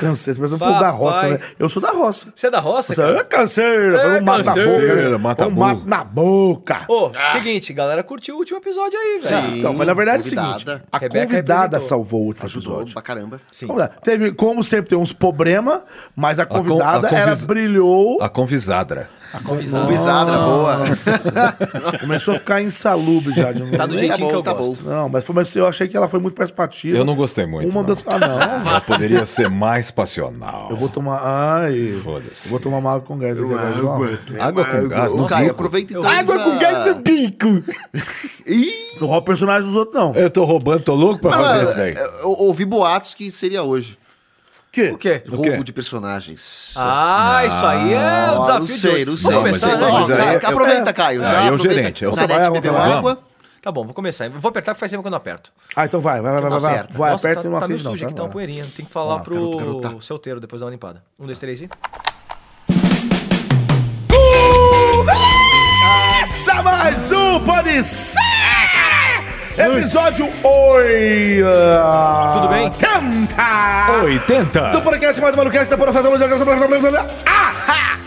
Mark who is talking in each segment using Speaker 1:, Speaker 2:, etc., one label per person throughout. Speaker 1: Canseira, mas eu sou da
Speaker 2: Papai.
Speaker 1: roça, né? Eu sou da roça.
Speaker 2: Você é da roça,
Speaker 1: Você
Speaker 2: cara?
Speaker 1: é canseira,
Speaker 2: É
Speaker 1: eu mato na
Speaker 3: canseira,
Speaker 1: boca.
Speaker 3: mata
Speaker 1: eu
Speaker 3: burro.
Speaker 1: mato um na boca.
Speaker 2: Ô, seguinte, galera curtiu o último episódio aí, velho.
Speaker 1: Sim, então, mas na verdade é o seguinte,
Speaker 4: convidada.
Speaker 1: a
Speaker 2: Rebeca
Speaker 1: convidada
Speaker 2: representou.
Speaker 1: salvou o último
Speaker 4: Ajudou
Speaker 1: episódio.
Speaker 4: pra caramba.
Speaker 2: Sim.
Speaker 1: Vamos lá. Teve, como sempre, tem uns problemas, mas a
Speaker 3: con- a
Speaker 1: convidada, ela
Speaker 3: convis-
Speaker 1: brilhou,
Speaker 3: A convisadra.
Speaker 4: Um visadra, boa.
Speaker 1: começou a ficar insalubre já. De um
Speaker 2: Tá do
Speaker 4: jeito
Speaker 1: momento.
Speaker 2: jeitinho
Speaker 4: bom,
Speaker 2: que eu
Speaker 4: tá bom.
Speaker 2: gosto.
Speaker 1: Não, mas, foi, mas eu achei que ela foi muito participativa.
Speaker 3: Eu não gostei muito.
Speaker 1: Uma
Speaker 3: não.
Speaker 1: das... Ah, não.
Speaker 3: Ela poderia ser mais passional.
Speaker 1: Eu vou tomar... Ai,
Speaker 3: Foda-se.
Speaker 1: eu vou tomar uma água com gás. aqui agora, João.
Speaker 3: Água com gás, não
Speaker 4: Ô, Caio,
Speaker 3: bico.
Speaker 4: aproveita então.
Speaker 3: Água com gás no bico.
Speaker 4: Ih,
Speaker 1: Não rouba o personagem dos outros, não.
Speaker 3: Eu tô roubando, tô louco pra fazer isso
Speaker 4: ah,
Speaker 3: daí.
Speaker 4: eu eu ouvi boatos que seria hoje.
Speaker 1: Que?
Speaker 2: O quê?
Speaker 3: quê?
Speaker 4: Roubo de personagens.
Speaker 2: Ah, isso aí é
Speaker 4: Ah,
Speaker 2: um
Speaker 4: não
Speaker 2: desafio
Speaker 4: sei,
Speaker 2: de
Speaker 4: não
Speaker 2: hoje.
Speaker 4: sei.
Speaker 3: Vamos
Speaker 4: não sei.
Speaker 2: começar,
Speaker 3: Não,
Speaker 4: Ó,
Speaker 3: mas
Speaker 2: né?
Speaker 3: aí-
Speaker 4: Ca-
Speaker 3: eu-
Speaker 4: aproveita, Caio.
Speaker 3: Ah,
Speaker 4: já
Speaker 3: eu
Speaker 4: aproveita.
Speaker 3: gerente, eu
Speaker 4: O
Speaker 3: sou
Speaker 4: Nanete
Speaker 1: baiano,
Speaker 4: bebeu
Speaker 1: vamos.
Speaker 4: água.
Speaker 2: Tá bom, vou começar. Eu Vou apertar que faz tempo que eu não aperto.
Speaker 1: Ah, então vai, vai, vai, vai, vai, vai,
Speaker 4: acerta.
Speaker 1: vai
Speaker 2: Nossa,
Speaker 1: aperta
Speaker 2: tá,
Speaker 1: e não
Speaker 2: tá meio
Speaker 1: acende não.
Speaker 2: sujo aqui, tá
Speaker 1: vai,
Speaker 2: uma
Speaker 1: vai.
Speaker 2: poeirinha. Tem que falar
Speaker 1: Ah,
Speaker 2: pro
Speaker 4: quero- quero- tá.
Speaker 2: solteiro depois da uma limpada. Um, dois, três e...
Speaker 1: Começa Uh! mais um Pode Ser! Episódio 8!
Speaker 2: Tudo bem?
Speaker 1: Tenta!
Speaker 3: 80.
Speaker 1: Do podcast mais maluquice da Porofeta Luz da Graça Brasil, Brasil, Brasil. Ah!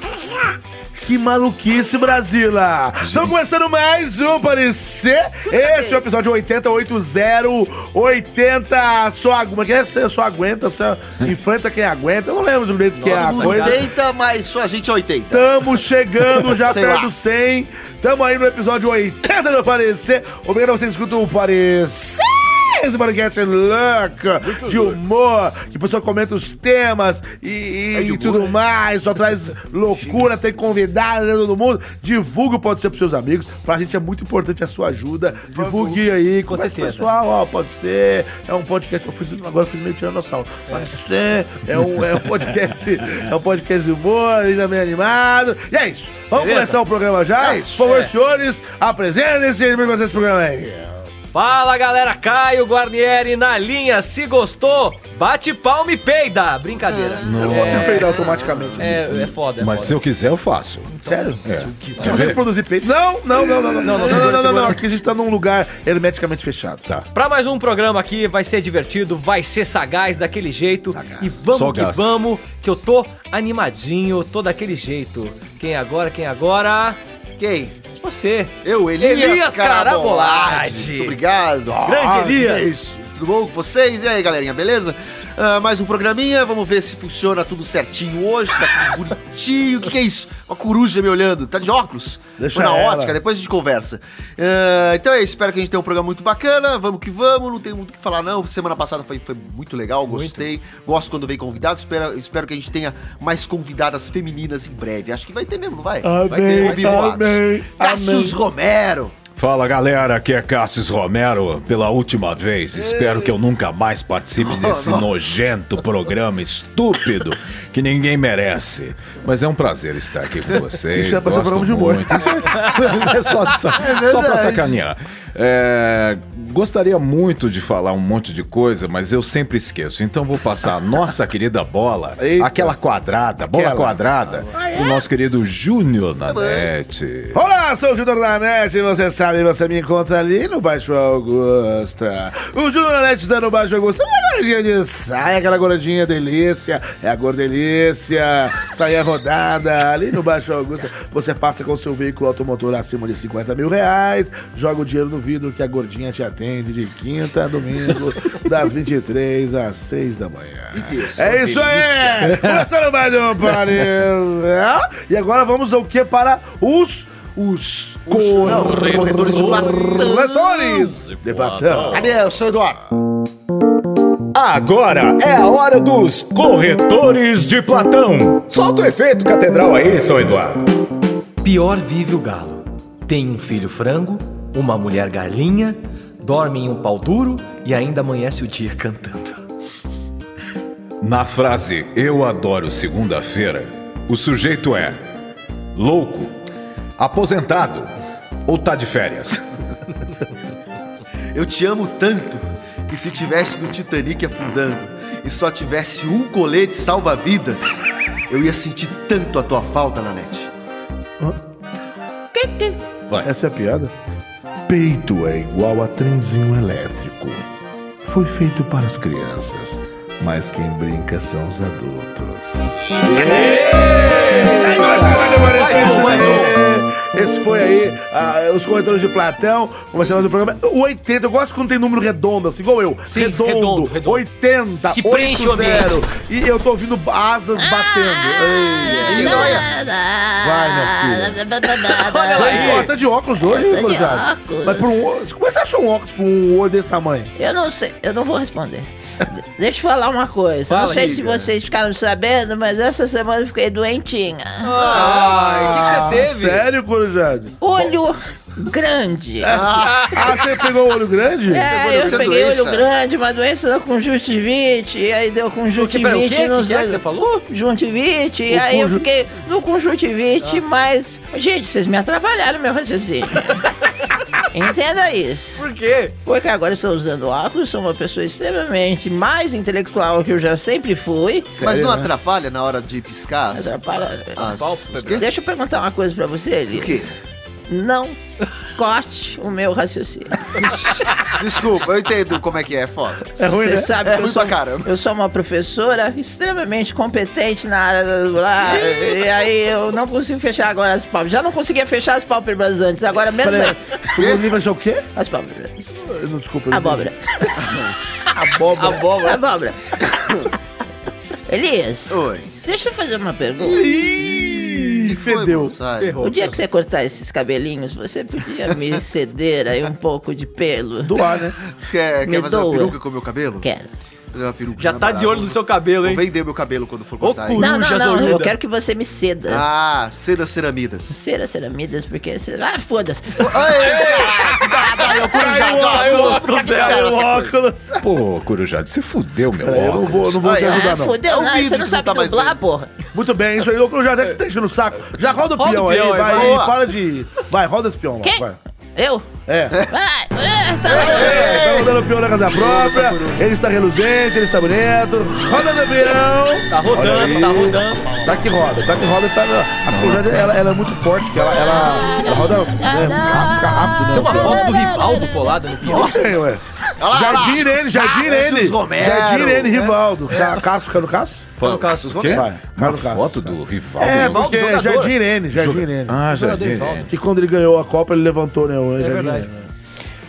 Speaker 1: Que maluquice, Brasila! Estamos começando mais um Parecer. Esse é o episódio 80, 80, 80. Só, agu- como é que é? Você só aguenta, você enfrenta quem aguenta. Eu não lembro direito o que é a
Speaker 4: Nossa,
Speaker 1: coisa.
Speaker 4: 80, mas só a gente é 80.
Speaker 1: Estamos chegando já
Speaker 4: Sei
Speaker 1: perto
Speaker 4: lá.
Speaker 1: do 100. Estamos aí no episódio 80 do Parecer. Obrigado a você que escuta o Parecer. Esse podcast é louco, de humor, que a pessoa comenta os temas e, e-
Speaker 2: É
Speaker 1: e tudo mais, só traz loucura, tem convidados né, todo mundo. Divulga o Pode Ser pros seus amigos, pra gente é muito importante a sua ajuda. Divulgue aí,
Speaker 2: Com
Speaker 1: conversa com o
Speaker 2: certeza.
Speaker 1: pessoal, ó, Pode Ser, é um podcast, eu fiz, agora eu fiz meio tiranossauro. Pode Ser, é um, é um podcast, é um podcast de humor, a gente tá bem animado. E é isso, vamos
Speaker 2: Beleza?
Speaker 1: começar o programa já?
Speaker 2: É isso.
Speaker 1: Por favor,
Speaker 2: É.
Speaker 1: senhores, apresentem-se pra vocês esse programa aí.
Speaker 2: Fala galera, Caio Guarnieri na linha. Se gostou, bate palma e peida. Brincadeira.
Speaker 1: Eu não consigo peidar automaticamente.
Speaker 2: É, é foda, é
Speaker 3: Mas
Speaker 2: foda.
Speaker 3: se eu quiser, eu faço.
Speaker 1: Sério? Se
Speaker 3: Quer
Speaker 1: você
Speaker 3: ver?
Speaker 1: produzir peito. Não, não, não, não, não. Não, não, não,
Speaker 2: segura,
Speaker 1: não, não,
Speaker 2: segura.
Speaker 1: Aqui a gente tá num lugar hermeticamente fechado.
Speaker 3: Tá.
Speaker 2: Pra mais um programa aqui, vai ser divertido, vai ser sagaz daquele jeito. E vamos
Speaker 3: Só
Speaker 2: que
Speaker 3: gás.
Speaker 2: vamos, que eu tô animadinho, tô daquele jeito. Quem é agora, quem agora?
Speaker 4: Quem?
Speaker 2: Você.
Speaker 4: Eu, Elias,
Speaker 2: Elias Carabolade.
Speaker 4: Muito obrigado.
Speaker 2: Grande Elias.
Speaker 4: é isso. Tudo bom com vocês? E aí, galerinha, beleza? Ah, mais um programinha, vamos ver se funciona tudo certinho hoje, tá tudo bonitinho. O que, que é isso? Uma coruja me olhando. Tá de óculos?
Speaker 1: Deixa
Speaker 4: Foi na
Speaker 1: ela.
Speaker 4: ótica, depois a gente conversa. Ah, então é isso, espero que a gente tenha um programa muito bacana. Vamos que vamos, não tem muito o que falar, não. Semana passada foi, foi muito legal, gostei. Gosto quando vem convidado, espero, espero que a gente tenha mais convidadas femininas em breve. Acho que vai ter mesmo, não vai?
Speaker 2: ter,
Speaker 1: Amém,
Speaker 2: vai ter.
Speaker 1: amém,
Speaker 4: Cassius Romero.
Speaker 3: Fala galera, aqui é Cassius Romero pela última vez. Espero que eu nunca mais participe desse nojento programa estúpido que ninguém merece. Mas é um prazer estar aqui com vocês.
Speaker 1: Isso é pra ser
Speaker 3: Gosto
Speaker 1: programa de humor.
Speaker 3: muito. Isso é, isso é só, só, só pra sacanear. É, gostaria muito de falar um monte de coisa, mas eu sempre esqueço. Então vou passar a nossa querida bola,
Speaker 1: Eita.
Speaker 3: aquela quadrada,
Speaker 1: Aquela.
Speaker 3: bola
Speaker 1: Ah, é? Tá
Speaker 3: quadrada, do nosso querido Júnior Nanete.
Speaker 1: Olá, sou o Júnior Lanete, você sabe, você me encontra ali no Baixo Augusta. O Júnior Lanete está no Baixo Augusta, uma gordinha de saia, aquela gordinha delícia, é a gordelícia, saia rodada, ali no Baixo Augusta. Você passa com seu veículo automotor acima de 50 mil reais, joga o dinheiro no vidro que a gordinha te atende de quinta a domingo, das 23 às 6 da manhã. É isso aí! Começando mais um pare. É? E agora vamos ao que para os os
Speaker 4: Não, corredores de Platão.
Speaker 1: corretores de Platão.
Speaker 4: Cadê o seu Eduardo?
Speaker 5: Agora é a hora dos corretores de Platão. Solta o efeito catedral aí, São Eduardo.
Speaker 2: Pior vive o galo. Tem um filho frango, uma mulher galinha, dorme em um pau duro e ainda amanhece o dia cantando.
Speaker 3: Na frase Eu adoro segunda-feira, o sujeito é louco, aposentado, ou tá de férias?
Speaker 4: Eu te amo tanto que se tivesse no Titanic afundando e só tivesse um colete salva-vidas, eu ia sentir tanto a tua falta, Nanete.
Speaker 1: Essa é a piada?
Speaker 6: Peito é igual a trenzinho elétrico. Foi feito para as crianças, mas quem brinca são os adultos.
Speaker 1: Tá Esse foi aí ah, os corretores de Platão, começando o programa. O 80, eu gosto quando tem número redondo, assim, igual eu.
Speaker 2: Sim,
Speaker 1: redondo,
Speaker 2: redondo, redondo.
Speaker 1: 80,
Speaker 2: Que preenche o Ah,
Speaker 1: 80. E eu tô ouvindo asas batendo. Ei, é ei,
Speaker 2: é
Speaker 1: olha. Vai, minha filha.
Speaker 2: Olha lá,
Speaker 1: Vai, ó,
Speaker 2: aí.
Speaker 1: tá de óculos hoje,
Speaker 7: Eu tô de
Speaker 1: gurizada.
Speaker 7: óculos.
Speaker 1: Mas por um, ó- como é que você achou um óculos pra um olho desse tamanho?
Speaker 7: Eu não sei, eu não vou responder. De- Deixa eu falar uma coisa.
Speaker 2: Fala,
Speaker 7: não sei se
Speaker 2: amiga.
Speaker 7: vocês ficaram sabendo, mas essa semana eu fiquei doentinha.
Speaker 2: Ah, o que que você teve?
Speaker 1: Sério, Corujade?
Speaker 7: Olho grande.
Speaker 1: Ah, você pegou o olho grande?
Speaker 7: É,
Speaker 4: você
Speaker 7: eu peguei
Speaker 4: doença?
Speaker 7: olho grande, uma doença da conjuntivite, e aí
Speaker 2: pera,
Speaker 7: deu
Speaker 2: o quê?
Speaker 7: conjuntivite
Speaker 2: O que
Speaker 7: nos
Speaker 2: que é que
Speaker 7: dois-
Speaker 2: você falou?
Speaker 7: Conjuntivite, e
Speaker 1: O
Speaker 7: aí
Speaker 1: conju-
Speaker 7: eu fiquei no conjuntivite,
Speaker 2: Ah.
Speaker 7: mas. Gente, vocês me atrapalharam meu raciocínio. Entenda isso.
Speaker 2: Por quê?
Speaker 7: Porque agora eu estou usando óculos, sou uma pessoa extremamente mais intelectual que eu já sempre fui.
Speaker 4: Mas
Speaker 1: Sério,
Speaker 4: não
Speaker 1: né?
Speaker 4: atrapalha na hora de piscar? as-
Speaker 2: é
Speaker 7: Atrapalha.
Speaker 4: as-
Speaker 2: pálpebras.
Speaker 4: o quê?
Speaker 7: Deixa eu perguntar uma coisa pra você, Elias.
Speaker 4: O quê?
Speaker 7: Não corte o meu raciocínio.
Speaker 4: Desculpa, eu entendo como é que é, é foda.
Speaker 1: É ruim,
Speaker 7: Você
Speaker 1: né?
Speaker 7: sabe
Speaker 4: É
Speaker 7: que eu
Speaker 4: ruim
Speaker 7: sou,
Speaker 4: pra caramba.
Speaker 7: eu sou uma professora extremamente competente na área da dublagem. e aí eu não consigo fechar agora as pálpebras. Já não conseguia fechar as pálpebras antes, agora menos
Speaker 1: Peraí,
Speaker 7: aí.
Speaker 1: o livro achou o quê?
Speaker 7: As pálpebras.
Speaker 1: Eu Não, desculpa. eu não
Speaker 7: Abóbora.
Speaker 2: A bola.
Speaker 7: Abóbora. Elias,
Speaker 4: Oi.
Speaker 7: deixa eu fazer uma pergunta.
Speaker 1: entendi. Ih,
Speaker 4: Foi,
Speaker 1: fedeu.
Speaker 4: moçada.
Speaker 2: Ferrou.
Speaker 7: O dia que você cortar esses cabelinhos, você podia me ceder aí um pouco de pelo?
Speaker 1: Doar, né?
Speaker 4: Você quer,
Speaker 7: Me
Speaker 4: quer fazer uma
Speaker 7: doa.
Speaker 4: peruca com o meu cabelo?
Speaker 7: Quero.
Speaker 4: Fazer uma peruca.
Speaker 2: Já tá de olho no seu cabelo,
Speaker 4: cabelo.
Speaker 2: hein?
Speaker 4: Vou vender meu cabelo quando for cortar.
Speaker 2: cu.
Speaker 4: aí.
Speaker 7: Não, não,
Speaker 2: Coruja
Speaker 7: não. Eu
Speaker 2: zoiuda.
Speaker 7: quero que você me ceda.
Speaker 4: Ah, seda ceramidas.
Speaker 7: Cera ceramidas, porque... cera- Ah, foda-se.
Speaker 2: Então,
Speaker 1: Saiu o óculos.
Speaker 3: Pô, Corujade, você fudeu meu
Speaker 1: Eu não
Speaker 3: óculos.
Speaker 1: vou, eu não vou
Speaker 4: Ai,
Speaker 1: te
Speaker 4: ai.
Speaker 1: ajudar,
Speaker 7: Ah,
Speaker 1: não.
Speaker 7: fodeu,
Speaker 4: É um
Speaker 7: não,
Speaker 4: vídeo
Speaker 7: você
Speaker 4: que
Speaker 7: não
Speaker 4: não
Speaker 7: sabe
Speaker 4: tá mais
Speaker 7: dublar,
Speaker 4: vendo.
Speaker 7: porra.
Speaker 1: Muito bem, isso aí. Ô, Corujade, já que você tá enchendo o saco, já roda o
Speaker 2: Roda o
Speaker 1: peão aí.
Speaker 2: peão aí,
Speaker 1: Vai,
Speaker 4: boa.
Speaker 1: para de... Vai, roda esse peão lá,
Speaker 7: Quem?
Speaker 1: vai.
Speaker 7: Eu?
Speaker 1: É.
Speaker 7: Vai, ah, tá bom.
Speaker 1: É, Tá rodando o peão na casa própria, ele está reluzente, ele está bonito, roda no peão.
Speaker 2: Tá
Speaker 1: Olha aí.
Speaker 2: rodando, tá rodando.
Speaker 1: Tá que roda, tá que roda, tá. A corujade, ela, ela é muito forte, que ela, ela, ela roda. Né, rápido, fica
Speaker 2: Tem uma
Speaker 1: rápido, né?
Speaker 2: foto do Rivaldo colada no pior.
Speaker 1: Tem, ué.
Speaker 4: lá,
Speaker 1: é. Jardim
Speaker 4: lá.
Speaker 1: Irene, Jardim
Speaker 4: Cássio
Speaker 1: Irene.
Speaker 4: Romero.
Speaker 1: Jardim Irene, Rivaldo. Ca- Casso, quer no Casso?
Speaker 3: Pô, Cassius, o quê?
Speaker 1: Vai,
Speaker 3: Uma
Speaker 1: Carlos Cassius,
Speaker 3: foto
Speaker 1: cara.
Speaker 3: do rival.
Speaker 1: É,
Speaker 3: do-
Speaker 1: porque é
Speaker 2: jogador.
Speaker 1: Jardim Irene, Jardim Irene.
Speaker 3: Ah,
Speaker 2: Jogador
Speaker 3: Jardim.
Speaker 2: rival.
Speaker 3: né?
Speaker 1: Que quando ele ganhou a Copa, ele levantou, né? O Jardim
Speaker 2: verdade.
Speaker 1: Irene.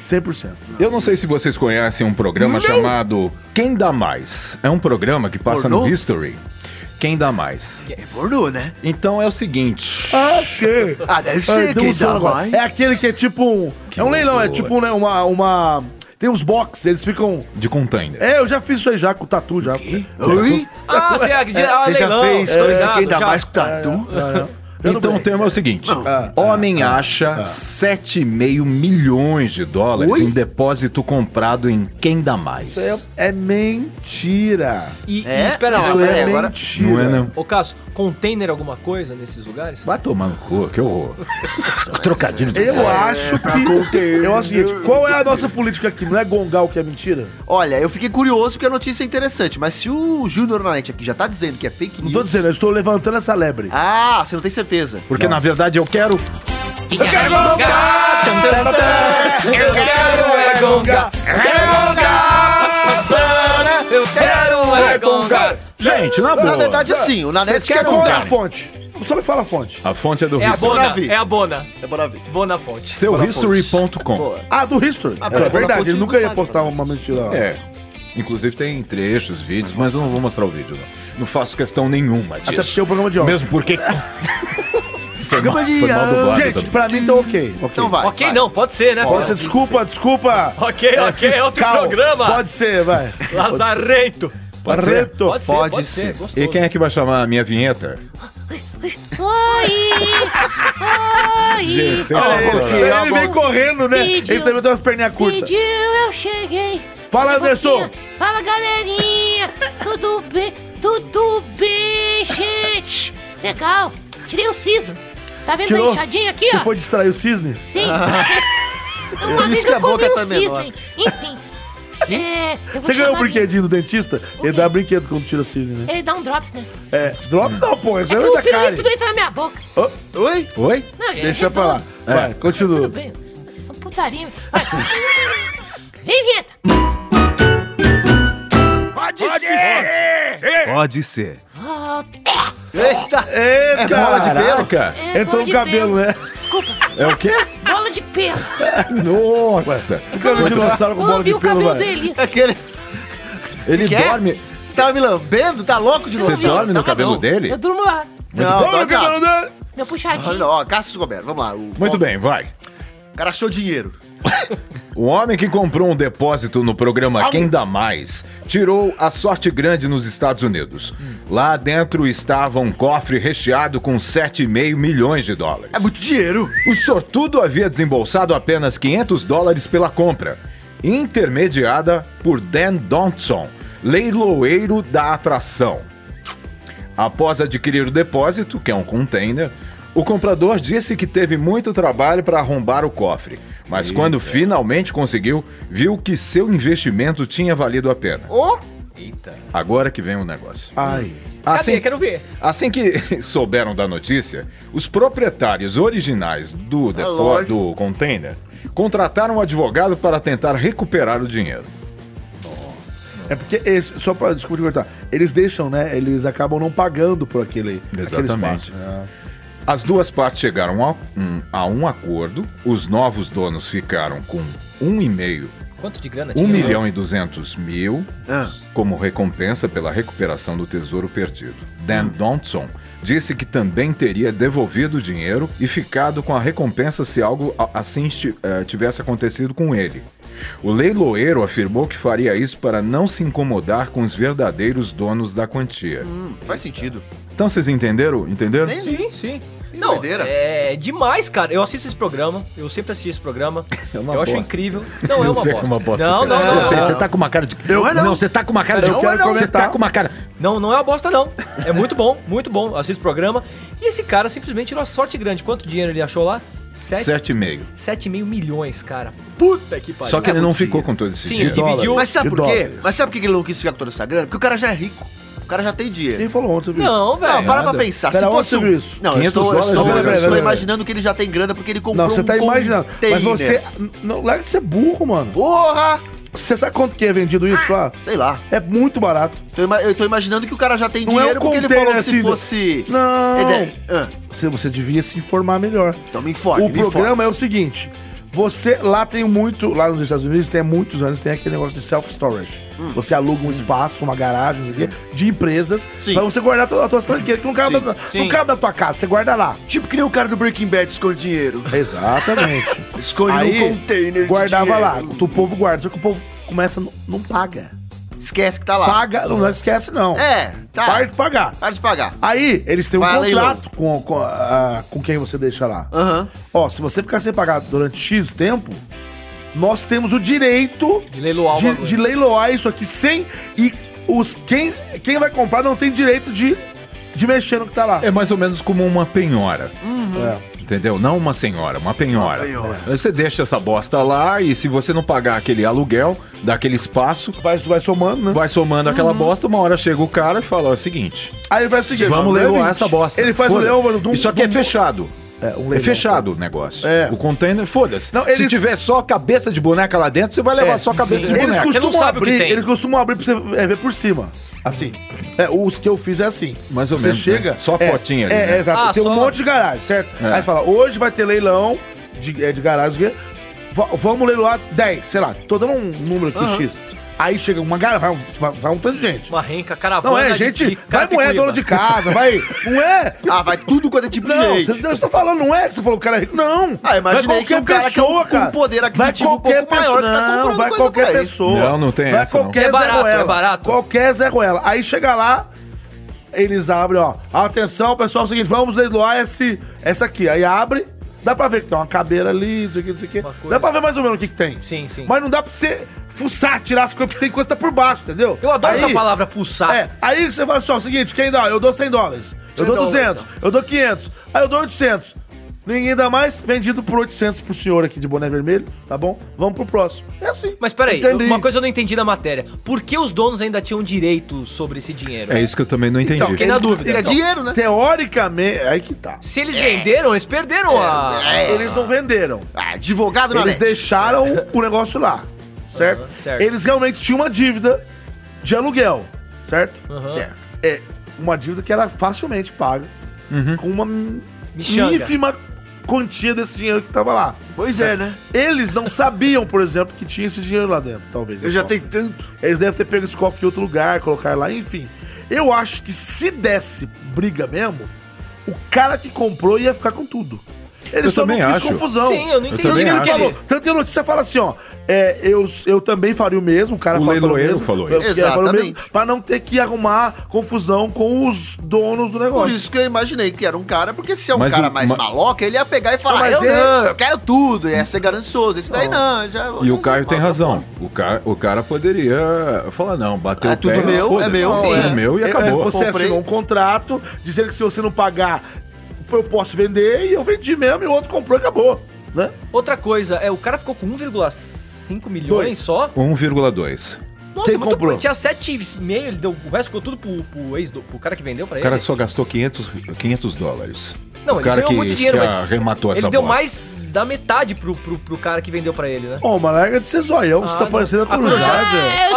Speaker 1: 100%.
Speaker 3: Eu não sei se vocês conhecem um programa chamado Quem Dá Mais. É um programa que passa no
Speaker 4: Pornô?
Speaker 3: History. Quem dá mais?
Speaker 4: É pornô, né?
Speaker 3: Então é o seguinte.
Speaker 1: Achei.
Speaker 4: Ah, deve
Speaker 1: Ah,
Speaker 4: ser
Speaker 1: tem
Speaker 4: quem
Speaker 1: um
Speaker 4: dá
Speaker 1: som agora.
Speaker 4: mais.
Speaker 1: É aquele que é tipo um. é um leilão, é
Speaker 3: loucura.
Speaker 1: tipo né, uma, uma. Tem uns box, eles ficam.
Speaker 3: De container.
Speaker 1: É, eu já fiz isso aí já com o tatu já.
Speaker 4: Oi?
Speaker 2: Ah, você acredita? Ah,
Speaker 4: É, Você já
Speaker 2: leilão.
Speaker 4: fez coisa
Speaker 2: Obrigado,
Speaker 4: quem dá
Speaker 2: já.
Speaker 4: mais tá, então? com tatu?
Speaker 1: Eu não
Speaker 3: Então o
Speaker 1: brinco.
Speaker 3: tema é o seguinte: homem acha 7,5 milhões de dólares em depósito comprado em Quem Dá Mais.
Speaker 1: Isso é, é mentira.
Speaker 2: E,
Speaker 4: É?
Speaker 2: e espera
Speaker 4: Não,
Speaker 1: Isso
Speaker 2: lá.
Speaker 4: peraí,
Speaker 1: é
Speaker 4: agora-
Speaker 1: mentira.
Speaker 3: Não é, não?
Speaker 2: Ô, Cássio, container é alguma coisa nesses lugares?
Speaker 3: Vai tomar no cu, que horror. Trocadilho de
Speaker 1: Eu acho que. Eu acho o seguinte, qual é a nossa política aqui? Não é gongar o que é mentira?
Speaker 4: Olha, eu fiquei curioso porque a notícia é interessante, mas se o Júnior Nanete aqui já tá dizendo que é fake
Speaker 1: Não
Speaker 4: news...
Speaker 1: tô dizendo, eu estou levantando essa lebre.
Speaker 4: Ah, você não tem certeza.
Speaker 3: Porque na verdade eu quero.
Speaker 1: Eu quero gongar! Eu quero é gongar!
Speaker 2: é Eu quero é gongar.
Speaker 3: Gente, né?
Speaker 1: Tá
Speaker 3: na boa.
Speaker 4: Na verdade, assim, o Nanete
Speaker 1: Vocês
Speaker 4: quer
Speaker 1: querem qual é a
Speaker 4: contar.
Speaker 1: fonte? Só me fala a fonte.
Speaker 3: A fonte é do
Speaker 2: É a
Speaker 3: History.
Speaker 2: Bona,
Speaker 4: vi.
Speaker 2: é a Bona.
Speaker 4: É bora ver.
Speaker 2: Bona Fonte.
Speaker 3: Seu history.com.
Speaker 4: Boa.
Speaker 1: Ah, do History.
Speaker 4: Ah,
Speaker 1: é
Speaker 4: pera,
Speaker 1: verdade,
Speaker 4: fonte
Speaker 1: ele
Speaker 4: não
Speaker 1: nunca ia
Speaker 4: vale,
Speaker 1: postar uma mentira. lá.
Speaker 3: É. Inclusive tem trechos, vídeos, mas eu não vou mostrar o vídeo, não. Não faço questão nenhuma disso.
Speaker 1: Até porque é o programa de ontem.
Speaker 3: Mesmo porque. foi mal,
Speaker 4: de
Speaker 3: foi mal dublado então.
Speaker 1: Gente,
Speaker 3: também.
Speaker 1: pra mim tá ok. ok.
Speaker 4: Então vai.
Speaker 2: Ok,
Speaker 4: vai.
Speaker 2: não, pode ser, né?
Speaker 1: Pode ser, desculpa, desculpa.
Speaker 2: Ok, ok, é outro
Speaker 1: fiscal.
Speaker 2: programa.
Speaker 1: Pode ser, vai.
Speaker 2: Lazarento.
Speaker 3: Pode ser?
Speaker 1: Barreto.
Speaker 2: Pode ser,
Speaker 4: Pode
Speaker 2: pode ser.
Speaker 4: ser.
Speaker 3: E quem é que vai chamar a minha vinheta? Oi! Gente,
Speaker 1: Olha ele,
Speaker 3: sensacional.
Speaker 1: ele vem correndo, né? Ele também tem umas perninhas curtas.
Speaker 8: Pediu, eu cheguei.
Speaker 1: Fala, Anderson.
Speaker 8: Boquinha. Fala, galerinha. Tudo bem? Tudo bem, gente? Legal. Tirei o siso.
Speaker 9: Tá vendo a
Speaker 1: Tirou?
Speaker 9: enxadinha aqui,
Speaker 1: Você
Speaker 9: ó?
Speaker 1: foi distrair o cisne?
Speaker 9: Sim.
Speaker 4: Por
Speaker 1: Ah.
Speaker 9: Uma
Speaker 4: isso
Speaker 9: vez
Speaker 4: que a
Speaker 9: eu comi
Speaker 4: boca
Speaker 9: um
Speaker 4: tá menor.
Speaker 9: cisne. Enfim. É, eu vou
Speaker 1: Você ganhou o
Speaker 9: chamar minha-
Speaker 1: brinquedinho do dentista? Ele dá brinquedo quando tira o cisne, né?
Speaker 9: Ele dá um drops, né?
Speaker 1: É,
Speaker 4: Hum.
Speaker 1: drop não, pô, esse
Speaker 9: É
Speaker 1: é
Speaker 9: que o
Speaker 1: o da cara.
Speaker 9: pirulito entra na minha boca.
Speaker 4: Oi?
Speaker 3: Oi?
Speaker 9: Não, é.
Speaker 10: Deixa
Speaker 9: eu tô-
Speaker 10: pra lá. Vai, continua.
Speaker 9: Tudo bem. Vocês são putaria. Vai. Vem, vinheta.
Speaker 3: Pode ser.
Speaker 9: Volta.
Speaker 4: Eita!
Speaker 1: Eita,
Speaker 4: bola de pelo?
Speaker 3: Caraca.
Speaker 9: É,
Speaker 1: Entrou
Speaker 9: bola
Speaker 1: um
Speaker 9: de
Speaker 1: cabelo,
Speaker 9: pelo.
Speaker 1: né?
Speaker 9: Desculpa.
Speaker 3: Então É o quê?
Speaker 9: Bola de pelo.
Speaker 3: Nossa.
Speaker 1: Cara, um dinossauro com bola
Speaker 9: Lambi
Speaker 1: de
Speaker 9: é. o
Speaker 1: pelo,
Speaker 9: cabelo
Speaker 1: vai.
Speaker 9: dele.
Speaker 4: Aquele.
Speaker 3: Ele
Speaker 4: Quer?
Speaker 3: dorme.
Speaker 4: Você tava me lambendo? é? Tá louco de
Speaker 3: Você dorme no
Speaker 4: Tava
Speaker 3: cabelo
Speaker 4: não.
Speaker 3: dele?
Speaker 9: Eu durmo lá.
Speaker 4: Não,
Speaker 1: Olha o
Speaker 4: dorme
Speaker 1: cabelo
Speaker 4: não.
Speaker 1: dele!
Speaker 9: Meu
Speaker 4: Olha,
Speaker 9: puxadinho.
Speaker 4: ó, Cassius Roberto, vamos lá. o-
Speaker 3: Muito
Speaker 4: o-
Speaker 3: bem, vai.
Speaker 4: O cara achou dinheiro.
Speaker 3: O homem que comprou um depósito no programa Quem Dá Mais tirou a sorte grande nos Estados Unidos. Lá dentro estava um cofre recheado com 7,5 milhões de dólares.
Speaker 4: É muito dinheiro.
Speaker 3: O sortudo havia desembolsado apenas 500 dólares pela compra, intermediada por Dan Donson, leiloeiro da atração. Após adquirir o depósito, que é um container, o comprador disse que teve muito trabalho para arrombar o cofre, mas quando finalmente conseguiu, viu que seu investimento tinha valido a pena.
Speaker 4: Ô,
Speaker 3: Agora que vem o negócio.
Speaker 1: Ai.
Speaker 4: Ah,
Speaker 2: Cadê? Quero ver.
Speaker 3: Assim que souberam da notícia, os proprietários originais do, depo-
Speaker 4: lógico.
Speaker 3: do container contrataram um advogado para tentar recuperar o dinheiro.
Speaker 10: É porque, esse, só pra, desculpa te cortar, eles deixam, né? Eles acabam não pagando por aquele, aquele
Speaker 3: Exatamente.
Speaker 10: espaço.
Speaker 4: É.
Speaker 10: né?
Speaker 3: As duas partes chegaram a um, a um acordo, os novos donos ficaram com um e meio,
Speaker 2: Quanto de grana
Speaker 3: um
Speaker 2: tinha?
Speaker 3: milhão e duzentos mil
Speaker 4: Ah.
Speaker 3: como recompensa pela recuperação do tesouro perdido. Dan Donson disse que também teria devolvido o dinheiro e ficado com a recompensa se algo a- assim esti- eh, tivesse acontecido com ele. O leiloeiro afirmou que faria isso para não se incomodar com os verdadeiros donos da quantia.
Speaker 4: hum, faz sentido.
Speaker 3: Então vocês entenderam? Entenderam?
Speaker 4: Nem-
Speaker 2: Sim, sim.
Speaker 4: Que
Speaker 2: Não,
Speaker 4: doideira.
Speaker 2: é demais, cara. Eu assisto esse programa, eu sempre assisti esse programa.
Speaker 3: É uma
Speaker 2: eu acho
Speaker 3: bosta.
Speaker 2: incrível. Não, é uma
Speaker 3: sei
Speaker 2: bosta.
Speaker 3: como uma bosta
Speaker 2: Não,
Speaker 3: que
Speaker 2: não,
Speaker 3: é.
Speaker 2: não.
Speaker 3: Eu sei,
Speaker 2: não.
Speaker 3: você tá com uma cara de.
Speaker 4: Não é não. é
Speaker 3: você tá com uma cara de.
Speaker 4: Eu quero
Speaker 3: Você
Speaker 1: comentar.
Speaker 3: tá com uma cara.
Speaker 2: Não, não é uma bosta, não. É muito bom, muito bom. Eu assisto o programa. E esse cara simplesmente tirou a sorte grande. Quanto dinheiro ele achou lá? Sete-
Speaker 3: Sete e meio.
Speaker 2: 7,5 milhões, cara. Puta que pariu.
Speaker 3: Só que ele não ficou com todo esse
Speaker 2: Sim, ele
Speaker 3: dinheiro.
Speaker 2: dividiu.
Speaker 4: Mas sabe
Speaker 1: de
Speaker 4: por quê?
Speaker 1: dólares.
Speaker 4: Mas sabe por que ele não quis ficar com toda essa grana? Porque o cara já é rico. O cara já tem dinheiro.
Speaker 1: Quem falou ontem, viu?
Speaker 2: Não,
Speaker 4: Não,
Speaker 2: velho.
Speaker 4: para pra pensar.
Speaker 1: Pera,
Speaker 4: se
Speaker 1: onde
Speaker 4: fosse
Speaker 1: você
Speaker 4: um...
Speaker 1: viu isso?
Speaker 4: Não, eu
Speaker 3: 500
Speaker 4: estou, eu estou, eu
Speaker 3: dólares,
Speaker 1: né? Pera, pera,
Speaker 4: estou
Speaker 1: pera.
Speaker 4: imaginando que ele já tem grana porque ele comprou
Speaker 1: Não, você
Speaker 4: um
Speaker 1: tá imaginando. Mas
Speaker 4: container.
Speaker 1: você. Não, larga de ser burro, mano.
Speaker 4: Porra!
Speaker 1: Você sabe quanto que é vendido isso lá?
Speaker 4: Sei lá.
Speaker 1: É muito barato.
Speaker 4: Tô ima- eu tô imaginando que o cara já tem
Speaker 1: Não é
Speaker 4: dinheiro
Speaker 1: um
Speaker 4: porque ele
Speaker 1: container
Speaker 4: falou que
Speaker 1: assim,
Speaker 4: se fosse...
Speaker 1: Não.
Speaker 4: Ele- Ah,
Speaker 1: é- Você, você devia se informar melhor.
Speaker 4: então me informe,
Speaker 1: o
Speaker 4: me
Speaker 1: programa é o seguinte. Você lá tem muito, lá nos Estados Unidos tem há muitos anos, tem aquele negócio de self-storage.
Speaker 4: Hum.
Speaker 1: Você aluga um espaço, uma garagem, não sei o quê, de empresas,
Speaker 4: Sim.
Speaker 1: pra você guardar todas as tuas tranqueiras, que não cabe, na,
Speaker 2: Sim.
Speaker 1: não cabe na tua casa, você guarda lá.
Speaker 4: informe. Tipo que nem o cara do Breaking Bad esconde dinheiro.
Speaker 1: É, Exatamente.
Speaker 4: Esconde
Speaker 1: Aí,
Speaker 4: um container de
Speaker 1: guardava lá,
Speaker 4: dinheiro.
Speaker 1: o povo guarda, só que o povo começa, não, não paga.
Speaker 4: Esquece que tá lá.
Speaker 1: Paga, não, não esquece não.
Speaker 4: É, tá.
Speaker 1: Para de pagar.
Speaker 4: Para de pagar.
Speaker 1: Aí, eles têm um
Speaker 4: Fala aí,
Speaker 1: contrato com, com, ah, com quem você deixa lá.
Speaker 4: Aham.
Speaker 1: Ó, se você ficar sem pagar durante X tempo, nós temos o direito
Speaker 2: De leiloar o
Speaker 1: de,
Speaker 2: bagulho.
Speaker 1: de leiloar isso aqui sem. E os, quem, quem vai comprar não tem direito de, de mexer no que tá lá. É.
Speaker 3: É mais ou menos como uma penhora.
Speaker 2: Uhum.
Speaker 3: Entendeu? Não uma senhora, uma penhora.
Speaker 4: penhora.
Speaker 3: Você deixa essa bosta lá e se você não pagar aquele aluguel daquele espaço,
Speaker 1: Vai, vai somando, né?
Speaker 3: vai somando aquela bosta, uma hora chega o cara e fala "Ó, é o seguinte,
Speaker 1: Aí ele faz o seguinte:
Speaker 3: vamos
Speaker 1: ele-
Speaker 3: leiloar essa bosta.
Speaker 1: Ele faz o
Speaker 3: Foda-se.
Speaker 1: leão. do-
Speaker 3: Isso aqui é fechado.
Speaker 1: É, um
Speaker 3: É
Speaker 1: leilão.
Speaker 3: fechado o negócio.
Speaker 1: É.
Speaker 3: O container, foda-se.
Speaker 1: Não, eles-
Speaker 3: Se tiver só cabeça de boneca lá dentro, você vai levar
Speaker 1: É.
Speaker 3: só cabeça de
Speaker 1: Eles
Speaker 3: boneca.
Speaker 2: não
Speaker 1: costumam
Speaker 2: sabe o que
Speaker 1: abrir,
Speaker 2: tem.
Speaker 1: eles costumam abrir pra você é, ver por cima. Assim. É, os que eu fiz é assim.
Speaker 3: Mais ou
Speaker 1: você
Speaker 3: menos,
Speaker 1: chega.
Speaker 3: né? Só a
Speaker 1: é,
Speaker 3: fotinha ali,
Speaker 1: É,
Speaker 3: né?
Speaker 1: é, exato.
Speaker 2: Ah,
Speaker 1: Tem
Speaker 2: só.
Speaker 1: um monte de garagem, certo?
Speaker 3: É.
Speaker 1: Aí você fala, hoje vai ter leilão de, é, de garagem, não sei o quê. Va- vamos leiloar 10, sei lá. Tô dando um número aqui,
Speaker 4: Aham.
Speaker 1: X. Aí chega uma garagem, vai, um- vai, vai um tanto de gente.
Speaker 2: Uma renca, caravana.
Speaker 1: Não, é,
Speaker 2: de-
Speaker 1: gente.
Speaker 2: de
Speaker 1: vai mulher,
Speaker 2: Carapicuíba.
Speaker 1: dono de casa, vai. Não é?
Speaker 4: Ah, vai tudo quanto é tipo
Speaker 1: Não,
Speaker 4: de
Speaker 1: você,
Speaker 4: gente.
Speaker 1: eu estou falando, não é que você falou que o cara é rico. Não.
Speaker 4: Ah, imaginei
Speaker 1: Vai
Speaker 4: que um cara que é um- um poder aquisitivo um
Speaker 1: vai qualquer
Speaker 4: pouco maior
Speaker 1: pessoa,
Speaker 4: que tá
Speaker 1: não,
Speaker 4: comprando
Speaker 1: vai
Speaker 4: coisa
Speaker 1: qualquer
Speaker 4: pra ele.
Speaker 1: pessoa.
Speaker 3: Não, não tem
Speaker 1: vai
Speaker 3: essa, não.
Speaker 1: qualquer
Speaker 2: É
Speaker 1: Zé
Speaker 2: barato,
Speaker 1: Ruela.
Speaker 2: é barato.
Speaker 1: Qualquer Zé Ruela. Aí chega lá, eles abrem, ó. Atenção, pessoal, é o seguinte, vamos leiloar esse, essa aqui. Aí abre, dá pra ver que tem uma cadeira ali, isso aqui, isso aqui.
Speaker 2: Uma coisa.
Speaker 1: Dá pra ver mais ou menos o que que tem.
Speaker 2: Sim, sim.
Speaker 1: Mas não dá pra você fuçar, tirar as coisas, porque tem coisa que tá por baixo, entendeu?
Speaker 2: Eu adoro
Speaker 1: Aí-
Speaker 2: essa palavra fuçar.
Speaker 1: é, aí você fala só, o seguinte, quem dá? Eu dou 100 dólares, eu
Speaker 2: 100
Speaker 1: dou 200,
Speaker 2: dólares,
Speaker 1: eu dou 500, aí eu dou 800. Ninguém dá mais, vendido por 800 pro senhor aqui de boné vermelho, tá bom? Vamos pro próximo. É assim.
Speaker 2: Mas peraí, uma coisa eu não entendi na matéria. Por que os donos ainda tinham direito sobre esse dinheiro?
Speaker 3: É isso que eu também não entendi.
Speaker 2: Fiquei na dúvida. então.
Speaker 4: É dinheiro, né?
Speaker 1: Então, Teoricamente, aí que tá.
Speaker 2: Se eles venderam, eles perderam
Speaker 1: É,
Speaker 2: a...
Speaker 1: Eles não venderam.
Speaker 4: É, Ah, advogado na
Speaker 1: Eles
Speaker 4: net.
Speaker 1: deixaram o negócio lá, certo?
Speaker 2: certo.
Speaker 1: Eles realmente tinham uma dívida de aluguel, certo?
Speaker 2: Aham.
Speaker 4: Certo.
Speaker 1: É uma dívida que era facilmente paga
Speaker 3: Uhum.
Speaker 1: com uma
Speaker 2: Michanga.
Speaker 1: ínfima quantia desse dinheiro que tava lá.
Speaker 4: Pois é, né?
Speaker 1: Eles não sabiam, por exemplo, que tinha esse dinheiro lá dentro, talvez.
Speaker 4: Eu já
Speaker 1: Então,
Speaker 4: tenho tanto.
Speaker 1: Eles devem ter pego esse cofre em outro lugar, colocar lá, enfim. Eu acho que se desse briga mesmo, o cara que comprou ia ficar com tudo. Ele
Speaker 3: Eu
Speaker 1: só não
Speaker 3: também
Speaker 1: quis
Speaker 3: acho.
Speaker 1: confusão.
Speaker 2: Sim, eu não entendi
Speaker 1: Tanto que,
Speaker 3: também
Speaker 1: ele
Speaker 3: acho.
Speaker 1: falou, tanto que a notícia fala assim, ó. é, eu, eu também faria o mesmo, o cara
Speaker 3: O
Speaker 1: fala- fala
Speaker 3: leiloeiro
Speaker 1: mesmo,
Speaker 3: falou
Speaker 1: eu-
Speaker 4: isso.
Speaker 1: eu faria o mesmo,
Speaker 4: Exatamente.
Speaker 1: Pra não ter que arrumar confusão com os donos do
Speaker 4: Por
Speaker 1: negócio.
Speaker 4: isso que eu imaginei que era um cara, porque se é um
Speaker 3: Mas
Speaker 4: cara
Speaker 3: o-
Speaker 4: mais
Speaker 3: ma-
Speaker 4: maloca, ele ia pegar e falar,
Speaker 1: Mas
Speaker 4: eu
Speaker 11: é-
Speaker 1: ele-
Speaker 4: não, eu quero tudo, ia ser ganancioso. Esse daí não, já...
Speaker 3: E
Speaker 4: já-
Speaker 3: o Caio tem
Speaker 4: mal-
Speaker 3: razão. O cara, o cara poderia falar, não, bateu
Speaker 4: É
Speaker 3: o
Speaker 4: tudo
Speaker 3: pé,
Speaker 4: meu, é
Speaker 3: foda-se,
Speaker 4: meu,
Speaker 3: é
Speaker 4: sim,
Speaker 3: tudo
Speaker 4: é.
Speaker 3: meu e
Speaker 1: É,
Speaker 3: acabou.
Speaker 1: Você
Speaker 4: Comprei.
Speaker 1: assinou um contrato dizendo que se você não pagar, eu posso vender e eu vendi mesmo e o outro comprou e acabou, né?
Speaker 2: Outra coisa, é, o cara ficou com 1,5 milhões
Speaker 1: Dois.
Speaker 2: só.
Speaker 3: 1,2.
Speaker 2: Nossa,
Speaker 1: Quem
Speaker 2: muito
Speaker 1: comprou?
Speaker 2: bom. Tinha 7,5, ele deu. O resto ficou tudo pro, pro ex do pro cara que vendeu pra
Speaker 3: O
Speaker 2: ele.
Speaker 3: cara só gastou 500, 500 dólares.
Speaker 2: Não,
Speaker 3: o
Speaker 2: ele
Speaker 3: cara
Speaker 2: ganhou
Speaker 3: que,
Speaker 2: muito dinheiro,
Speaker 3: que
Speaker 2: mas
Speaker 3: arrematou
Speaker 2: ele
Speaker 3: essa
Speaker 2: deu
Speaker 3: bosta.
Speaker 2: mais da metade pro, pro, pro cara que vendeu pra ele, né?
Speaker 1: Ô, mas larga de ser zoião, você
Speaker 2: Ah,
Speaker 1: tá
Speaker 2: não.
Speaker 1: parecendo a
Speaker 2: Ah,
Speaker 1: comunidade.
Speaker 7: Eu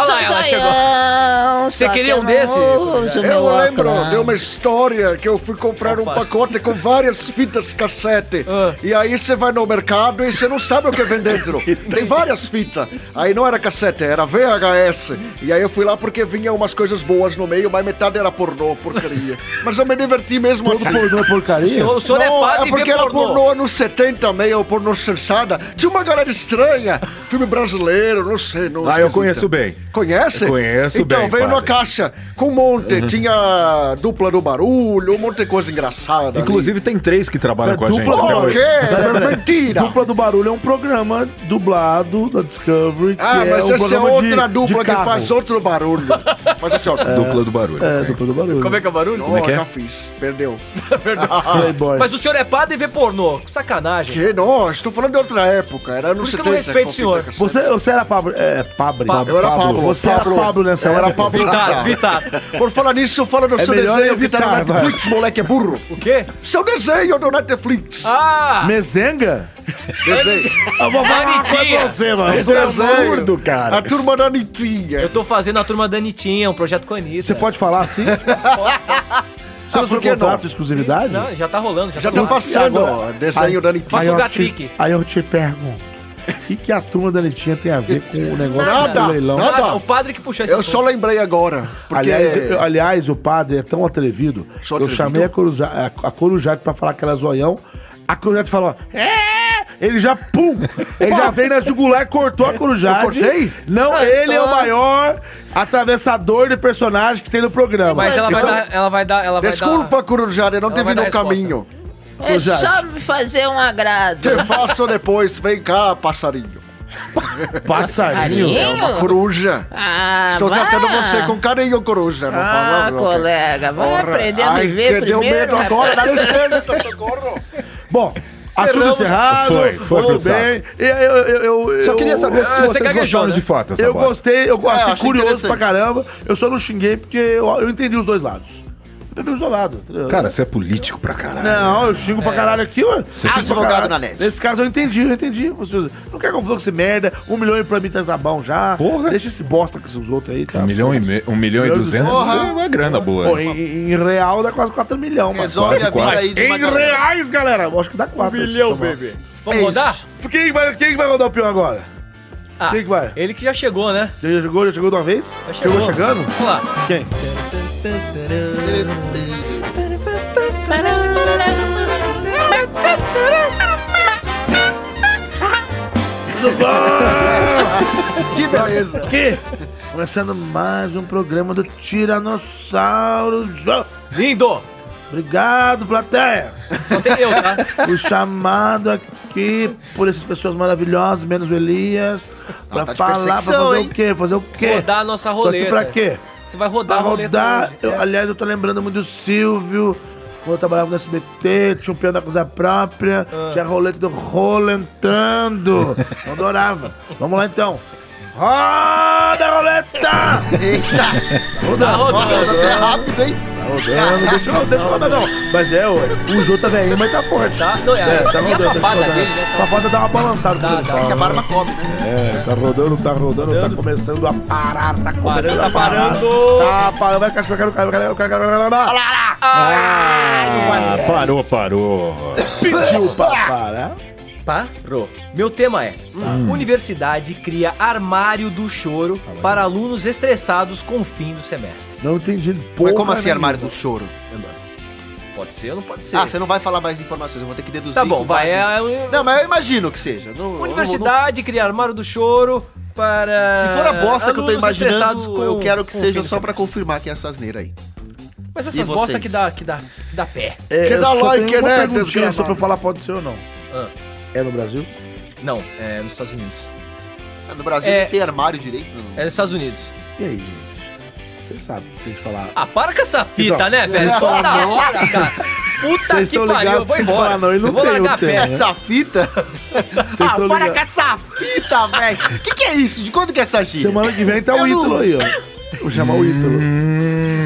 Speaker 2: Olha
Speaker 7: sou
Speaker 2: lá, ela
Speaker 7: zoião.
Speaker 2: Você
Speaker 7: só
Speaker 2: queria
Speaker 7: que
Speaker 2: um desse?
Speaker 7: Eu, não uso meu
Speaker 11: Eu lembro
Speaker 7: óculos.
Speaker 11: de uma história que eu fui comprar um
Speaker 2: Opa.
Speaker 11: pacote com várias fitas cassete.
Speaker 2: Ah.
Speaker 11: E aí você vai no mercado e você não sabe o que vem dentro. Tem várias fitas. Aí não era cassete, era VHS. E aí eu fui lá porque vinha umas coisas boas no meio, mas metade era pornô, porcaria. Mas eu me diverti mesmo
Speaker 1: Todo
Speaker 11: assim.
Speaker 1: pornô é
Speaker 2: O
Speaker 1: porcaria?
Speaker 2: senhor, o senhor é
Speaker 11: Não,
Speaker 2: padre e vê
Speaker 11: porque era
Speaker 2: pornô.
Speaker 11: pornô anos 70, meio pornô sensada. Tinha uma galera estranha. Filme brasileiro, não sei. Não
Speaker 3: Ah, eu
Speaker 11: esquisita.
Speaker 3: conheço bem.
Speaker 11: Conhece?
Speaker 3: Eu conheço
Speaker 11: então,
Speaker 3: bem,
Speaker 11: veio numa
Speaker 3: padre.
Speaker 11: caixa com um monte.
Speaker 1: Uhum.
Speaker 11: Tinha dupla do barulho, um monte de coisa engraçada.
Speaker 3: Inclusive, tem três que trabalham
Speaker 1: É
Speaker 3: com a
Speaker 1: dupla
Speaker 3: gente.
Speaker 1: do
Speaker 11: ali.
Speaker 3: até
Speaker 11: Pô, o
Speaker 3: hoje.
Speaker 11: quê? É Mentira!
Speaker 1: Dupla do Barulho é um programa dublado da Discovery. que
Speaker 11: Ah, mas essa
Speaker 1: um
Speaker 11: é
Speaker 1: programa de-
Speaker 11: outra
Speaker 1: de
Speaker 11: dupla que
Speaker 1: carro.
Speaker 11: faz outro barulho. Faz assim, ó.
Speaker 3: Dupla do barulho.
Speaker 1: É, dupla do Barulho.
Speaker 2: Como é que é o barulho?
Speaker 11: Como
Speaker 3: é que é?
Speaker 11: já fiz. Perdeu.
Speaker 1: Playboy.
Speaker 2: Mas o senhor é padre e vê pornô. Sacanagem.
Speaker 11: Que? Não, estou falando de outra época. Era
Speaker 2: Por
Speaker 11: no
Speaker 2: isso
Speaker 11: 70.
Speaker 2: que eu não respeito o senhor.
Speaker 11: com fita cassete.
Speaker 1: Você, você era Pablo. É, Pabre.
Speaker 2: Pablo.
Speaker 11: Eu era Pablo.
Speaker 1: Você era
Speaker 11: Pablo.
Speaker 1: Pablo nessa
Speaker 11: Eu era
Speaker 1: época.
Speaker 11: Pablo
Speaker 2: Vitado,
Speaker 11: Vittar.
Speaker 2: vitado.
Speaker 11: Por falar nisso, fala do seu
Speaker 1: É melhor
Speaker 11: desenho que
Speaker 1: evitar,
Speaker 11: tá no
Speaker 1: vai.
Speaker 11: Netflix, moleque, é burro.
Speaker 2: O quê?
Speaker 11: Seu desenho do Netflix.
Speaker 2: Ah!
Speaker 1: Mezenga?
Speaker 11: Desenho.
Speaker 1: Eu vou falar uma coisa
Speaker 2: Bonitinha.
Speaker 1: pra você, mano.
Speaker 11: Desenho.
Speaker 1: absurdo,
Speaker 11: A turma da Nitinha.
Speaker 2: Eu tô fazendo a turma da Anitinha, um projeto com a Anitta.
Speaker 1: Você pode falar assim? Você não
Speaker 11: por
Speaker 1: foi
Speaker 11: que
Speaker 1: contrato
Speaker 11: não?
Speaker 1: de exclusividade?
Speaker 2: Não, já tá rolando, já,
Speaker 11: Já
Speaker 2: tá
Speaker 11: tá
Speaker 2: rolando.
Speaker 11: passando,
Speaker 1: agora?
Speaker 11: ó. Desenho da Nitinha.
Speaker 2: Faça
Speaker 1: aí
Speaker 2: o
Speaker 1: eu te,
Speaker 2: Gatrick.
Speaker 1: aí eu te pergunto. O que, que a turma da Letinha tem a ver com o negócio
Speaker 11: Nada,
Speaker 1: do leilão?
Speaker 11: nada.
Speaker 2: Ah, o padre que puxou esse
Speaker 11: Eu só
Speaker 2: assunto.
Speaker 11: lembrei agora. Porque
Speaker 1: Aliás, eu- aliás, o padre é tão atrevido.
Speaker 11: Só
Speaker 1: eu
Speaker 11: atrevido?
Speaker 1: chamei a, Coruja, a, a Corujade pra falar que ela é zoião. A Corujade falou: é! Ele já, pum! Ele já veio na jugular e cortou a Corujade.
Speaker 11: Eu cortei?
Speaker 1: Não, ele é o maior atravessador de personagem que tem no programa.
Speaker 2: Mas ela vai
Speaker 1: Então,
Speaker 2: dar. Ela vai dar. Ela vai
Speaker 11: Desculpa, Corujada, não
Speaker 2: Ela
Speaker 11: teve
Speaker 2: vai dar
Speaker 11: no
Speaker 2: resposta.
Speaker 11: caminho.
Speaker 7: É só me fazer um agrado.
Speaker 11: Te faço depois, vem cá, passarinho.
Speaker 1: Passarinho.
Speaker 11: É uma
Speaker 7: Carinho?
Speaker 11: coruja.
Speaker 7: Ah,
Speaker 11: Estou
Speaker 7: vá.
Speaker 11: tratando você com carinho, coruja. Não
Speaker 7: Ah,
Speaker 11: fala, não, cara.
Speaker 7: colega, vai
Speaker 11: Porra.
Speaker 7: aprender a
Speaker 11: Ai,
Speaker 7: viver
Speaker 11: que deu
Speaker 7: primeiro.
Speaker 11: medo
Speaker 7: rapaz.
Speaker 11: agora, dá licença, socorro.
Speaker 1: Bom, assunto
Speaker 2: Cerramos.
Speaker 1: encerrado.
Speaker 3: Foi, foi
Speaker 1: Tudo
Speaker 3: pro saco.
Speaker 1: bem. E Eu, eu- eu-
Speaker 3: Só
Speaker 1: eu-
Speaker 3: queria saber se
Speaker 2: Ah, você
Speaker 3: vocês
Speaker 2: gaguejou,
Speaker 3: gostaram
Speaker 2: né?
Speaker 3: de fato essa
Speaker 1: Eu
Speaker 3: bosta.
Speaker 1: gostei, eu
Speaker 11: eu
Speaker 1: achei
Speaker 11: achei
Speaker 1: curioso
Speaker 11: interessante.
Speaker 1: pra caramba. Eu só não xinguei porque eu, eu entendi os dois lados. Eu Entendi os dois lados. entendeu?
Speaker 3: Cara, você é político pra caralho.
Speaker 1: Não, eu xingo pra caralho aqui, ué.
Speaker 3: Você xinga
Speaker 4: pra caralho.
Speaker 1: Nesse caso eu entendi, eu entendi. Você- Não quer confusão com esse merda. Um milhão aí pra mim tá, tá bom já.
Speaker 3: Porra.
Speaker 1: Deixa esse bosta com esses outros aí, tá?
Speaker 3: Um milhão e, me... um milhão e
Speaker 1: Meu
Speaker 3: duzentos
Speaker 1: Deus.
Speaker 3: é uma grana boa.
Speaker 1: Pô,
Speaker 3: né?
Speaker 1: em, em- em real dá quase 4 milhões, mas.
Speaker 4: Resolve
Speaker 3: quase,
Speaker 4: a vida
Speaker 3: quase.
Speaker 4: aí de
Speaker 1: Em
Speaker 4: uma galera.
Speaker 1: reais, galera. Eu acho que dá
Speaker 3: Um
Speaker 1: 4 milhão, bebê.
Speaker 2: Vamos
Speaker 4: É
Speaker 2: rodar?
Speaker 4: isso.
Speaker 1: Quem vai, quem vai rodar o peão agora?
Speaker 2: Ah,
Speaker 1: Quem que vai?
Speaker 2: Ele que já chegou, né?
Speaker 1: Já já chegou? Já chegou de uma vez?
Speaker 2: Já
Speaker 1: Chegou chegando?
Speaker 2: Vamos lá.
Speaker 1: Quem?
Speaker 4: Tá
Speaker 11: Que beleza.
Speaker 1: Que? Começando mais um programa do Tiranossauro João.
Speaker 2: Lindo!
Speaker 1: Obrigado, plateia.
Speaker 2: Só tem eu, tá?
Speaker 1: Fui chamado aqui por essas pessoas maravilhosas, menos o Elias, pra
Speaker 4: tá de
Speaker 1: falar, pra
Speaker 4: perseguição,
Speaker 1: fazer
Speaker 4: hein?
Speaker 1: o quê? Fazer o quê?
Speaker 2: Rodar a nossa
Speaker 1: Tô aqui
Speaker 2: roleta.
Speaker 1: pra quê?
Speaker 2: Você vai rodar
Speaker 1: Pra
Speaker 2: a roleta
Speaker 1: rodar.
Speaker 2: hoje.
Speaker 1: eu- aliás, eu tô lembrando muito do Silvio, Quando eu trabalhava no SBT, tinha um piano da coisa própria, tinha roleta do rolo entrando. Eu adorava. Vamos lá então. Roda a roleta! Eita! Rodando. Tá rodando
Speaker 4: é
Speaker 1: até rápido, hein? Tá rodando, deixa, eu- deixa eu rodar não. Mas é, ué, o Jô tá velhinho, mas tá forte. Tá,
Speaker 2: não, é,
Speaker 1: tá
Speaker 2: e a
Speaker 1: rodando, deixa eu
Speaker 2: papada
Speaker 1: rodar.
Speaker 2: dele, né, tá-
Speaker 1: A papada dá uma balançada quando ele
Speaker 2: tá.
Speaker 1: fala.
Speaker 2: É que a barba
Speaker 1: come, né? É, tá rodando, tá rodando, tá começando a parar, tá
Speaker 2: Parando,
Speaker 1: começando
Speaker 2: tá
Speaker 1: a parar.
Speaker 2: parando.
Speaker 1: Tá parando, vai ficar, vai ficar, vai ficar, vai ficar, vai ficar, vai ficar.
Speaker 3: Ah, parou, parou.
Speaker 1: Pediu pra parar.
Speaker 2: Parou. Meu tema é:
Speaker 4: Hum.
Speaker 2: Universidade cria armário do choro
Speaker 4: Tá
Speaker 2: para alunos estressados com o fim do semestre.
Speaker 1: Não entendi
Speaker 4: Mas
Speaker 1: porra
Speaker 4: como assim,
Speaker 2: né,
Speaker 1: nenhuma.
Speaker 4: armário do choro?
Speaker 2: Pode ser ou não pode ser?
Speaker 4: Ah, você não vai falar mais informações, eu vou ter que deduzir.
Speaker 2: Tá bom,
Speaker 4: com
Speaker 2: vai, é,
Speaker 4: base- Não, mas eu imagino que seja. não- eu não-
Speaker 2: Universidade cria armário do choro para.
Speaker 4: Se for a bosta que eu tô
Speaker 2: é, alunos estressados
Speaker 4: imaginando,
Speaker 2: com-
Speaker 4: eu quero que
Speaker 2: com o
Speaker 4: seja
Speaker 2: fim do
Speaker 4: só pra confirmar que é essa asneira aí.
Speaker 2: Mas
Speaker 4: E
Speaker 2: essas
Speaker 4: vocês?
Speaker 2: bosta que dá, que, dá, que dá pé.
Speaker 1: É, eu só tenho uma perguntinha só pra eu
Speaker 2: desgraçado?
Speaker 1: falar pode ser ou não.
Speaker 2: Ah,
Speaker 1: É no Brasil?
Speaker 2: não, é nos Estados Unidos.
Speaker 4: Ah, No Brasil
Speaker 2: É.
Speaker 4: não tem armário direito? Não.
Speaker 2: É nos Estados Unidos.
Speaker 1: E aí, gente? Vocês sabem que se a gente falar...
Speaker 2: Ah, para com essa fita,
Speaker 1: Então,
Speaker 2: né, velho?
Speaker 1: não.
Speaker 2: Só da hora, cara. Puta
Speaker 1: Vocês
Speaker 2: que
Speaker 1: estão
Speaker 2: pariu, eu
Speaker 1: ligados
Speaker 2: vou
Speaker 1: que
Speaker 2: embora.
Speaker 1: falar, não, ele não
Speaker 2: eu vou
Speaker 1: tem
Speaker 2: largar a
Speaker 1: o tema,
Speaker 2: festa.
Speaker 1: né?
Speaker 4: Essa fita?
Speaker 1: Vocês
Speaker 4: ah,
Speaker 1: tão
Speaker 4: para
Speaker 1: ligados.
Speaker 4: com essa fita, velho! O que, que é isso? De quando que é essa gíria?
Speaker 1: Semana que vem tá
Speaker 4: Eu
Speaker 1: o
Speaker 4: não-
Speaker 1: Ítalo aí, ó. Vou chamar o Ítalo.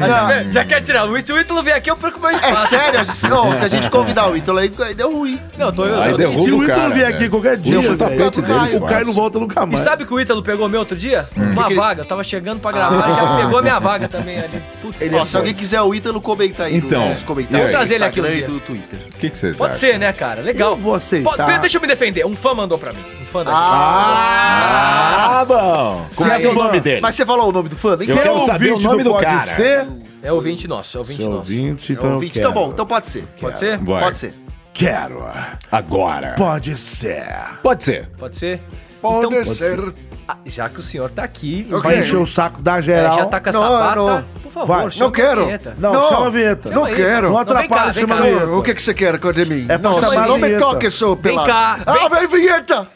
Speaker 2: Ah, já, quer- já quer tirar o Ítalo? O Ítalo vem aqui, eu perco meu
Speaker 4: É
Speaker 2: espaço.
Speaker 4: sério? a gente- Ô, se a gente convidar o Ítalo aí, aí deu ruim.
Speaker 2: Não, tô...
Speaker 3: Aí
Speaker 2: eu,
Speaker 3: derruba
Speaker 1: Se o
Speaker 3: o
Speaker 1: Ítalo
Speaker 3: cara,
Speaker 1: vier
Speaker 3: velho.
Speaker 1: aqui qualquer dia,
Speaker 3: Puxa
Speaker 1: velho,
Speaker 3: o tapete dele,
Speaker 1: o Caio
Speaker 3: fácil.
Speaker 1: não volta nunca
Speaker 2: E
Speaker 1: mais.
Speaker 2: sabe que o Ítalo pegou meu outro dia?
Speaker 1: Hum.
Speaker 2: Uma vaga, eu tava chegando
Speaker 1: Ah.
Speaker 2: pra gravar, já pegou a minha vaga também ali. Puta.
Speaker 4: Ó, se alguém quiser o Ítalo, comenta aí
Speaker 3: Então,
Speaker 4: nos comentários.
Speaker 3: vamos
Speaker 2: trazer ele aqui
Speaker 4: Instagram
Speaker 2: um dia.
Speaker 4: e do Twitter.
Speaker 3: O que que vocês
Speaker 2: Pode
Speaker 3: acham?
Speaker 2: ser, né, cara? Legal.
Speaker 1: Eu vou aceitar.
Speaker 2: Pode- deixa eu me defender. Um fã mandou pra mim. Um fã da
Speaker 3: Ah, bom. Como é que é o nome dele?
Speaker 4: Mas você falou o nome do fã? Nem sei.
Speaker 3: Eu quero
Speaker 1: Ouvinte
Speaker 3: saber o
Speaker 1: do
Speaker 3: nome do
Speaker 1: Pode
Speaker 3: cara.
Speaker 1: Ser?
Speaker 2: gente. É ouvinte nosso, é ouvinte nosso.
Speaker 1: Ouvinte,
Speaker 4: É
Speaker 1: então
Speaker 4: ouvinte.
Speaker 1: eu quero.
Speaker 4: Então bom, então pode ser.
Speaker 2: Pode ser?
Speaker 3: Vai.
Speaker 4: Pode ser.
Speaker 1: Quero.
Speaker 3: Agora.
Speaker 1: Pode ser.
Speaker 3: Pode ser.
Speaker 2: Pode ser?
Speaker 11: Pode
Speaker 2: Então,
Speaker 11: ser.
Speaker 2: Ah, já que o senhor tá aqui,
Speaker 1: Vai
Speaker 2: é,
Speaker 1: encher o saco da geral.
Speaker 2: já tá com a
Speaker 11: Não,
Speaker 2: sapata,
Speaker 11: não.
Speaker 2: por favor,
Speaker 1: Vai.
Speaker 2: chama
Speaker 11: Não quero.
Speaker 2: a vinheta.
Speaker 1: Não,
Speaker 11: Não.
Speaker 1: chama a vinheta.
Speaker 2: Chama aí,
Speaker 11: quero.
Speaker 2: cara.
Speaker 1: Não
Speaker 2: vem
Speaker 1: atrapalha,
Speaker 2: cá, vem
Speaker 1: chama
Speaker 2: cá.
Speaker 1: a vinheta.
Speaker 11: O que, que você quer de mim?
Speaker 1: É pra chamar a
Speaker 11: não me
Speaker 1: vinheta.
Speaker 11: toque, seu
Speaker 2: Vem
Speaker 11: pelado.
Speaker 2: cá,
Speaker 11: Ah, vem vinheta!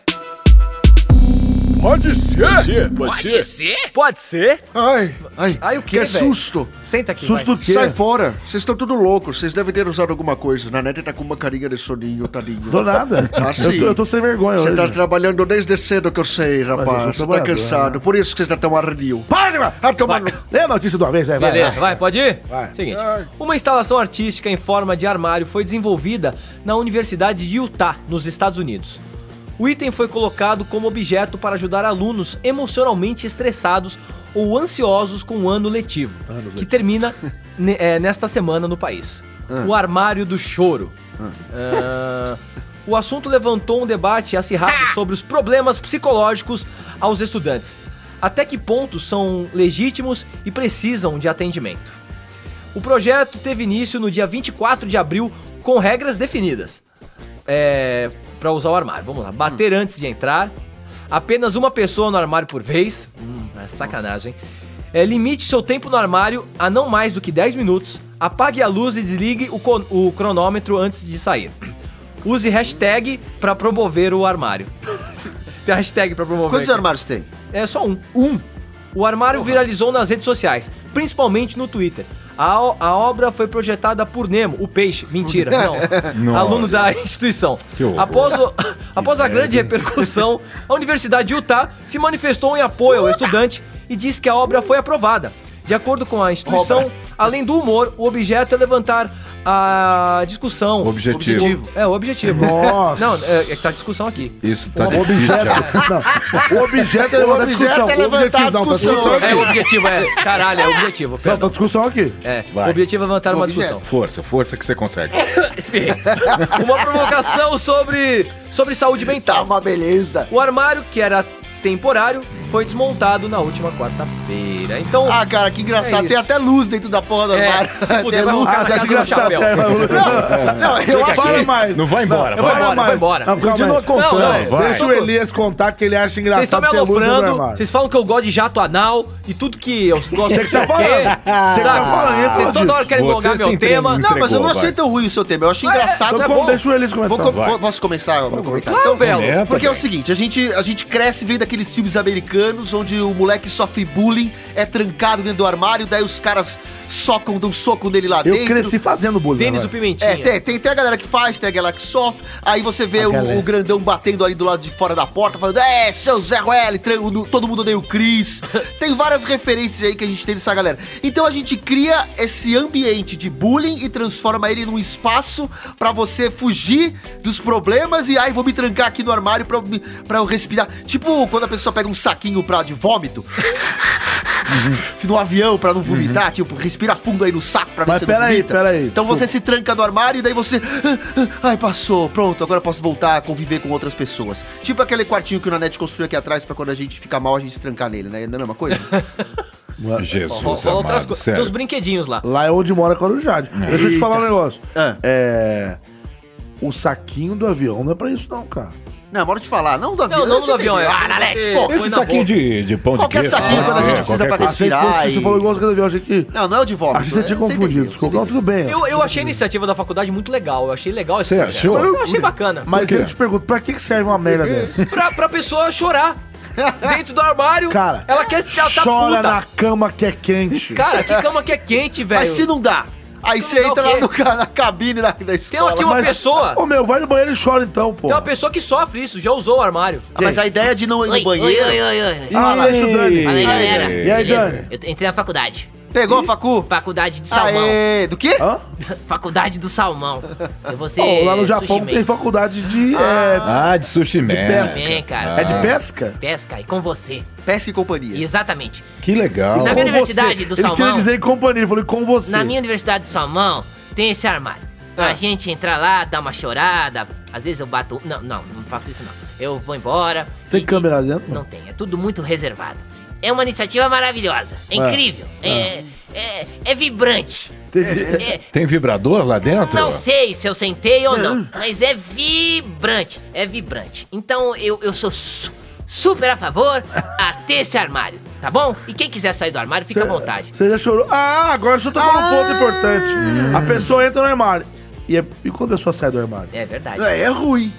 Speaker 2: Pode ser? Pode ser?
Speaker 11: Ai, ai,
Speaker 2: Ai, o quê,
Speaker 11: que
Speaker 2: velho?
Speaker 11: susto!
Speaker 2: Senta aqui,
Speaker 1: Susto
Speaker 2: vai.
Speaker 1: do quê?
Speaker 11: Sai fora! Vocês estão tudo loucos, vocês devem ter usado alguma coisa. Na neta tá com uma carinha de soninho, tadinho.
Speaker 1: Do nada.
Speaker 11: Tá sim.
Speaker 1: eu, tô, eu tô sem vergonha
Speaker 11: Você
Speaker 1: hoje.
Speaker 11: tá trabalhando desde cedo que eu sei,
Speaker 1: eu sou
Speaker 11: rapaz. Você tá
Speaker 1: trabalhador, né?
Speaker 11: cansado, por isso que você tá tão arredio.
Speaker 1: Para de falar.
Speaker 11: Ah, toma no...
Speaker 1: Lê a notícia de uma vez, aí, vai.
Speaker 2: Beleza,
Speaker 1: vai.
Speaker 2: vai, pode ir?
Speaker 1: Vai.
Speaker 2: Seguinte. Uma instalação artística em forma de armário foi desenvolvida na Universidade de Utah, nos Estados Unidos. O item foi colocado como objeto para ajudar alunos emocionalmente estressados ou ansiosos com o ano letivo, Ah. que termina ne- eh, nesta semana no país. O armário do choro. Ah, o assunto levantou um debate acirrado sobre os problemas psicológicos aos estudantes. Até que ponto são legítimos e precisam de atendimento? O projeto teve início no dia 24 de abril com regras definidas. É, para usar o armário, vamos lá. Bater antes de entrar. Apenas uma pessoa no armário por vez. Hum, é sacanagem, hein? É, limite seu tempo no armário a não mais do que 10 minutos. Apague a luz e desligue o, con- o cronômetro antes de sair. Use hashtag para promover o armário. Tem hashtag para promover.
Speaker 4: Quantos
Speaker 2: aqui.
Speaker 4: armários tem?
Speaker 2: É só um. Um. O armário viralizou nas redes sociais, principalmente no Twitter. A, o- a obra foi projetada por Nemo, o peixe. Mentira, não.
Speaker 3: Nossa.
Speaker 2: Aluno da instituição.
Speaker 3: Que horror.
Speaker 2: Após, o- após a grande repercussão, a Universidade de Utah se manifestou em apoio ao estudante e disse que a obra foi aprovada. De acordo com a instituição, além do humor, o objeto é levantar a discussão.
Speaker 3: Objetivo.
Speaker 2: É, o objetivo.
Speaker 1: Nossa.
Speaker 2: Não, é, é que tá a discussão aqui.
Speaker 3: Isso tá
Speaker 1: O
Speaker 3: difícil.
Speaker 1: objeto.
Speaker 3: já.
Speaker 1: Não. O objeto é levantar a discussão.
Speaker 4: é
Speaker 1: O
Speaker 4: levantar a
Speaker 1: objetivo não, tá
Speaker 4: discussão.
Speaker 1: discussão
Speaker 2: É
Speaker 1: aqui.
Speaker 2: o objetivo, é. Caralho, é o objetivo.
Speaker 1: Não,
Speaker 2: Perdão.
Speaker 1: tá discussão aqui.
Speaker 2: É,
Speaker 3: Vai.
Speaker 2: o objetivo é levantar uma
Speaker 4: Objeto.
Speaker 2: discussão.
Speaker 3: Força, força que você consegue.
Speaker 2: Espirrei. uma provocação sobre, sobre saúde
Speaker 4: Tá
Speaker 2: mental.
Speaker 4: uma beleza.
Speaker 2: O armário, que era temporário, foi desmontado na última quarta-feira. Então,
Speaker 4: Ah, cara, que engraçado.
Speaker 2: É
Speaker 4: tem
Speaker 2: isso.
Speaker 4: até luz dentro da porra do
Speaker 2: É,
Speaker 4: armário.
Speaker 2: se
Speaker 4: Tem
Speaker 2: puder, vai
Speaker 4: luz.
Speaker 2: arrumar. Cara,
Speaker 1: Ah, você é
Speaker 2: casa do
Speaker 1: desgraçado.
Speaker 2: chapéu.
Speaker 1: é, vai-
Speaker 4: Não, eu acho
Speaker 1: Para
Speaker 4: que...
Speaker 1: mais.
Speaker 3: Não vai embora,
Speaker 2: eu vou
Speaker 3: vai.
Speaker 2: embora, eu vou embora.
Speaker 1: Não, calma
Speaker 3: Continua
Speaker 1: aí.
Speaker 3: contando.
Speaker 2: Não, não,
Speaker 3: vai.
Speaker 1: Deixa o Elias contar que ele acha engraçado
Speaker 2: Vocês estão me
Speaker 1: ter luz tá no
Speaker 2: aloprando,
Speaker 1: armário.
Speaker 2: vocês falam que eu gosto de jato anal e tudo que eu gosto
Speaker 1: Você que
Speaker 2: não
Speaker 1: tá
Speaker 2: sei o quê,
Speaker 1: falando. Você que tá
Speaker 2: sabe?
Speaker 1: falando, ele falou
Speaker 2: Vocês toda
Speaker 1: disso.
Speaker 2: hora querem
Speaker 3: Você
Speaker 2: alongar
Speaker 3: se
Speaker 2: meu
Speaker 3: entregou.
Speaker 2: tema.
Speaker 4: Não, mas eu não
Speaker 3: Entregou,
Speaker 4: achei
Speaker 3: vai.
Speaker 4: tão ruim o seu tema. Eu acho engraçado.
Speaker 1: Então,
Speaker 4: é
Speaker 1: como-
Speaker 4: bom.
Speaker 1: deixa o Elias comentar.
Speaker 4: Vou co-
Speaker 3: Vai.
Speaker 4: Posso começar a comentar?
Speaker 2: Então, Belo,
Speaker 3: Comenta,
Speaker 4: Porque é o
Speaker 3: velho.
Speaker 4: seguinte, a gente, a gente cresce vendo aquele aqueles filmes americanos onde o moleque sofre bullying, é trancado dentro do armário, daí os caras socam, dão um soco nele lá
Speaker 1: Eu
Speaker 4: dentro.
Speaker 1: cresci fazendo bullying,
Speaker 4: Tênis
Speaker 1: velho.
Speaker 4: do Pimentinha. É, tem, tem, tem a galera que faz, tem a galera que sofre. Aí você vê o,
Speaker 1: galera.
Speaker 4: o grandão batendo ali do lado de fora da porta, falando: É, seu Zé Ruel, tre- o- todo mundo odeia o Cris. tem várias referências aí que a gente tem dessa galera. Então a gente cria esse ambiente de bullying e transforma ele num espaço pra você fugir dos problemas e aí vou me trancar aqui no armário pra, eu me- pra eu respirar. Tipo quando a pessoa pega um saquinho pra, de vômito. No avião, pra não vomitar, tipo, respira fundo aí no saco pra ver
Speaker 1: Uhum. Mas
Speaker 4: se não
Speaker 1: peraí,
Speaker 4: vomita.
Speaker 1: peraí,
Speaker 4: Então
Speaker 1: desculpa.
Speaker 4: você se tranca no armário e daí você. "Ah, ah, Ai, passou, pronto, agora posso voltar a conviver com outras pessoas. Tipo aquele quartinho que o Nanete construiu aqui atrás pra quando a gente fica mal a gente se trancar nele, né? Não é a mesma coisa?
Speaker 3: Jesus
Speaker 2: Rola outras
Speaker 3: amado,
Speaker 2: coisas. Tem
Speaker 3: sério.
Speaker 2: uns brinquedinhos lá.
Speaker 1: Lá é onde mora Corujade.
Speaker 3: É.
Speaker 1: Deixa eu te falar um
Speaker 3: Eita.
Speaker 1: negócio.
Speaker 4: É.
Speaker 1: O saquinho do avião não é pra isso, não, cara.
Speaker 4: não, bora te falar. Não do avião.
Speaker 2: não
Speaker 4: você
Speaker 2: do avião,
Speaker 4: entendeu.
Speaker 2: é.
Speaker 4: Ah, Nanete, pô.
Speaker 3: Esse
Speaker 4: põe na
Speaker 3: saquinho
Speaker 4: boca.
Speaker 3: de, de pão
Speaker 4: Qualquer
Speaker 3: de queijo.
Speaker 4: saquinho,
Speaker 3: pode
Speaker 4: quando a
Speaker 3: ser,
Speaker 4: gente precisa
Speaker 3: qualquer
Speaker 4: pra
Speaker 3: coisa.
Speaker 1: Achei que fosse-
Speaker 4: Ai.
Speaker 1: Você falou igual os do avião, achei que...
Speaker 4: Não, não é o de vômito.
Speaker 1: Achei que você tinha
Speaker 4: é-
Speaker 1: confundido.
Speaker 4: entendeu,
Speaker 1: Desculpa, não, tudo bem.
Speaker 2: Eu, eu achei a iniciativa da faculdade muito legal. Eu achei legal esse
Speaker 3: Você
Speaker 2: projeto.
Speaker 3: achou?
Speaker 2: Eu achei bacana.
Speaker 1: Mas
Speaker 3: quê?
Speaker 1: eu te pergunto, pra que que serve uma merda dessa?
Speaker 2: pra, pra pessoa chorar. Dentro do armário,
Speaker 1: Cara,
Speaker 2: ela quer ela tá
Speaker 1: Chora
Speaker 2: puta.
Speaker 1: na cama que é quente.
Speaker 2: Cara, que cama que é quente, velho.
Speaker 4: Mas se não dá. Aí
Speaker 2: Não
Speaker 4: você
Speaker 2: dá o
Speaker 4: entra lá
Speaker 2: quê?
Speaker 4: no ca- na cabine da, da escola.
Speaker 2: aqui uma
Speaker 4: mas,
Speaker 2: pessoa.
Speaker 1: Ô, meu, vai no banheiro e chora então, pô.
Speaker 2: Tem uma pessoa que sofre isso, já usou o armário.
Speaker 4: mas a ideia de não ir
Speaker 9: Oi,
Speaker 4: no
Speaker 9: oi,
Speaker 4: banheiro.
Speaker 9: oi, oi, oi, oi.
Speaker 1: Ih,
Speaker 4: isso, Dani.
Speaker 9: Fala aí,
Speaker 1: E aí,
Speaker 9: galera.
Speaker 1: E aí,
Speaker 9: Beleza?
Speaker 1: Dani?
Speaker 9: Eu entrei na faculdade.
Speaker 4: Pegou, Facu?
Speaker 9: Faculdade de
Speaker 2: Tá
Speaker 9: salmão.
Speaker 4: Aê, do quê?
Speaker 1: Hã?
Speaker 9: Faculdade do salmão. Eu vou ser
Speaker 1: Ó, lá no Japão
Speaker 9: sushi
Speaker 1: tem
Speaker 9: man.
Speaker 1: faculdade de...
Speaker 3: Ah, de sushi man.
Speaker 1: peça.
Speaker 9: Vem,
Speaker 1: É,
Speaker 9: cara.
Speaker 1: é de pesca?
Speaker 9: Pesca e com você.
Speaker 4: Pesca e companhia.
Speaker 9: Exatamente.
Speaker 3: Que legal.
Speaker 9: Na
Speaker 1: Com
Speaker 9: minha universidade
Speaker 1: você.
Speaker 9: do
Speaker 1: Ele queria
Speaker 9: Salmão.
Speaker 1: dizer em companhia, ele falou "E com você.
Speaker 9: Na minha universidade de Salmão, tem esse armário.
Speaker 1: Ah.
Speaker 9: A gente entra lá, dá uma chorada, às vezes eu bato. Não, não, não faço isso não. Eu vou embora.
Speaker 1: Tem
Speaker 9: e-
Speaker 1: câmera dentro?
Speaker 9: Não tem, é tudo muito reservado. É uma iniciativa maravilhosa, é
Speaker 1: Ah.
Speaker 9: incrível, é, é, é vibrante. É-
Speaker 3: Tem vibrador lá dentro?
Speaker 9: não sei se eu sentei ou não, mas é vibrante, é vibrante. Então eu, eu sou su- super a favor a ter esse armário, tá bom? E quem quiser sair do armário, fica à vontade.
Speaker 1: Você já chorou. Ah, agora você tocou num ponto importante. A pessoa entra no armário. E, é- e quando a pessoa sai do armário?
Speaker 9: É verdade.
Speaker 4: É, é ruim.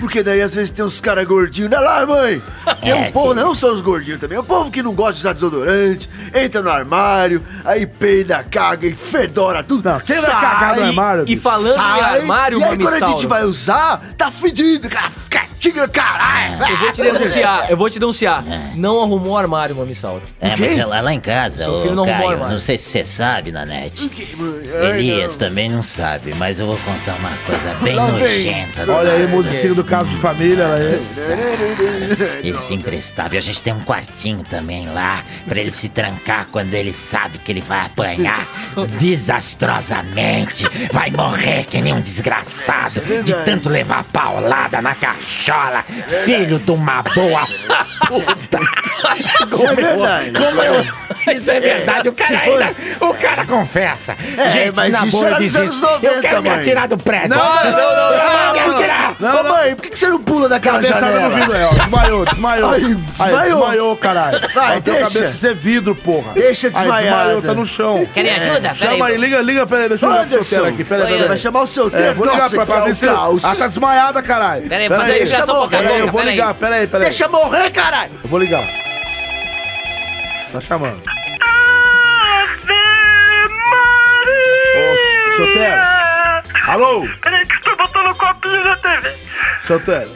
Speaker 4: Porque daí às vezes tem uns caras gordinhos, né lá, mãe? Tem um povo, não só os gordinhos também, é o povo que não gosta de usar desodorante, entra no armário, aí peida, caga e fedora tudo.
Speaker 1: Não, você vai cagar no armário,
Speaker 2: E falando em armário,
Speaker 4: e aí quando a gente
Speaker 2: Mamissauro,
Speaker 4: vai usar, tá fedido, cara, fica tigre, caralho.
Speaker 2: Eu vou te denunciar, eu vou te denunciar.
Speaker 9: É.
Speaker 2: Não arrumou o armário, Mamissauro.
Speaker 12: É, mas é lá, lá em casa,
Speaker 2: Seu
Speaker 12: ô,
Speaker 2: filho não arrumou
Speaker 12: Caio,
Speaker 2: armário.
Speaker 12: não sei se você sabe, Nanete.
Speaker 4: Ai,
Speaker 12: Elias também não sabe, mas eu vou contar uma coisa bem
Speaker 4: Lá vem.
Speaker 12: nojenta.
Speaker 1: Olha aí,
Speaker 12: nossa.
Speaker 1: musiquinha do caso de família, ela é.
Speaker 12: Esse imprestável, a gente tem um quartinho também lá, pra ele se trancar quando ele sabe que ele vai apanhar desastrosamente. Vai morrer que nem um desgraçado,
Speaker 4: É,
Speaker 12: de tanto levar paulada na cachola. Filho de uma boa
Speaker 4: Isso é verdade.
Speaker 12: Como eu... Isso é verdade, o cara ainda... O cara confessa.
Speaker 4: É,
Speaker 12: Gente,
Speaker 4: mas
Speaker 12: na
Speaker 4: isso
Speaker 12: boa,
Speaker 4: era
Speaker 12: eu
Speaker 4: dos anos
Speaker 12: desisto. Eu
Speaker 4: 90,
Speaker 12: quero me
Speaker 4: mãe.
Speaker 12: atirar do prédio.
Speaker 2: Não, não, não, não,
Speaker 12: Eu quero me atirar.
Speaker 4: Ô mãe, por que, que você não pula daquela
Speaker 1: Cabeça no
Speaker 4: janela?
Speaker 1: vidro, é, ó. Desmaiou, desmaiou.
Speaker 4: Ai,
Speaker 1: Aí,
Speaker 4: desmaiou.
Speaker 1: desmaiou, caralho.
Speaker 4: Vai,
Speaker 1: Ó, teu
Speaker 4: deixa.
Speaker 1: cabeça, isso é vidro, porra.
Speaker 4: Deixa
Speaker 1: Aí,
Speaker 4: desmaiada.
Speaker 1: desmaiou, tá no chão.
Speaker 9: Querem ajuda?
Speaker 1: Chama aí,
Speaker 9: Peraí.
Speaker 1: liga, liga, peraí, deixa eu olhar o seu
Speaker 4: Anderson.
Speaker 1: tela aqui, peraí,
Speaker 9: Oi,
Speaker 1: peraí.
Speaker 4: Você vai
Speaker 1: peraí.
Speaker 4: chamar o seu
Speaker 1: É,
Speaker 4: tempo,
Speaker 1: vou ligar
Speaker 4: nossa,
Speaker 1: pra, pra
Speaker 4: que é
Speaker 1: ver
Speaker 4: um
Speaker 1: se.
Speaker 4: caos.
Speaker 1: Ah, tá desmaiada, caralho.
Speaker 9: Peraí, vou fazer a ligação
Speaker 1: Peraí,
Speaker 9: boca a boca,
Speaker 1: eu vou
Speaker 9: peraí.
Speaker 1: ligar, peraí, peraí.
Speaker 4: Deixa eu morrer, caralho.
Speaker 1: Eu vou ligar. Tá chamando. Ô, seu Tero. Alô?
Speaker 13: Peraí que eu tô botando o copinho na TV.
Speaker 1: Seu Tero.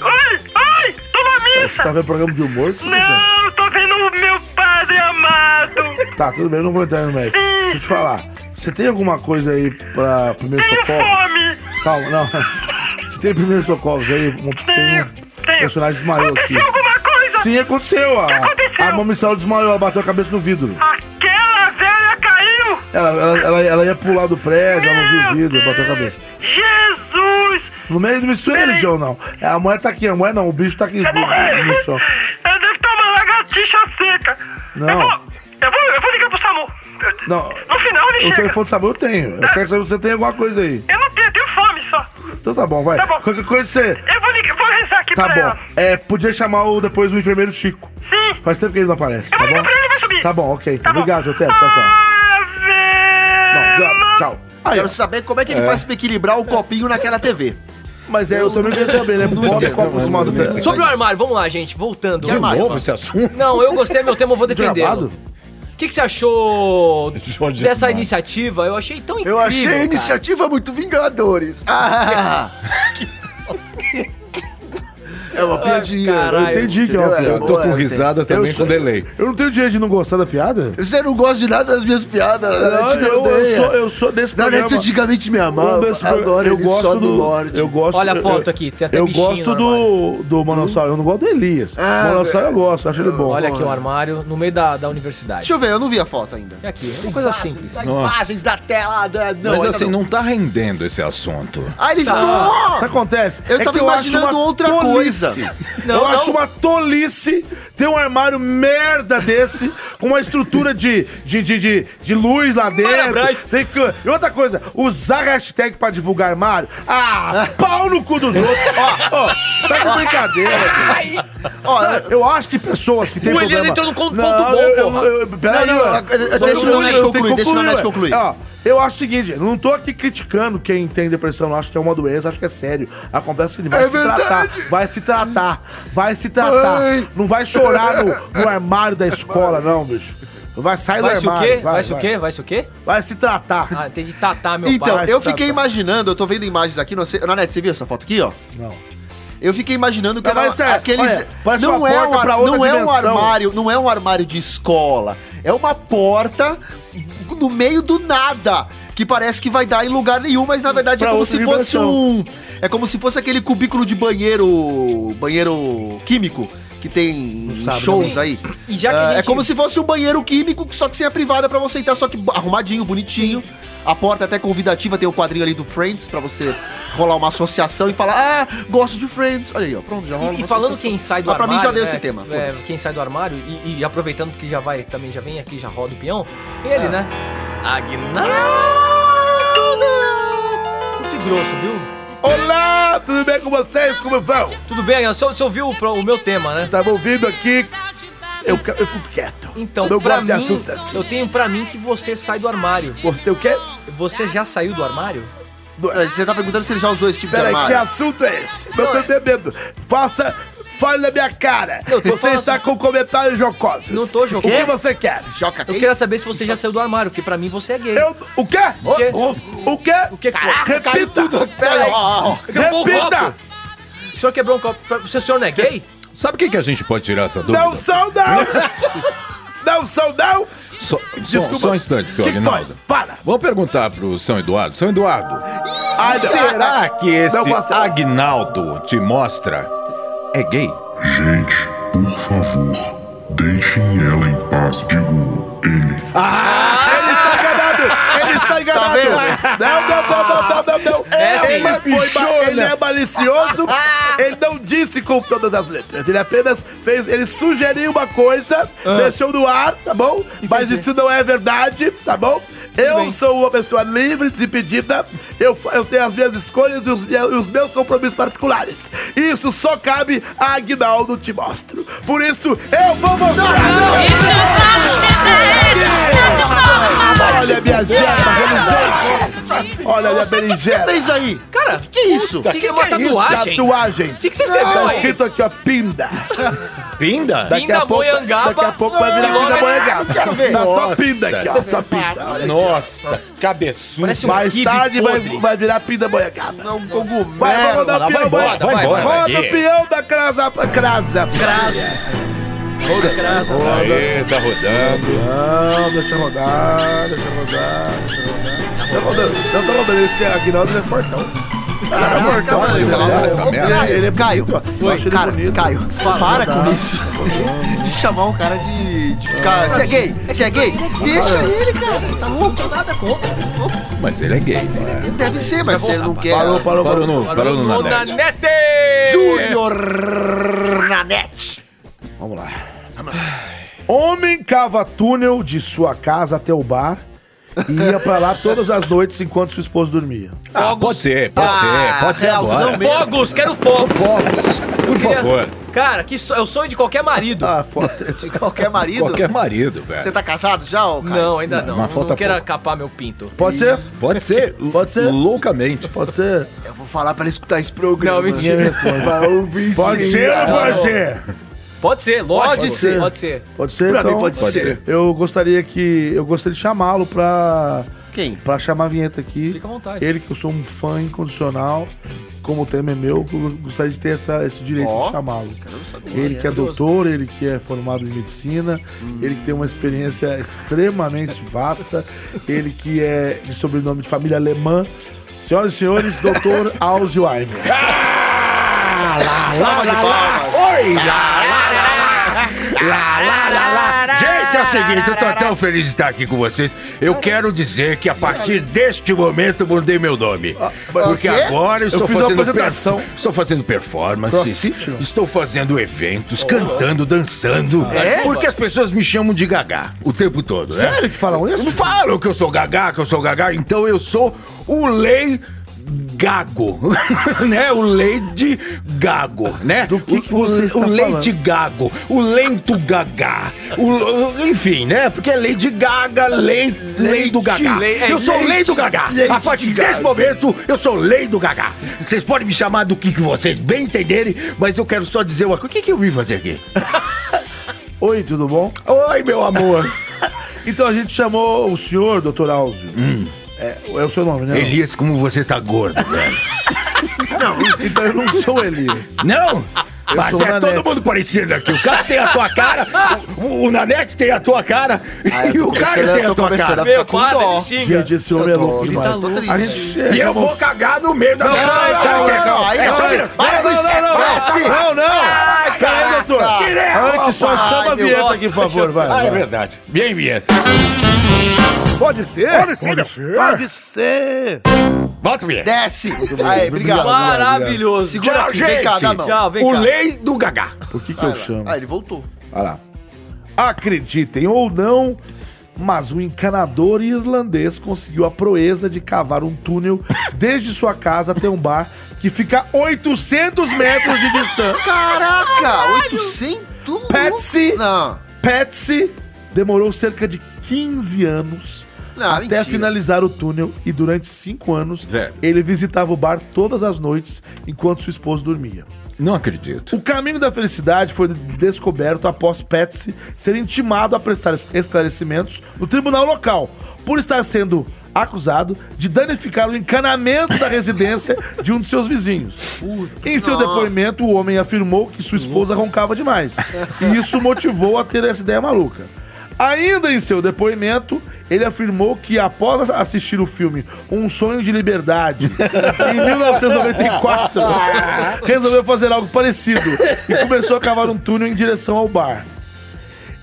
Speaker 13: Oi, oi, tô na
Speaker 1: Você
Speaker 13: missa.
Speaker 1: tá vendo programa de humor? que você tá fazendo?
Speaker 13: Não, tô vendo o meu padre amado.
Speaker 1: Tá, tudo bem, não vou entrar no médico. Deixa eu te falar. Você tem alguma coisa aí pra primeiro
Speaker 13: Tenho
Speaker 1: socorro?
Speaker 13: fome.
Speaker 1: Calma, não. Você tem primeiro socorro aí? Um- Tem
Speaker 13: Tenho,
Speaker 1: um
Speaker 13: tenho.
Speaker 1: personagem desmaiou aqui.
Speaker 13: Aconteceu alguma coisa?
Speaker 1: Sim, aconteceu. A,
Speaker 13: aconteceu?
Speaker 1: a missão desmaiou, ela bateu a cabeça no vidro.
Speaker 13: Aquela velha caiu.
Speaker 1: Ela, ela, ela, ela ia pular do prédio, ela não viu o vidro, bateu a cabeça.
Speaker 13: Jesus.
Speaker 1: No meio do isso é religião, não. É, A mulher tá aqui, a mulher não, o bicho tá aqui no, no chão.
Speaker 13: Eu devo estar uma lagartixa seca.
Speaker 1: Não.
Speaker 13: Eu vou, eu vou, eu vou ligar pro SAMU.
Speaker 1: Não,
Speaker 13: No final ele
Speaker 1: o
Speaker 13: chega.
Speaker 1: telefone sabe, eu tenho. Eu quero saber se você tem alguma coisa aí.
Speaker 13: Eu não tenho, eu tenho fome só.
Speaker 1: Então tá bom, vai.
Speaker 13: Tá bom.
Speaker 1: Qualquer coisa você.
Speaker 13: Eu vou ligar, vou rezar aqui
Speaker 1: Tá
Speaker 13: pra ela.
Speaker 1: bom. É, podia chamar o, depois o enfermeiro Chico.
Speaker 13: Sim.
Speaker 1: Faz tempo que ele não aparece,
Speaker 13: Eu
Speaker 1: tá
Speaker 13: vou ligar
Speaker 1: bom?
Speaker 13: pra ele e vai subir.
Speaker 1: Tá bom, ok.
Speaker 13: Tá
Speaker 1: Então,
Speaker 13: bom.
Speaker 1: Obrigado, Tete. Tchau, tchau.
Speaker 13: Ave
Speaker 1: Não, tchau. tchau. Aí, ó.
Speaker 4: é. Quero saber como é que ele faz pra equilibrar o copinho naquela TV.
Speaker 1: Mas é, eu também queria saber, né? Bota qual aproximado dela.
Speaker 2: Sobre o armário, vamos lá, gente, voltando.
Speaker 1: De novo esse assunto?
Speaker 2: Não, eu gostei, é meu tema, eu vou defender.
Speaker 1: Tá Gravado?
Speaker 2: O que, que você achou
Speaker 3: Jorge
Speaker 2: dessa
Speaker 3: Amado.
Speaker 2: iniciativa? Eu achei tão incrível.
Speaker 4: Eu achei a
Speaker 2: cara.
Speaker 4: iniciativa muito Vingadores. Ah! é uma piadinha.
Speaker 1: Eu entendi que é uma piada.
Speaker 3: Eu tô com risada também
Speaker 1: Eu
Speaker 3: com
Speaker 1: sou-
Speaker 3: delay.
Speaker 1: Eu não tenho direito de não gostar da piada?
Speaker 4: Você não gosta de nada das minhas piadas.
Speaker 1: Não,
Speaker 4: né? Te
Speaker 1: eu, eu
Speaker 4: odeia.
Speaker 1: sou, eu sou desse
Speaker 4: Na
Speaker 1: programa.
Speaker 4: net antigamente me amava,
Speaker 1: Um desse pro-
Speaker 4: agora ele só me morde.
Speaker 1: Eu gosto,
Speaker 4: Olha a
Speaker 1: eu-
Speaker 4: foto aqui, tem até
Speaker 1: Eu
Speaker 4: bichinho
Speaker 1: gosto
Speaker 4: no
Speaker 1: do, do Manossauro, eu não gosto do Elias.
Speaker 4: Ah,
Speaker 1: Manossauro eu
Speaker 4: velho.
Speaker 1: gosto, eu acho ele bom.
Speaker 2: Olha
Speaker 4: né?
Speaker 2: aqui o armário no meio da, da universidade.
Speaker 4: Deixa eu ver, eu não vi a foto ainda.
Speaker 2: É aqui, é uma coisa simples.
Speaker 4: As
Speaker 3: Nossa.
Speaker 4: imagens da tela. Da... Não,
Speaker 3: Mas
Speaker 4: ainda
Speaker 3: assim, não tá rendendo esse assunto.
Speaker 4: Ah, ele
Speaker 1: Ah,
Speaker 4: ficou.
Speaker 1: acontece.
Speaker 4: Eu
Speaker 1: É que
Speaker 4: tava
Speaker 1: acho
Speaker 4: imaginando
Speaker 1: uma
Speaker 4: outra coisa.
Speaker 1: Não,
Speaker 4: Não,
Speaker 1: eu
Speaker 4: não.
Speaker 1: acho uma tolice ter um armário merda desse, com uma estrutura de, de, de, de, de luz lá dentro. Tem que- e outra coisa, usar hashtag pra divulgar armário. Ah, pau no cu dos outros. Ó, ó, tá de brincadeira.
Speaker 4: Tá
Speaker 1: velho. Ó, eu- eu acho que pessoas que têm
Speaker 2: O Elias
Speaker 1: problema...
Speaker 2: entrou no ponto
Speaker 1: Não,
Speaker 2: bom,
Speaker 1: eu- eu-
Speaker 2: porra.
Speaker 1: eu-
Speaker 2: Não,
Speaker 1: Peraí,
Speaker 2: não,
Speaker 1: ué.
Speaker 2: deixa
Speaker 1: Só
Speaker 2: o Leonete
Speaker 1: eu tenho que
Speaker 2: concluir, deixa o Leonete
Speaker 1: ué.
Speaker 2: concluir.
Speaker 1: Ó, eu acho o seguinte, eu não tô aqui criticando quem tem depressão, eu acho que é uma doença, acho que é sério. A conversa é que ele vai
Speaker 5: É
Speaker 1: se tratar, vai se tratar, vai se tratar.
Speaker 5: Mãe!
Speaker 1: Não vai chorar no, no armário da escola, não, bicho. Vai sair
Speaker 2: Vai
Speaker 1: do
Speaker 2: se o
Speaker 1: armário.
Speaker 2: quê? Vai se o quê? Vai se o quê?
Speaker 1: Vai se tratar.
Speaker 2: Ah, tem de tatar, meu
Speaker 4: Então,
Speaker 2: pai.
Speaker 4: eu fiquei imaginando, eu tô vendo imagens aqui, não sei, na net, você viu essa foto aqui, ó?
Speaker 1: Não.
Speaker 4: Eu fiquei imaginando que
Speaker 1: Não,
Speaker 4: era
Speaker 1: mas é,
Speaker 4: aqueles
Speaker 1: olha, parece
Speaker 4: não
Speaker 1: uma
Speaker 4: é
Speaker 1: porta
Speaker 4: um, ar-
Speaker 1: pra outra
Speaker 4: não é um
Speaker 1: dimensão.
Speaker 4: armário, não é um armário de escola, é uma porta no meio do nada que parece que vai dar em lugar nenhum, mas na verdade
Speaker 1: Pra
Speaker 4: é como
Speaker 1: outra
Speaker 4: se fosse
Speaker 1: dimensão.
Speaker 4: um é como se fosse aquele cubículo de banheiro, banheiro químico que tem em
Speaker 2: sabe,
Speaker 4: shows
Speaker 2: né?
Speaker 4: aí.
Speaker 2: E já que a
Speaker 4: Ah, É
Speaker 2: gente-
Speaker 4: como se fosse um banheiro químico, só que sem a privada pra você entrar, só que arrumadinho, bonitinho. A porta é até convidativa, tem o quadrinho ali do Friends pra você rolar uma associação e falar: "Ah, gosto de Friends". Olha aí, ó, pronto, já rola.
Speaker 2: E,
Speaker 4: uma
Speaker 2: e falando
Speaker 4: associação.
Speaker 2: quem sai do
Speaker 4: Mas pra
Speaker 2: armário.
Speaker 4: mim já deu
Speaker 2: né,
Speaker 4: esse tema.
Speaker 2: é,
Speaker 4: foda-se.
Speaker 2: quem sai do armário, e, e aproveitando que já vai, também já vem aqui, já roda o peão. Ele,
Speaker 4: Ah.
Speaker 2: né? Aguinaldo! Muito grosso, viu?
Speaker 1: Olá, tudo bem com vocês? Como vão?
Speaker 2: Tudo bem, Aguinaldo? Você, você ouviu o, pro- o meu tema, né?
Speaker 1: Tava ouvindo aqui. Eu, ca- eu fico quieto.
Speaker 2: Então,
Speaker 1: Não
Speaker 2: pra
Speaker 1: gosto de
Speaker 2: mim,
Speaker 1: assuntos assim.
Speaker 2: eu tenho pra mim que você sai do armário.
Speaker 1: Você tem o quê?
Speaker 2: Você já saiu do armário?
Speaker 4: É, Você tá perguntando se ele já usou esse tipo de
Speaker 1: Peraí, que
Speaker 4: armário.
Speaker 1: assunto é esse? Não tô entendendo. Faça. Fale na minha cara. Você está com comentários jocosos.
Speaker 2: Não tô jocando.
Speaker 1: O que você quer?
Speaker 4: Joca
Speaker 2: Eu queria saber se você já saiu do armário, porque pra mim você é gay.
Speaker 1: O quê?
Speaker 2: O quê?
Speaker 1: O quê?
Speaker 2: O que que foi?
Speaker 1: Repita.
Speaker 2: Pera aí.
Speaker 4: Ó, ó, ó.
Speaker 2: Quebrou o
Speaker 1: Repita.
Speaker 2: copo. O senhor quebrou um copo. Pra- Você, o senhor não é gay?
Speaker 3: Sabe o que, que a gente pode tirar essa dúvida?
Speaker 1: Não sou, não! não sou, não!
Speaker 3: Só,
Speaker 1: Desculpa.
Speaker 3: só, só um instante, senhor
Speaker 1: Que que
Speaker 3: Aguinaldo.
Speaker 1: foi? Para!
Speaker 3: Vou perguntar pro São Eduardo. São Eduardo,
Speaker 1: Ai, não.
Speaker 3: será que esse
Speaker 1: Não faça isso.
Speaker 3: Agnaldo te mostra é gay?
Speaker 10: Gente, por favor, deixem ela em paz. Digo, ele.
Speaker 1: Ele está enganado! Ele está enganado! Tá não, não, não, não, não, não, não!
Speaker 5: É
Speaker 1: ele,
Speaker 5: sim.
Speaker 1: foi ma- ele é
Speaker 5: Bichona.
Speaker 1: malicioso, ele não disse com todas as letras. Ele apenas fez. Ele sugeriu uma coisa, deixou no ar, tá bom? Mas isso não é verdade, tá bom? Eu sou uma pessoa livre, desimpedida. Eu, fa- eu tenho as minhas escolhas e os, minha- e os meus compromissos particulares. Isso só cabe a Agnaldo te mostro. Por isso, eu vou mostrar! Olha minha jeba, reluzente. Olha minha berinjela.
Speaker 4: Fez aí.
Speaker 2: Cara, o
Speaker 4: que é isso?
Speaker 2: Que que é uma tatuagem?
Speaker 1: Tatuagem. O
Speaker 2: que que você escreveu
Speaker 1: Tá
Speaker 2: aí?
Speaker 1: escrito aqui, ó, pinda.
Speaker 3: Pinda?
Speaker 1: Daqui a pouco, daqui a pouco vai virar pinda
Speaker 3: Quero
Speaker 1: boiangaba.
Speaker 3: ver.
Speaker 1: Tá só
Speaker 3: Nossa.
Speaker 1: pinda aqui, ó, só pinda. Olha aqui, ó.
Speaker 3: Nossa, cabeçudo.
Speaker 1: Mais tarde vai, vai virar pinda boiangaba.
Speaker 4: Não, Gugu,
Speaker 1: Vai,
Speaker 3: merda,
Speaker 1: rodar
Speaker 3: vai
Speaker 1: peão
Speaker 3: embora,
Speaker 1: boiangaba.
Speaker 3: vai embora
Speaker 1: Roda o
Speaker 3: daqui.
Speaker 1: peão da crasa. Crasa. Crasa. Roda.
Speaker 3: Aí, tá rodando.
Speaker 1: Não, deixa eu rodar, deixa eu rodar, deixa eu rodar. Tá rodando, não tá rodando. Esse Aguinaldo ele é fortão. Cara, fortão,
Speaker 4: Caralho,
Speaker 1: ele,
Speaker 4: cara,
Speaker 1: é-
Speaker 4: essa
Speaker 1: ele,
Speaker 4: merda.
Speaker 1: é- ele é
Speaker 4: Caio,
Speaker 1: bonito, ó. Eu
Speaker 4: Oi,
Speaker 1: acho ele
Speaker 4: cara,
Speaker 1: bonito.
Speaker 4: Caio,
Speaker 1: Fala,
Speaker 4: para
Speaker 1: dá.
Speaker 4: com isso. De chamar o cara de. de ficar, você é gay? Você é gay? Deixa ele, cara. Tá louco?
Speaker 2: Nada contra.
Speaker 3: Mas ele é gay, não é?
Speaker 4: Deve ser, mas
Speaker 2: Vai
Speaker 4: você não
Speaker 2: voltar,
Speaker 4: quer.
Speaker 3: Parou, parou, parou. no, parou no
Speaker 2: Ô,
Speaker 3: Nanete.
Speaker 2: Nanete!
Speaker 4: Júnior Nanete.
Speaker 1: Vamos lá. Homem cava túnel de sua casa até o bar e ia pra lá todas as noites enquanto sua esposa dormia.
Speaker 5: Ah, pode ser, pode ser, pode ser agora.
Speaker 2: É, Fogos, quero fogos.
Speaker 5: Fogos, por favor.
Speaker 2: Cara, que so- é o sonho de qualquer marido. Ah,
Speaker 1: foda.
Speaker 4: De qualquer marido?
Speaker 5: Qualquer marido, velho.
Speaker 4: Você tá casado já, ô cara?
Speaker 2: Não, ainda não.
Speaker 5: mas
Speaker 2: Não,
Speaker 5: falta
Speaker 2: quero
Speaker 5: pouco.
Speaker 2: acapar meu pinto.
Speaker 1: Pode ser?
Speaker 5: Pode ser. Pode ser. Loucamente.
Speaker 1: Pode ser.
Speaker 4: Eu vou falar pra ela escutar esse programa.
Speaker 2: Não, mentira.
Speaker 4: Ninguém responde. Vai ouvir
Speaker 1: Pode
Speaker 4: sim,
Speaker 1: ser ou não
Speaker 4: cara.
Speaker 1: pode ser?
Speaker 2: Pode ser, lógico.
Speaker 1: Pode ser.
Speaker 2: Pode ser.
Speaker 1: Pode ser?
Speaker 2: Pra mim
Speaker 1: então,
Speaker 2: pode ser.
Speaker 1: Eu gostaria que. Eu gostaria de chamá-lo pra.
Speaker 4: Quem?
Speaker 1: Pra chamar a vinheta aqui.
Speaker 2: Fica à vontade.
Speaker 1: Ele, que eu sou um fã incondicional. Como o tema é meu, eu gostaria de ter essa, esse direito
Speaker 4: Ó,
Speaker 1: de chamá-lo.
Speaker 4: quero saber.
Speaker 1: Ele que é
Speaker 4: Curioso.
Speaker 1: doutor, ele que é formado em medicina, ele que tem uma experiência extremamente vasta, ele que é de sobrenome de família alemã. Senhoras e senhores, doutor Alzheimer.
Speaker 10: Ah, Lá, lá, lá. Oi, lá, lá, lá, lá, lá, lá.
Speaker 5: Gente, é o seguinte, eu tô tão feliz de estar aqui com vocês. Eu quero dizer que a partir deste momento eu mudei meu nome. Porque
Speaker 10: Ah, o quê?
Speaker 5: agora eu estou
Speaker 10: Eu fiz uma
Speaker 5: fazendo
Speaker 10: apresentação.
Speaker 5: perfor- estou fazendo performances,
Speaker 10: Crossfit, não?
Speaker 5: estou fazendo eventos, cantando, dançando.
Speaker 10: É?
Speaker 5: Porque as pessoas me chamam de Gagá o tempo todo, né?
Speaker 1: Sério que falam isso?
Speaker 5: Falam que eu sou Gagá, que eu sou Gagá, então eu sou o Lei Gago, né? O Lady Gago, né? Do que, o,
Speaker 1: você
Speaker 5: o-
Speaker 1: está
Speaker 5: o Lady
Speaker 1: falando?
Speaker 5: Gago, o lento Gagá, o- o- enfim, né? Porque é Lady Gaga, lei, lei do Gagá.
Speaker 10: Lei- é
Speaker 5: eu sou Lei
Speaker 10: leite-
Speaker 5: do Gagá.
Speaker 10: leite
Speaker 5: A partir
Speaker 10: de
Speaker 5: desse
Speaker 10: Gaga.
Speaker 5: momento, eu sou Lei do Gagá. Vocês podem me chamar do que, que vocês bem entenderem, mas eu quero só dizer uma coisa. O que, que eu vim fazer aqui?
Speaker 1: Oi, tudo bom?
Speaker 5: Oi, meu amor.
Speaker 1: então a gente chamou o senhor, doutor Alzio.
Speaker 10: Hum.
Speaker 1: É, é o seu nome, né?
Speaker 5: Elias, como você tá gordo, velho.
Speaker 1: Não, então eu não sou o Elias.
Speaker 5: Não?
Speaker 1: Eu
Speaker 5: Mas
Speaker 1: sou o
Speaker 5: é todo
Speaker 1: Nanete.
Speaker 5: mundo parecido aqui. O cara tem a tua cara, o, o Nanete tem a tua cara
Speaker 3: Ah,
Speaker 4: Ah,
Speaker 5: e o cara tem a tua cara.
Speaker 1: Gente, esse homem é louco demais. A gente chega,
Speaker 5: E eu vou
Speaker 1: moço.
Speaker 5: cagar no meio da
Speaker 1: Não,
Speaker 5: minha
Speaker 1: não,
Speaker 5: cara.
Speaker 1: não,
Speaker 5: Dá licença.
Speaker 1: não, aí
Speaker 5: É
Speaker 1: não.
Speaker 5: só um minuto.
Speaker 1: Para com isso,
Speaker 5: Não, não,
Speaker 1: é
Speaker 5: não.
Speaker 1: assim. Não, não.
Speaker 5: Caraca.
Speaker 1: Peraí, doutor.
Speaker 3: Ah,
Speaker 5: Direto.
Speaker 1: Antes, só
Speaker 5: Ai,
Speaker 1: chama a
Speaker 5: meu
Speaker 1: vinheta
Speaker 5: Deus.
Speaker 1: aqui, por favor, vai,
Speaker 5: Ah, é
Speaker 1: vai.
Speaker 5: verdade. Vem, vinheta.
Speaker 1: Pode ser?
Speaker 5: Pode ser, meu.
Speaker 1: Pode ser.
Speaker 5: Bota o vinheta.
Speaker 4: Desce. Aí, obrigado.
Speaker 2: Maravilhoso.
Speaker 4: Segura
Speaker 5: Tchau,
Speaker 4: aqui.
Speaker 5: gente.
Speaker 4: Vem cá, dá a mão.
Speaker 2: Tchau, vem
Speaker 5: o
Speaker 2: cá.
Speaker 5: lei do gagá.
Speaker 1: Por que, que eu chamo?
Speaker 4: Ah, ele voltou.
Speaker 1: Olha lá. Acreditem ou não, mas o encanador irlandês conseguiu a proeza de cavar um túnel desde sua casa até um bar que fica a 800 metros de distância.
Speaker 4: Caraca, 800?
Speaker 1: Patsy,
Speaker 4: Não.
Speaker 1: Patsy demorou cerca de 15 anos
Speaker 4: Não,
Speaker 1: até
Speaker 4: mentira.
Speaker 1: finalizar o túnel e durante 5 anos
Speaker 5: Velho.
Speaker 1: ele visitava o bar todas as noites enquanto sua esposa dormia.
Speaker 5: Não acredito.
Speaker 1: O caminho da felicidade foi descoberto após Patsy ser intimado a prestar esclarecimentos no tribunal local, por estar sendo acusado de danificar o encanamento da residência de um de seus vizinhos. em seu
Speaker 4: nossa.
Speaker 1: depoimento, o homem afirmou que sua esposa roncava demais, e isso motivou a ter essa ideia maluca. Ainda em seu depoimento, ele afirmou que após assistir o filme Um Sonho de Liberdade, em 1994, resolveu fazer algo parecido e começou a cavar um túnel em direção ao bar.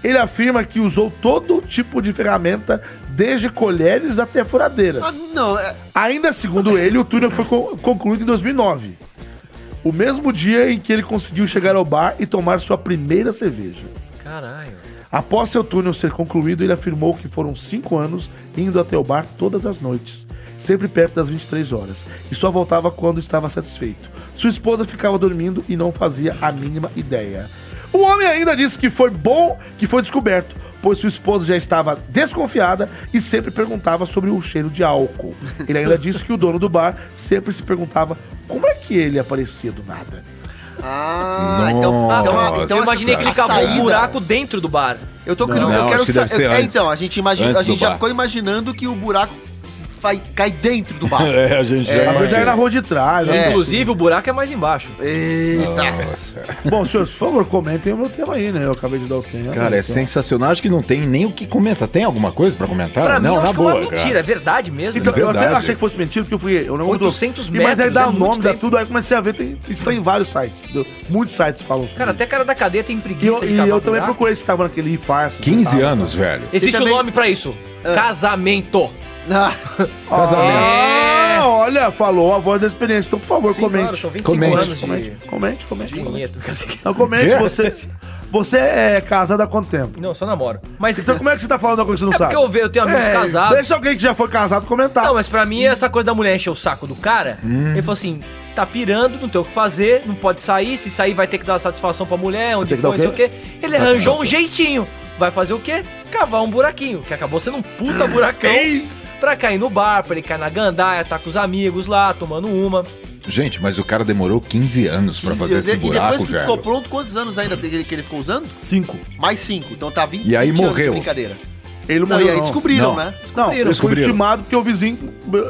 Speaker 1: Ele afirma que usou todo tipo de ferramenta, desde colheres até
Speaker 4: Ah,
Speaker 1: furadeiras.
Speaker 4: não, é...
Speaker 1: Ainda segundo ele, o túnel foi co- concluído em 2009. O mesmo dia em que ele conseguiu chegar ao bar e tomar sua primeira cerveja.
Speaker 2: Caralho.
Speaker 1: Após seu túnel ser concluído, ele afirmou que foram cinco anos indo até o bar todas as noites, sempre perto das 23 horas, e só voltava quando estava satisfeito. Sua esposa ficava dormindo e não fazia a mínima ideia. O homem ainda disse que foi bom que foi descoberto, pois sua esposa já estava desconfiada e sempre perguntava sobre o cheiro de álcool. Ele ainda disse que o dono do bar sempre se perguntava como é que ele aparecia do nada.
Speaker 4: Ah, então,
Speaker 5: Nossa.
Speaker 4: então, então
Speaker 5: Eu
Speaker 4: essa-
Speaker 2: Imaginei que ele
Speaker 4: a
Speaker 2: cavou um
Speaker 4: saída-
Speaker 2: buraco dentro do bar.
Speaker 4: Eu tô querendo,
Speaker 5: Não,
Speaker 4: eu
Speaker 5: acho
Speaker 4: quero
Speaker 5: que
Speaker 4: sa-
Speaker 5: deve ser
Speaker 4: eu- é,
Speaker 5: antes.
Speaker 4: então, a gente imagina,
Speaker 5: Antes
Speaker 4: a gente
Speaker 5: do
Speaker 4: já
Speaker 5: bar.
Speaker 4: ficou imaginando que o buraco vai cai dentro do bar.
Speaker 5: É, a gente já
Speaker 1: Às vezes
Speaker 5: imagina.
Speaker 1: era na rua de trás. né?
Speaker 2: Inclusive, o buraco é mais embaixo.
Speaker 4: Eita.
Speaker 5: Nossa.
Speaker 1: Bom, senhores, por favor, comentem o meu tema aí, né? Então, Eu acabei de dar o tema.
Speaker 5: Cara, é sensacional. Acho que não tem nem o que comentar. Tem alguma coisa pra comentar?
Speaker 3: Ah,
Speaker 2: pra mim,
Speaker 5: não,
Speaker 2: eu
Speaker 5: na
Speaker 2: acho que é
Speaker 5: boa.
Speaker 2: uma mentira. É verdade mesmo.
Speaker 1: Então, eu até
Speaker 5: Verdade.
Speaker 1: achei que fosse mentira, porque eu fui. Eu não
Speaker 2: 800
Speaker 1: E, Mas
Speaker 2: metros,
Speaker 1: aí dá
Speaker 2: é
Speaker 1: o
Speaker 2: muito
Speaker 1: nome, dá
Speaker 2: tempo.
Speaker 1: tudo, aí comecei a ver, tem, isso tá em vários sites, entendeu? Muitos sites falam sobre
Speaker 2: Cara,
Speaker 1: isso.
Speaker 2: até cara da cadeia tem
Speaker 1: E eu,
Speaker 2: preguiça
Speaker 1: e
Speaker 2: cavar
Speaker 1: eu também
Speaker 2: buraco.
Speaker 1: procurei se tava naquele farsa. né?
Speaker 5: 15 anos, velho.
Speaker 2: Existe
Speaker 1: E
Speaker 2: um
Speaker 1: também-
Speaker 2: nome pra isso. Casamento.
Speaker 4: Ah,
Speaker 1: Ah, olha, falou a voz da experiência. Então, por favor,
Speaker 2: Sim,
Speaker 1: comente.
Speaker 2: claro, são 25
Speaker 1: comente,
Speaker 2: anos de-
Speaker 1: comente, comente, comente,
Speaker 2: Vinheta.
Speaker 5: É.
Speaker 1: Então, comente
Speaker 5: Quê?
Speaker 1: você. Você é casada há quanto tempo?
Speaker 2: Não, só namoro. Mas
Speaker 1: então como é que você tá falando uma coisa que você não
Speaker 2: É
Speaker 1: sabe?
Speaker 2: porque eu vejo- eu tenho amigos casados.
Speaker 1: Deixa alguém que já foi casado comentar.
Speaker 2: Não, mas pra mim essa coisa da mulher encher o saco do cara,
Speaker 1: Hum.
Speaker 2: ele falou assim, tá pirando, não tem o que fazer, não pode sair, se sair vai ter que dar satisfação pra mulher, onde
Speaker 1: ter que dar
Speaker 2: foi, não sei
Speaker 1: o
Speaker 2: o
Speaker 1: quê?
Speaker 2: quê. Ele arranjou um jeitinho. Vai fazer o quê? Cavar um buraquinho, que acabou sendo um
Speaker 1: Ah,
Speaker 2: puta buracão. Pra cair no bar, pra ele cair na gandaia, tá com os amigos lá, tomando uma.
Speaker 3: Gente, mas o cara demorou 15 anos pra fazer esse
Speaker 4: e depois
Speaker 3: buraco,
Speaker 4: que ficou
Speaker 3: velho.
Speaker 4: pronto, quantos anos ainda que ele, que ele ficou usando?
Speaker 1: Cinco.
Speaker 4: Mais cinco. Então tá 20
Speaker 3: E aí
Speaker 4: 20 anos
Speaker 3: morreu.
Speaker 4: de brincadeira.
Speaker 1: Ele
Speaker 4: Não,
Speaker 1: morreu.
Speaker 4: e aí descobriram, né?
Speaker 1: Não,
Speaker 4: Descobriram.
Speaker 1: ele foi
Speaker 4: Descobriram.
Speaker 1: intimado porque o vizinho.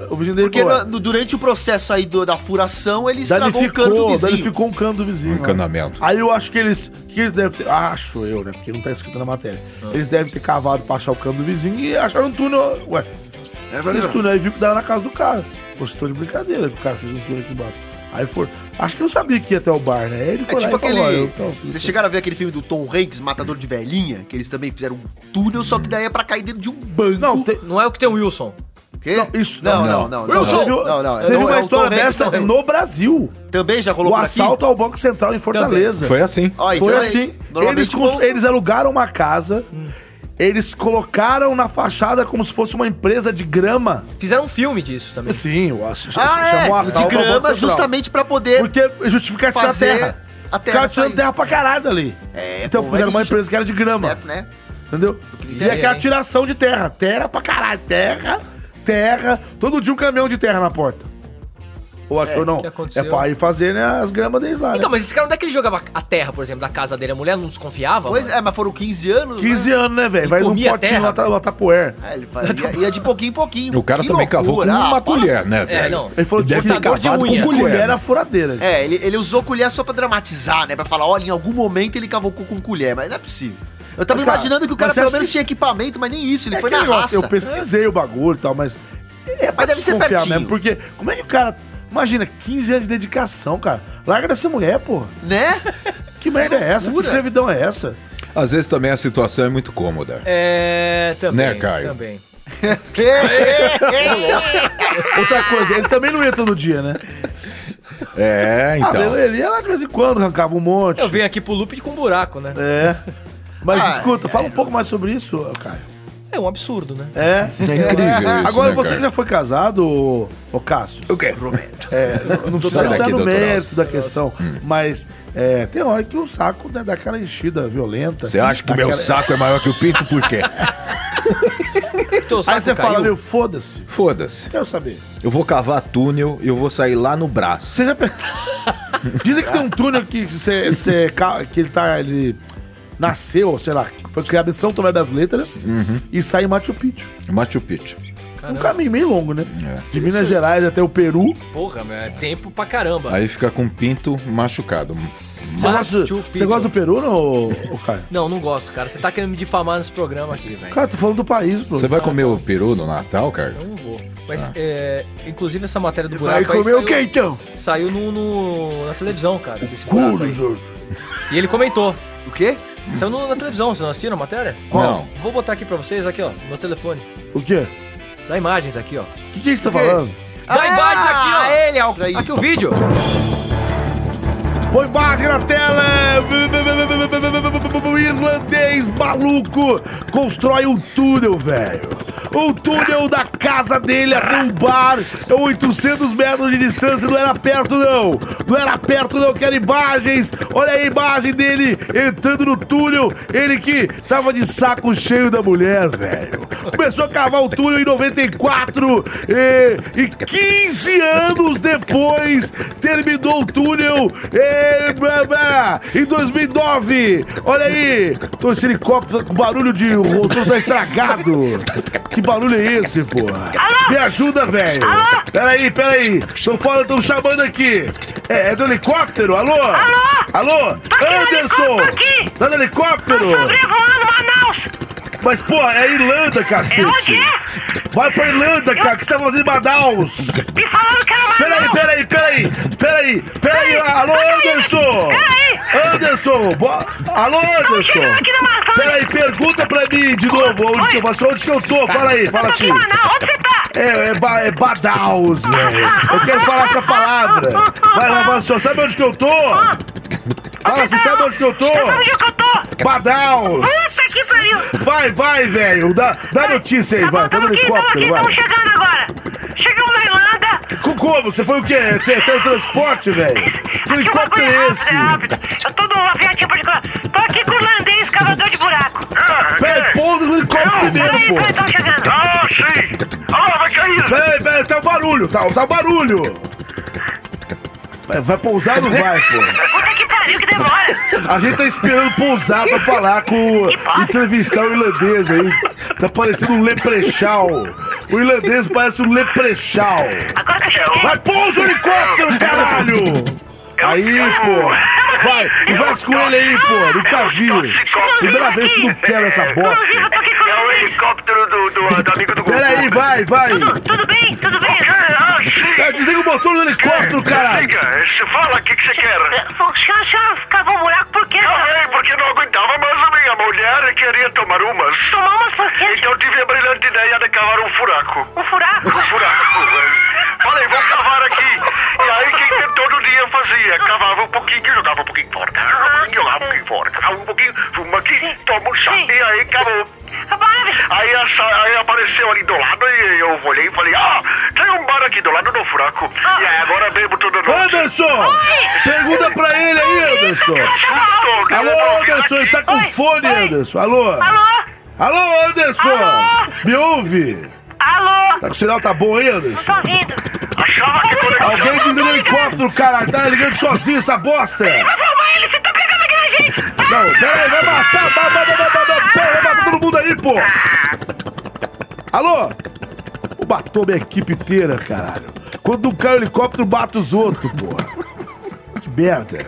Speaker 1: O vizinho dele
Speaker 4: Porque
Speaker 1: falou,
Speaker 4: na- no- durante o processo aí do- da furação, ele estragou o cano do
Speaker 1: Danificou,
Speaker 4: vizinho.
Speaker 1: danificou um cano do vizinho.
Speaker 3: Um
Speaker 1: né?
Speaker 3: encanamento.
Speaker 1: Aí eu acho que eles. Que eles devem ter. Acho eu, né? Porque não tá escrito na matéria.
Speaker 4: Ah.
Speaker 1: Eles devem ter cavado pra achar o cano do vizinho e acharam um túnel. Ué.
Speaker 11: É
Speaker 1: Fez
Speaker 11: verdade.
Speaker 1: túnel aí viu que dava na casa do cara. Pô, vocês estão de brincadeira que o cara fez um túnel aqui embaixo. Aí foi. Acho que não sabia que ia até o bar, né? Aí Ele
Speaker 4: É
Speaker 1: foi lá
Speaker 4: tipo
Speaker 1: e
Speaker 4: aquele.
Speaker 1: falou, "Olha, eu- então, fiz
Speaker 4: Vocês
Speaker 1: isso."
Speaker 4: chegaram a ver aquele filme do Tom Hanks, Matador de Velhinha, que eles também fizeram um túnel, só que daí é pra cair dentro de um banco.
Speaker 1: Não,
Speaker 2: não é o que tem o Wilson.
Speaker 4: Quê? Não,
Speaker 1: isso
Speaker 4: não, não, não.
Speaker 1: Wilson,
Speaker 4: não,
Speaker 1: viu?
Speaker 4: não, não,
Speaker 1: teve
Speaker 4: é o- é
Speaker 1: uma
Speaker 4: o
Speaker 1: história
Speaker 4: Tom Hanks
Speaker 1: dessa
Speaker 4: fazendo-
Speaker 1: no Brasil.
Speaker 4: Também já rolou
Speaker 1: O
Speaker 4: por aqui?
Speaker 1: assalto ao Banco Central em Fortaleza.
Speaker 4: Também. Foi assim. Ó, então
Speaker 1: Foi
Speaker 4: é-
Speaker 1: assim.
Speaker 4: normalmente
Speaker 1: Eles,
Speaker 4: o
Speaker 1: cons-
Speaker 4: banco-
Speaker 1: eles alugaram uma casa,
Speaker 2: Hum.
Speaker 1: eles colocaram na fachada como se fosse uma empresa de grama.
Speaker 2: Fizeram um filme disso também.
Speaker 1: Sim, o ass-
Speaker 4: Ah, é,
Speaker 1: chamou
Speaker 4: de
Speaker 1: assalto ao Banco
Speaker 4: grama,
Speaker 1: Central.
Speaker 4: justamente pra poder
Speaker 1: Porque justificar tirar
Speaker 4: fazer
Speaker 1: terra.
Speaker 4: a terra
Speaker 1: Ficaram tirando
Speaker 4: sair.
Speaker 1: terra pra caralho dali. então
Speaker 4: pô,
Speaker 1: fizeram
Speaker 4: é
Speaker 1: uma
Speaker 4: lixo.
Speaker 1: empresa que era de grama.
Speaker 4: né?
Speaker 1: Entendeu? E é
Speaker 4: entendi,
Speaker 1: aquela
Speaker 4: hein?
Speaker 1: tiração de terra. Terra pra caralho. Terra, terra. Todo dia um caminhão de terra na porta. Ou achou
Speaker 2: É,
Speaker 1: não?
Speaker 2: que
Speaker 1: É
Speaker 2: aconteceu.
Speaker 1: pra ir fazer né, as gramas deles lá. né?
Speaker 2: Então, mas esse cara, onde é que ele jogava a terra, por exemplo, da casa dele? A mulher não desconfiava?
Speaker 4: Pois
Speaker 2: mano?
Speaker 4: é, mas é. foram 15 anos.
Speaker 1: 15 anos, né, velho? Vai num
Speaker 2: comia
Speaker 1: potinho
Speaker 2: terra,
Speaker 1: lá, tá, lá tapoer.
Speaker 4: É, ele vai, ia, ia de pouquinho em pouquinho.
Speaker 3: O cara
Speaker 4: Que
Speaker 3: também cavou com
Speaker 4: loucura,
Speaker 3: uma
Speaker 4: rapaz.
Speaker 3: colher, né,
Speaker 4: É,
Speaker 3: velho?
Speaker 4: não.
Speaker 1: Ele falou um
Speaker 3: deve ter
Speaker 4: cortador de
Speaker 3: cavado
Speaker 4: unha.
Speaker 3: com colher.
Speaker 1: Era furadeira.
Speaker 4: É, ele, ele usou colher só pra dramatizar, né? Pra falar, olha, em algum momento ele cavocou com colher, mas não é possível. Eu tava
Speaker 1: Mas, cara,
Speaker 4: imaginando que o cara
Speaker 1: mas você
Speaker 4: pelo
Speaker 1: acha
Speaker 4: menos
Speaker 1: que-
Speaker 4: tinha equipamento, mas nem isso, ele
Speaker 1: É
Speaker 4: foi
Speaker 1: aquele
Speaker 4: na raça.
Speaker 1: negócio, eu pesquisei o bagulho e tal, mas. É pra
Speaker 4: deve ser
Speaker 1: desconfiar
Speaker 4: pertinho.
Speaker 1: porque como é que o cara. Imagina, 15 anos de dedicação, cara. Larga dessa mulher, porra.
Speaker 4: Né?
Speaker 1: Que merda é essa? Que
Speaker 2: loucura.
Speaker 1: escravidão é essa?
Speaker 3: Às vezes também a situação é muito cômoda.
Speaker 2: É, também.
Speaker 3: Né, Caio?
Speaker 2: Também.
Speaker 1: Outra coisa, ele também não ia todo dia, né?
Speaker 3: É,
Speaker 1: Ah,
Speaker 3: então.
Speaker 1: ele ia lá de vez em quando, arrancava um monte.
Speaker 2: Eu venho aqui pro loop com um buraco, né?
Speaker 1: É. Mas
Speaker 2: Ah,
Speaker 1: escuta, fala um pouco mais sobre isso, Caio.
Speaker 2: É um absurdo, né?
Speaker 1: É.
Speaker 2: É incrível isso,
Speaker 1: Agora,
Speaker 2: né,
Speaker 1: você
Speaker 2: cara?
Speaker 1: que já foi casado, ô, ô Cássio. O
Speaker 3: quê?
Speaker 1: Prometo. É, não- não precisa
Speaker 3: Sai
Speaker 1: entrar
Speaker 3: daqui,
Speaker 1: no
Speaker 3: doutor Hum.
Speaker 1: mérito da questão, mas é, tem hora que o saco né, dá aquela enchida violenta.
Speaker 3: Você acha que o meu
Speaker 1: Daquela-
Speaker 3: saco é maior que o pinto por quê?
Speaker 1: Aí você fala, meu, foda-se.
Speaker 3: Foda-se.
Speaker 1: Quero saber.
Speaker 3: Eu vou cavar túnel e eu vou sair lá no braço.
Speaker 1: Você já Dizem que tem um túnel que você, você ca- que ele tá ele nasceu, sei lá, foi criado em São Tomé das Letras
Speaker 3: Uhum.
Speaker 1: e sai em Machu Picchu.
Speaker 3: Machu Picchu.
Speaker 1: Um caminho meio longo, né?
Speaker 3: É.
Speaker 1: De Minas Gerais até o Peru.
Speaker 2: Porra, meu, é tempo pra caramba.
Speaker 3: Aí fica com o pinto machucado.
Speaker 1: Você gosta, você gosta do Peru, não, ô, Caio?
Speaker 2: Não, não gosto, cara. Você tá querendo me difamar nesse programa aqui, velho.
Speaker 1: Cara, tô falando do país, pô.
Speaker 3: Você vai comer o peru no Natal, cara?
Speaker 2: Eu não vou. Mas, é, inclusive, essa matéria do
Speaker 3: Vai
Speaker 2: buraco. aí
Speaker 3: comer o
Speaker 2: saiu-
Speaker 3: quê, então?
Speaker 2: Saiu no, no- na televisão, cara. esse buraco aí. E ele comentou.
Speaker 4: O quê?
Speaker 2: Saiu no- na televisão, vocês não assistiram a matéria?
Speaker 1: Qual?
Speaker 2: Vou botar aqui pra vocês, aqui, ó, no meu telefone.
Speaker 1: O quê?
Speaker 2: Dá imagens aqui, ó.
Speaker 1: O que, que você tá falando?
Speaker 2: Dá imagens aqui, ó.
Speaker 4: Ah, Ele é o...
Speaker 2: Aqui o vídeo.
Speaker 1: Põe barra na tela! O irlandês maluco constrói um túnel, velho. O túnel da casa dele até um bar, é 800 metros de distância, não era perto não. Não era perto não, quero imagens. Olha a imagem dele entrando no túnel, ele que tá tava de saco cheio da mulher, velho. Começou a cavar o túnel em 94 e, e 15 anos depois terminou o túnel e, blá, blá, em 2009. Olha aí, tô esse helicóptero com barulho de o rotor tá estragado. Que barulho é esse, porra? Me ajuda, velho. Peraí, peraí. Estão fora, estão chamando aqui. É, é do helicóptero? Alô? é Alô? Anderson! Tá no helicóptero? Mas, porra, é Irlanda, cacete! Vai pra Irlanda, cara, que você tá fazendo em Manaus! Me
Speaker 13: falando que era
Speaker 1: Peraí, peraí, peraí! Peraí, peraí! É. Tá Alô, Anderson! Anderson! bo- Alô, Anderson! Peraí, pergunta pra mim de novo onde que eu faço, onde que eu tô? Fala aí, fala assim!
Speaker 13: tá?
Speaker 1: É, é, ba- é Badaus, velho! Eu quero falar essa palavra! assim, Vai, vai, fala só, sabe onde que eu tô? Fala, você sabe onde que eu tô? Badaus!
Speaker 11: Puta que pariu!
Speaker 1: Vai, vai, velho! Dá, dá notícia aí, vai! Tá no helicóptero, vai!
Speaker 11: Estamos chegando agora! Chegamos na Irlanda!
Speaker 1: Co- Como? Você foi o quê? Te- Teletransporte, velho? Que helicóptero é esse?
Speaker 11: Eu tô num avião particular! Tô aqui com o holandês, cavador de buraco!
Speaker 1: Peraí, pousa no helicóptero primeiro, pô!
Speaker 11: Estão chegando! Ah, sim! Ah, vai cair!
Speaker 1: Peraí, peraí, tá o barulho, tá, tá o barulho! Vai, vai pousar ou não vai, pô?
Speaker 11: Puta que pariu, que demora!
Speaker 1: A gente tá esperando pousar pra falar com o entrevistar o irlandês aí. Tá parecendo um leprechal. O irlandês parece um leprechal.
Speaker 11: Agora que eu cheguei!
Speaker 1: Vai, pousa o helicóptero, caralho! Aí, É
Speaker 11: um
Speaker 1: pô! Vai, conversa com ele
Speaker 11: Ah,
Speaker 1: aí, pô! Nunca vi! Primeira vez que não quero essa bosta!
Speaker 11: É o helicóptero do, do, do amigo do
Speaker 1: Peraí, vai, vai!
Speaker 11: Tudo bem? Tudo bem? Ah, sim!
Speaker 1: É, desliga o motor do helicóptero, caralho!
Speaker 11: Liga, fala o que, que você quer. É, O senhor, o senhor cavou um buraco por quê? Cavei, porque não aguentava mais a minha mulher e queria tomar umas. Tomar umas por quê? Então tive a brilhante ideia de cavar um furaco. Um furaco? Um furaco. velho. Falei, vou cavar aqui. E aí que que todo dia fazia? Cavava um pouquinho, jogava um pouquinho fora. Cavava um pouquinho, jogava um pouquinho fora. Cavava um pouquinho, fuma aqui, toma um chá. E aí cavou. Aí, essa- aí apareceu ali do lado e eu olhei e falei, ah, tem um bar aqui do lado do furaco.
Speaker 1: Ah.
Speaker 11: E aí agora bebo tudo novo.
Speaker 1: Anderson! Pergunta pra ele aí, Anderson! Alô, Anderson, ele tá com fone, Anderson! Alô! Alô, Anderson! Me ouve?
Speaker 11: Alô?
Speaker 1: Tá com o sinal tá bom aí, Anderson?
Speaker 11: Tô ouvindo.
Speaker 5: Tá
Speaker 11: Achava que conexão.
Speaker 1: Alguém que no helicóptero, caralho! Tá ligando sozinho essa bosta!
Speaker 11: Vai, ele, você tá pegando aqui na gente.
Speaker 1: Não, pera aí, vai matar, vai, vai, vai, vai, vai, vai, vai, vai, vai, todo mundo aí, pô! Alô? O batou minha equipe inteira, caralho. Quando não cai o helicóptero, bate os outros, pô. Que merda.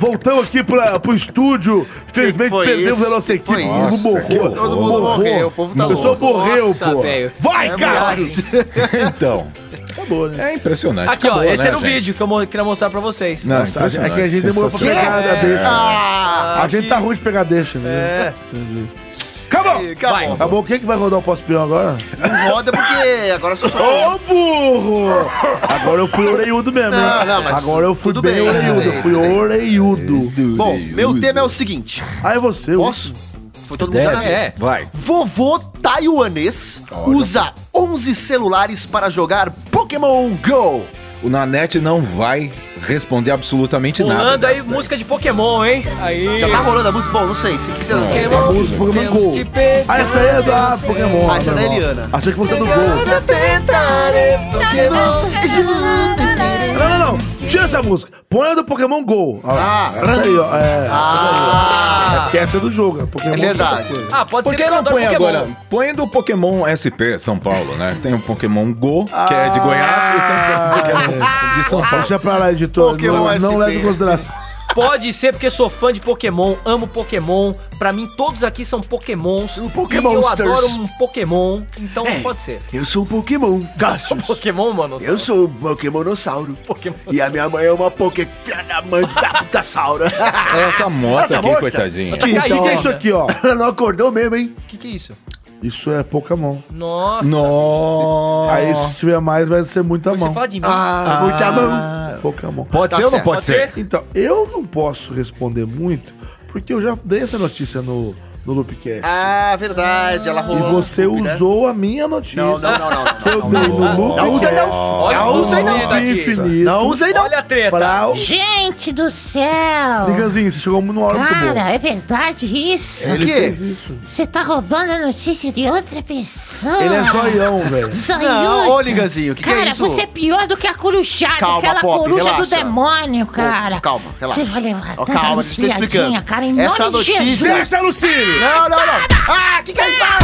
Speaker 1: Voltamos aqui pra, pro estúdio. Infelizmente
Speaker 4: foi
Speaker 1: perdemos
Speaker 4: isso?
Speaker 1: a nossa
Speaker 4: Que foi
Speaker 1: equipe. Todo mundo
Speaker 4: isso? Que
Speaker 1: morreu.
Speaker 4: horror. Todo mundo morreu, o povo tá
Speaker 1: O pessoal
Speaker 4: louco.
Speaker 1: morreu,
Speaker 4: Nossa,
Speaker 1: pô.
Speaker 4: velho.
Speaker 1: Vai,
Speaker 4: É
Speaker 1: cara!
Speaker 3: Então.
Speaker 1: Acabou, né?
Speaker 3: É impressionante.
Speaker 2: Aqui, ó,
Speaker 3: Acabou,
Speaker 2: esse
Speaker 3: né,
Speaker 2: era o
Speaker 3: gente?
Speaker 2: vídeo que eu mo- queria mostrar pra vocês.
Speaker 3: Não, Nossa, impressionante. é que a gente demorou pra pegar,
Speaker 4: É.
Speaker 1: né, deixa.
Speaker 2: Ah,
Speaker 3: é
Speaker 1: A gente tá ruim de pegar deixa, né?
Speaker 2: É.
Speaker 1: Entendi. Acabou!
Speaker 4: acabou.
Speaker 1: Acabou. Quem é que vai rodar o pós-peão agora?
Speaker 4: Não roda porque agora eu sou só.
Speaker 1: Ô, burro! Agora eu fui oreiudo mesmo, hein?
Speaker 4: Não, não, mas
Speaker 1: Agora eu fui
Speaker 4: tudo
Speaker 1: bem,
Speaker 4: bem,
Speaker 1: oreiudo.
Speaker 4: tudo
Speaker 1: Eu fui oreiudo.
Speaker 4: Bom, meu tema é o seguinte.
Speaker 1: Ah, é você.
Speaker 4: Posso? Foi todo mundo
Speaker 3: Deve.
Speaker 4: já na
Speaker 2: É.
Speaker 4: minha.
Speaker 3: Vai.
Speaker 4: Vovô taiwanês usa 11 celulares para jogar Pokémon GO.
Speaker 3: O Nanete não vai responder absolutamente
Speaker 2: Pulando
Speaker 3: nada.
Speaker 2: aí música de Pokémon, hein? Aí.
Speaker 4: Já tá rolando a música? Bom, não sei. Se quiser...
Speaker 1: A música do Pokémon Go. Ah, essa aí é da Pokémon.
Speaker 4: Ah, essa é da
Speaker 1: né, irmão?
Speaker 4: Eliana.
Speaker 1: Achei que fosse do Gol. Não, não, não. Tira essa música. Põe a do Pokémon Go. Ah, essa aí, ó. É, essa daí, ó. É porque essa é do jogo. É, Pokémon
Speaker 4: Ah. É verdade.
Speaker 2: Ah, pode
Speaker 3: Por
Speaker 2: ser
Speaker 3: que
Speaker 2: que eu
Speaker 3: não
Speaker 2: adoro
Speaker 3: põe
Speaker 2: Pokémon.
Speaker 3: agora? Põe do Pokémon SP São Paulo, né? Tem o Pokémon Go, que é de Goiás, e tem o Pokémon é de São Paulo.
Speaker 1: Deixa pra lá, editor.
Speaker 4: Pokémon
Speaker 1: não não
Speaker 4: SP.
Speaker 1: leva em consideração.
Speaker 2: Pode ser porque sou fã de Pokémon, amo Pokémon. Pra mim, todos aqui são Pokémons. E
Speaker 4: Pokémonsters.
Speaker 2: eu adoro um Pokémon, então pode ser.
Speaker 4: Eu sou um Pokémon, Cassius.
Speaker 2: Pokémon, mano.
Speaker 4: Eu sou um Pokémonossauro. E a minha mãe é uma Pokémon-saura.
Speaker 3: Ela tá morta
Speaker 4: Ela tá
Speaker 3: aqui,
Speaker 4: morta?
Speaker 3: coitadinha.
Speaker 2: Tá
Speaker 1: Então,
Speaker 2: caído,
Speaker 1: é isso aqui, ó.
Speaker 4: Ela não acordou mesmo, hein?
Speaker 2: O que, que é isso?
Speaker 1: Isso é Pokémon.
Speaker 2: Nossa.
Speaker 3: Nossa.
Speaker 1: Aí
Speaker 4: Oh.
Speaker 1: se tiver mais, vai ser muita
Speaker 2: Você
Speaker 1: mão.
Speaker 2: fala de mim.
Speaker 4: Ah, muita mão.
Speaker 1: Pokémon.
Speaker 3: Pode
Speaker 4: Tá
Speaker 3: ser ou não
Speaker 4: certo.
Speaker 3: pode ser?
Speaker 1: Então, eu não posso responder muito, porque eu já dei essa notícia no, no Loopcast.
Speaker 4: Ah, verdade. Ela
Speaker 1: e
Speaker 4: rolou.
Speaker 1: você
Speaker 4: no clube, né?
Speaker 1: usou a minha notícia.
Speaker 4: Não, não, não, não. não.
Speaker 1: Que eu dei no
Speaker 3: não.
Speaker 1: Loopcast.
Speaker 4: Não usei não.
Speaker 2: Olha
Speaker 4: Não
Speaker 2: o
Speaker 4: usei não.
Speaker 2: Loop
Speaker 1: infinito.
Speaker 4: Não usei não.
Speaker 2: tá Olha a treta.
Speaker 1: É um Pra o...
Speaker 8: Gente do céu!
Speaker 1: Liganzinho, você chegou numa hora muito boa.
Speaker 8: Cara, é verdade isso?
Speaker 1: Ele
Speaker 4: quê?
Speaker 1: fez isso.
Speaker 8: Você tá roubando a notícia de outra pessoa?
Speaker 1: Ele é zoião,
Speaker 8: Ah.
Speaker 1: velho.
Speaker 4: Não,
Speaker 8: Zoiudo.
Speaker 4: ô, Liganzinho, o que, que é
Speaker 8: Cara,
Speaker 4: isso?
Speaker 8: você é pior do que a coruchada,
Speaker 4: Calma,
Speaker 8: aquela
Speaker 4: Pop,
Speaker 8: coruja do
Speaker 4: relaxa.
Speaker 8: demônio, cara.
Speaker 4: calma, relaxa.
Speaker 8: Você vai levar
Speaker 4: Ó, calma,
Speaker 8: tanta
Speaker 4: a gente tá
Speaker 8: anunciadinha,
Speaker 4: explicando.
Speaker 8: cara, em
Speaker 4: Essa
Speaker 8: nome
Speaker 4: notícia-
Speaker 8: de Jesus.
Speaker 1: Deixa, Lucílio!
Speaker 4: Não, não, não. Ah, que que é? Para!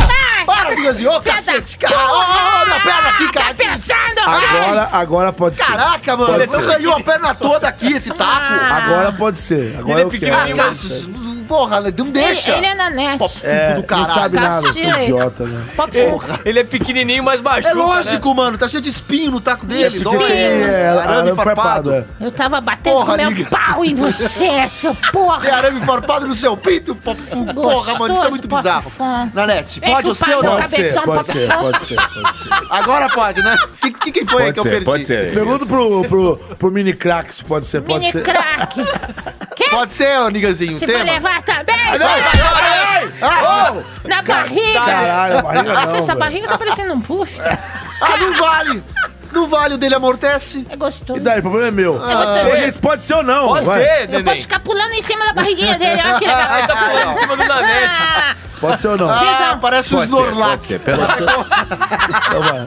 Speaker 4: Para, Liganzinho. Ô, cacete, cara. Ô, ô, minha perna aqui,
Speaker 8: tá
Speaker 4: cara.
Speaker 8: Pensando,
Speaker 1: Agora, agora pode ser.
Speaker 4: Caraca, mano.
Speaker 1: Pode
Speaker 4: Você
Speaker 1: ser.
Speaker 4: ganhou a perna toda aqui, esse taco.
Speaker 1: Agora pode ser. Agora eu quero.
Speaker 4: Ah, Cassius, porra, né? não deixa.
Speaker 8: Ele, ele é nanete.
Speaker 1: É,
Speaker 4: do
Speaker 1: não
Speaker 4: caralho.
Speaker 1: sabe
Speaker 4: né?
Speaker 1: nada, seu
Speaker 8: Cacete.
Speaker 1: idiota, né?
Speaker 4: Porra.
Speaker 2: Ele é pequenininho, mas baixo.
Speaker 4: É lógico, mano. Tá cheio de espinho no taco dele.
Speaker 1: Esse que
Speaker 4: dói.
Speaker 1: tem é, arame farpado. é.
Speaker 8: Eu tava batendo
Speaker 4: Porra,
Speaker 8: com meu
Speaker 4: amiga.
Speaker 8: pau em você, seu
Speaker 4: Tem
Speaker 8: porra.
Speaker 4: arame farpado no seu pinto? pô, Porra, mano, isso é muito
Speaker 8: Gostoso,
Speaker 4: bizarro.
Speaker 8: porra.
Speaker 4: Nanete,
Speaker 8: Vem
Speaker 4: pode É o
Speaker 8: chupar
Speaker 4: seu
Speaker 8: meu
Speaker 4: não?
Speaker 1: Pode ser,
Speaker 8: Cabeção,
Speaker 1: pode ser,
Speaker 8: papel.
Speaker 1: pode ser, pode ser.
Speaker 4: Agora pode, né? O que, que, que foi aí
Speaker 3: Pode
Speaker 4: que eu
Speaker 3: ser,
Speaker 4: perdi?
Speaker 3: pode ser.
Speaker 1: Pergunta pro, pro, pro mini crack se pode ser, pode
Speaker 8: Mini
Speaker 1: ser.
Speaker 8: crack. que
Speaker 4: Pode ser, amigazinho, o
Speaker 8: Se for
Speaker 4: tema?
Speaker 8: levar também!
Speaker 4: Ah, não,
Speaker 8: vai,
Speaker 4: não,
Speaker 8: vai,
Speaker 4: não,
Speaker 8: vai.
Speaker 4: não.
Speaker 8: Oh, Na barriga!
Speaker 4: Caralho, a barriga
Speaker 8: Nossa,
Speaker 4: não,
Speaker 8: essa
Speaker 4: velho.
Speaker 8: barriga tá parecendo um puff.
Speaker 4: Ah, não vale! Não vale, o dele amortece.
Speaker 8: É gostoso.
Speaker 1: E daí, o problema é meu.
Speaker 7: Ah,
Speaker 8: É gostoso.
Speaker 1: Pode- pode ser ou não.
Speaker 8: Pode
Speaker 1: vai.
Speaker 8: Eu posso ficar pulando em cima da barriguinha dele, olha que legal.
Speaker 1: Ele tá pulando em
Speaker 8: cima do
Speaker 7: Ah.
Speaker 1: Pode ser ou não.
Speaker 4: Ah, parece o
Speaker 1: Pode ser,
Speaker 4: Snorlax.
Speaker 1: pode ser, pera lá. Então vai.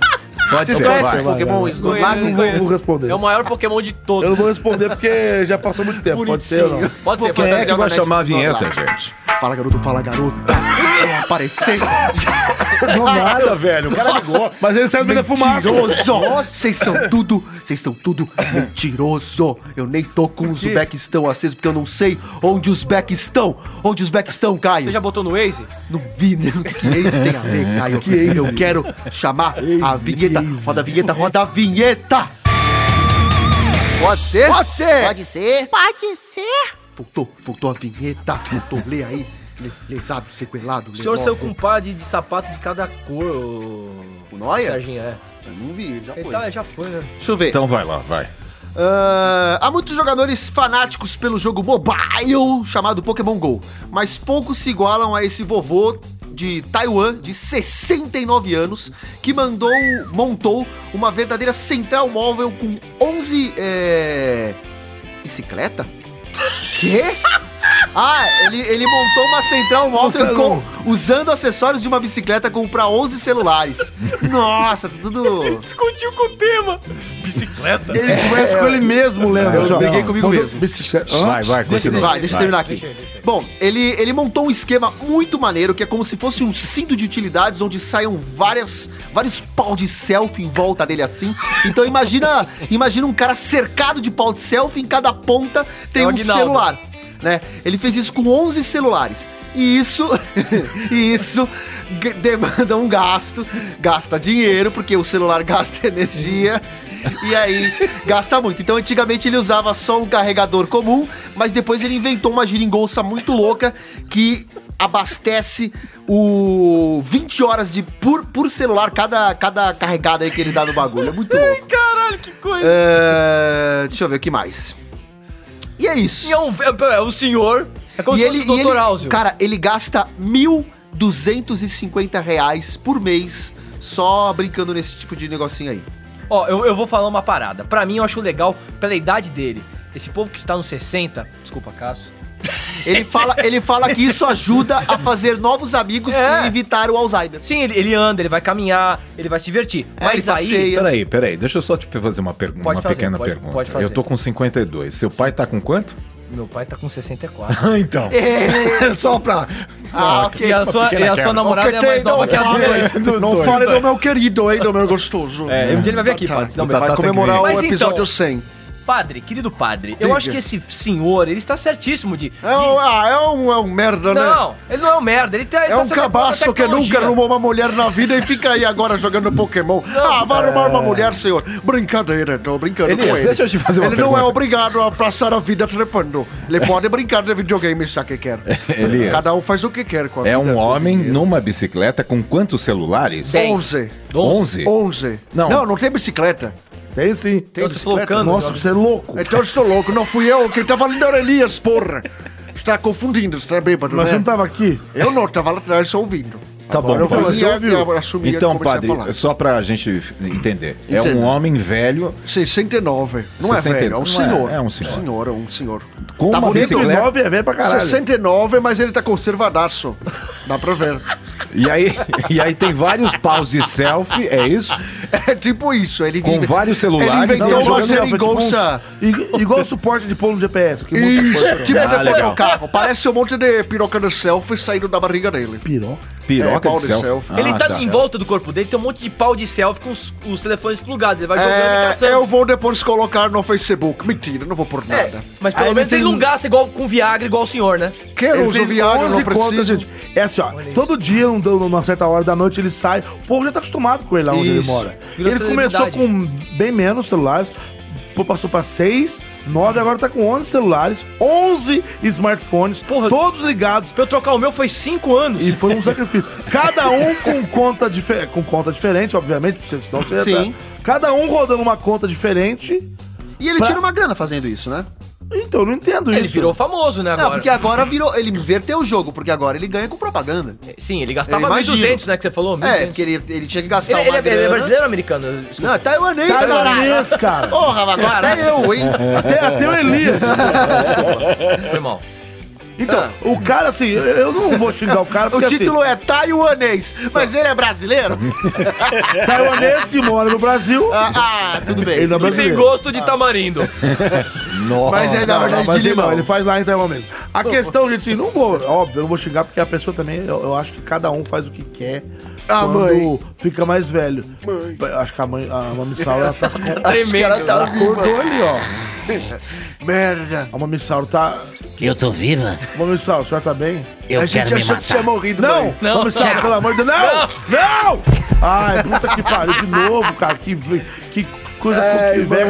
Speaker 4: Pode
Speaker 1: Vocês
Speaker 4: ser,
Speaker 1: conhecem
Speaker 4: vai,
Speaker 1: o Pokémon
Speaker 4: vai, vai.
Speaker 1: Snorlax?
Speaker 4: Conheço,
Speaker 1: Não vou- vou
Speaker 4: conheço.
Speaker 1: responder.
Speaker 2: É o maior Pokémon de todos.
Speaker 1: Eu não vou responder porque já passou muito tempo. Pode ser ou não?
Speaker 2: Pode ser,
Speaker 1: Quem é que vai chamar a vinheta, gente?
Speaker 3: gente?
Speaker 4: Fala, garoto, fala, garoto. Vai aparecer.
Speaker 1: Do nada, velho. O cara ligou. Mas ele saiu do meio da fumaça.
Speaker 4: Mentiroso! Vocês são tudo, vocês são tudo mentiroso. Eu nem tô com os back estão acesos, porque eu não sei onde os back estão. Onde os back estão, Caio?
Speaker 2: Você já botou no Waze?
Speaker 4: Não vi, né? O que é isso que tem a ver, Caio?
Speaker 2: Que é isso?
Speaker 4: eu quero chamar a vinheta. Roda a vinheta, roda a vinheta! Pode ser? Pode ser! Pode ser?
Speaker 8: Pode ser?
Speaker 4: Voltou, voltou a vinheta. Voltou, lê aí. Lê- Lesado, sequelado.
Speaker 2: O senhor
Speaker 4: lê
Speaker 2: saiu
Speaker 4: logo.
Speaker 2: com um par de, de sapato de cada cor, o...
Speaker 4: O Noia?
Speaker 2: Serginho, é.
Speaker 4: Eu não vi, já
Speaker 2: Ele
Speaker 4: foi.
Speaker 2: tá- já foi, né?
Speaker 4: Deixa eu ver.
Speaker 3: Então vai lá, vai.
Speaker 4: Ah, há muitos jogadores fanáticos pelo jogo mobile chamado Pokémon GO, mas poucos se igualam a esse vovô de Taiwan, de 69 anos, que mandou, montou uma verdadeira central móvel com 11... É... Bicicleta? Quê? Ah, ele, ele montou uma central móvel com- usando acessórios de uma bicicleta com pra 11 celulares. Nossa, tá tudo...
Speaker 2: Discutiu com o tema. Bicicleta?
Speaker 1: Ele conversa com ele mesmo, Leandro.
Speaker 4: Eu
Speaker 1: Só.
Speaker 4: briguei comigo
Speaker 1: Vamos-
Speaker 4: mesmo.
Speaker 1: Bicicleta- Hã?
Speaker 3: Vai, vai,
Speaker 4: Deixa,
Speaker 3: continua.
Speaker 4: vai, deixa eu
Speaker 3: Vai.
Speaker 4: terminar aqui. Bom, ele, ele montou um esquema muito maneiro que é como se fosse um cinto de utilidades onde saiam várias, vários pau de selfie em volta dele assim. Então imagina, imagina um cara cercado de pau de selfie, em cada ponta tem
Speaker 2: É o
Speaker 4: um
Speaker 2: Aguinaldo.
Speaker 4: celular, né? Ele fez isso com 11 celulares. E isso, e isso g- demanda um gasto, gasta dinheiro, porque o celular gasta energia. E aí, gasta muito. Então, antigamente ele usava só um carregador comum, mas depois ele inventou uma geringonça muito louca que abastece o 20 horas de por, por celular cada, cada carregada aí que ele dá no bagulho. É muito louco.
Speaker 2: Caralho, que coisa.
Speaker 4: É, deixa eu ver o que mais. E é isso.
Speaker 2: E é um, é, é um senhor. É como
Speaker 4: e
Speaker 2: se fosse o Dr. Áuzio.
Speaker 4: Cara, ele gasta 1.250 reais por mês só brincando nesse tipo de negocinho aí.
Speaker 2: Ó, eu, eu vou falar uma parada. Pra mim, eu acho legal pela idade dele. Esse povo que tá nos 60... Desculpa, Cássio.
Speaker 4: Ele fala, ele fala que isso ajuda a fazer novos amigos
Speaker 2: É.
Speaker 4: e evitar o Alzheimer.
Speaker 2: Sim, ele, ele anda, ele vai caminhar, ele vai se divertir.
Speaker 4: É,
Speaker 2: Mas
Speaker 11: tá
Speaker 4: ele
Speaker 2: aí...
Speaker 4: passeia.
Speaker 3: Peraí, peraí, deixa eu só te fazer uma, pergu-
Speaker 2: Pode
Speaker 3: uma
Speaker 2: fazer,
Speaker 3: pequena
Speaker 2: pode-
Speaker 3: pergunta.
Speaker 2: pode fazer.
Speaker 3: Eu tô com 52. Seu pai tá com quanto?
Speaker 2: Meu pai tá com 64.
Speaker 3: Ah, então. só pra.
Speaker 4: Ah,
Speaker 2: E a sua, e a sua namorada é
Speaker 11: então,
Speaker 2: mais nova que a dois.
Speaker 11: Não fale do meu querido aí, do meu gostoso.
Speaker 2: É, um dia ele vai
Speaker 11: Tá,
Speaker 2: vir aqui, padre. senão
Speaker 11: Vai comemorar o
Speaker 2: Mas
Speaker 11: episódio
Speaker 2: então,
Speaker 11: 100.
Speaker 2: Padre, querido padre, eu
Speaker 11: Diga.
Speaker 2: acho que esse senhor, ele está certíssimo de...
Speaker 11: É um, ah, é um, é um merda, né?
Speaker 2: Não, ele não é um merda, ele tá... ele
Speaker 11: É
Speaker 2: tá
Speaker 11: um
Speaker 2: sabendo
Speaker 11: cabaço
Speaker 2: da
Speaker 11: que nunca
Speaker 2: tecnologia.
Speaker 11: arrumou uma mulher na vida e fica aí agora jogando Pokémon. ah, vai arrumar
Speaker 3: É.
Speaker 11: uma mulher, senhor. Brincadeira, tô brincando
Speaker 3: Elias,
Speaker 11: com ele.
Speaker 3: deixa eu te fazer uma
Speaker 11: ele não é
Speaker 3: pergunta.
Speaker 11: obrigado a passar a vida trepando. Ele pode brincar de videogame se que quer.
Speaker 3: É. Elias.
Speaker 11: Cada um faz o que quer. Com a
Speaker 3: É
Speaker 11: vida.
Speaker 3: um homem numa bicicleta com quantos celulares?
Speaker 11: 11.
Speaker 3: 11?
Speaker 11: 11.
Speaker 3: Não.
Speaker 11: não, não tem bicicleta.
Speaker 1: Tem sim.
Speaker 11: Tem
Speaker 1: Nossa,
Speaker 11: bicicleta?
Speaker 1: colocando, Nossa, você é louco.
Speaker 11: Então eu estou louco, não fui eu. Quem tava ali era Elias, porra. Está confundindo, está bêbado,
Speaker 1: Mas
Speaker 11: né?
Speaker 1: você não tava aqui?
Speaker 11: Eu não, tava lá atrás só ouvindo.
Speaker 3: Tá bom,
Speaker 11: Agora eu
Speaker 3: então.
Speaker 11: falei,
Speaker 3: Você
Speaker 11: eu-
Speaker 1: ouviu?
Speaker 11: eu assumi, eu
Speaker 3: Então,
Speaker 11: comecei a
Speaker 3: padre,
Speaker 11: falar.
Speaker 3: só pra gente entender. É
Speaker 11: Entendo.
Speaker 3: um homem velho
Speaker 11: 69. Não é
Speaker 3: 69,
Speaker 11: velho, é um
Speaker 3: não
Speaker 11: senhor.
Speaker 3: é, é um senhor.
Speaker 11: senhor, é um senhor.
Speaker 3: com uma
Speaker 11: bonito?
Speaker 3: bicicleta.
Speaker 1: 69 é velho pra caralho.
Speaker 11: 69, mas ele tá conservadaço. Dá pra ver.
Speaker 3: E aí, e aí tem vários paus de selfie, é isso?
Speaker 11: É tipo isso. Ele
Speaker 3: Com vários celulares,
Speaker 11: Ele
Speaker 3: ele
Speaker 11: inventou uma
Speaker 3: jogando na
Speaker 1: frente,
Speaker 11: geringonça.
Speaker 1: I- Igual o suporte de polo no GPS. Que monte de
Speaker 11: Isso,
Speaker 1: coisa.
Speaker 11: tipo
Speaker 3: Ah,
Speaker 11: depois
Speaker 3: legal.
Speaker 11: do carro. Parece um monte de piroca de selfie saindo da barriga dele.
Speaker 1: Piroca?
Speaker 11: É,
Speaker 3: Piroca
Speaker 11: pau
Speaker 3: de
Speaker 11: de
Speaker 3: selfie.
Speaker 11: selfie.
Speaker 2: Ele
Speaker 3: Ah,
Speaker 2: tá, em volta do corpo dele, tem um monte de pau de selfie com os, os telefones plugados. Ele vai jogando e
Speaker 11: É,
Speaker 2: caçando.
Speaker 11: eu vou depois colocar no Facebook. Mentira, não vou por
Speaker 2: É,
Speaker 11: nada.
Speaker 2: mas pelo
Speaker 1: Aí
Speaker 2: menos
Speaker 1: ele
Speaker 2: ele
Speaker 11: um-
Speaker 2: não
Speaker 1: tem-
Speaker 2: gasta igual com Viagra, igual o senhor, né?
Speaker 11: Quero
Speaker 1: Ele
Speaker 11: uso
Speaker 1: tem
Speaker 11: viário, não
Speaker 1: 11
Speaker 11: preciso.
Speaker 1: contas, gente. É assim, ó. Todo dia, um- numa certa hora da noite, ele sai. O povo já tá acostumado com ele lá onde ele
Speaker 11: Isso.
Speaker 1: mora.
Speaker 2: Virou
Speaker 1: ele começou com bem menos celulares. pô, Passou pra 6, 9, agora tá com 11 celulares, 11 smartphones, todos ligados.
Speaker 2: Pra eu trocar o meu foi 5 anos.
Speaker 1: E foi um sacrifício. Cada um com conta, dife com conta diferente, obviamente, porque senão você ia
Speaker 4: Sim.
Speaker 1: dar- Cada um rodando uma conta diferente.
Speaker 4: E ele
Speaker 1: Pra-
Speaker 4: tira uma grana fazendo isso, né?
Speaker 1: Então, não entendo
Speaker 2: Ele virou famoso, né, agora.
Speaker 4: Não, porque agora virou. Ele inverteu o jogo, porque agora ele ganha com propaganda.
Speaker 2: Sim, ele gastava 1.200, né, que você falou?
Speaker 4: É, porque ele, ele tinha que gastar
Speaker 1: Tá,
Speaker 2: Ele, ele
Speaker 4: uma
Speaker 2: é,
Speaker 1: né?
Speaker 2: ele é brasileiro ou americano?
Speaker 4: Não, é taiwanês, cara.
Speaker 2: Taiwanês, cara.
Speaker 4: Porra, mas agora até eu, hein?
Speaker 1: Até, até o Elias.
Speaker 2: Foi mal.
Speaker 1: Então, o cara, assim, eu- eu não vou xingar o cara porque
Speaker 4: Ah. O título
Speaker 1: assim,
Speaker 4: é taiwanês, mas ele é brasileiro?
Speaker 1: é Taiwanês que mora no Brasil.
Speaker 4: Ah, tudo bem.
Speaker 1: Ele não é
Speaker 2: E tem
Speaker 1: brasileiro.
Speaker 2: gosto de tamarindo.
Speaker 4: Mas é, na
Speaker 1: Não,
Speaker 4: verdade,
Speaker 1: não, mas
Speaker 4: de
Speaker 1: ele não,
Speaker 4: limão.
Speaker 1: Ele faz lá em Taiwan mesmo. A questão, gente, assim, não vou, óbvio, eu não vou xingar, porque a pessoa também, eu, eu acho que cada um faz o que quer.
Speaker 4: Ah,
Speaker 1: quando
Speaker 4: mãe.
Speaker 1: fica mais velho. Eu Acho que a mãe, a mamissauro, ela tá com...
Speaker 12: Tremendo.
Speaker 1: Ela tá- acordou ali, ó.
Speaker 4: Merda.
Speaker 1: A mamissauro tá...
Speaker 12: Eu tô viva?
Speaker 1: Mamissauro, a senhora tá bem?
Speaker 12: Eu A gente quero me achou que matar. tinha
Speaker 4: morrido,
Speaker 1: Não,
Speaker 12: mãe.
Speaker 1: não,
Speaker 12: Não,
Speaker 1: mamissauro,
Speaker 12: não.
Speaker 1: pelo amor de Deus, não! Não! Ai, puta que pariu, de novo, cara, que... que Coisa
Speaker 11: Ei,
Speaker 1: que-
Speaker 11: mãe, É,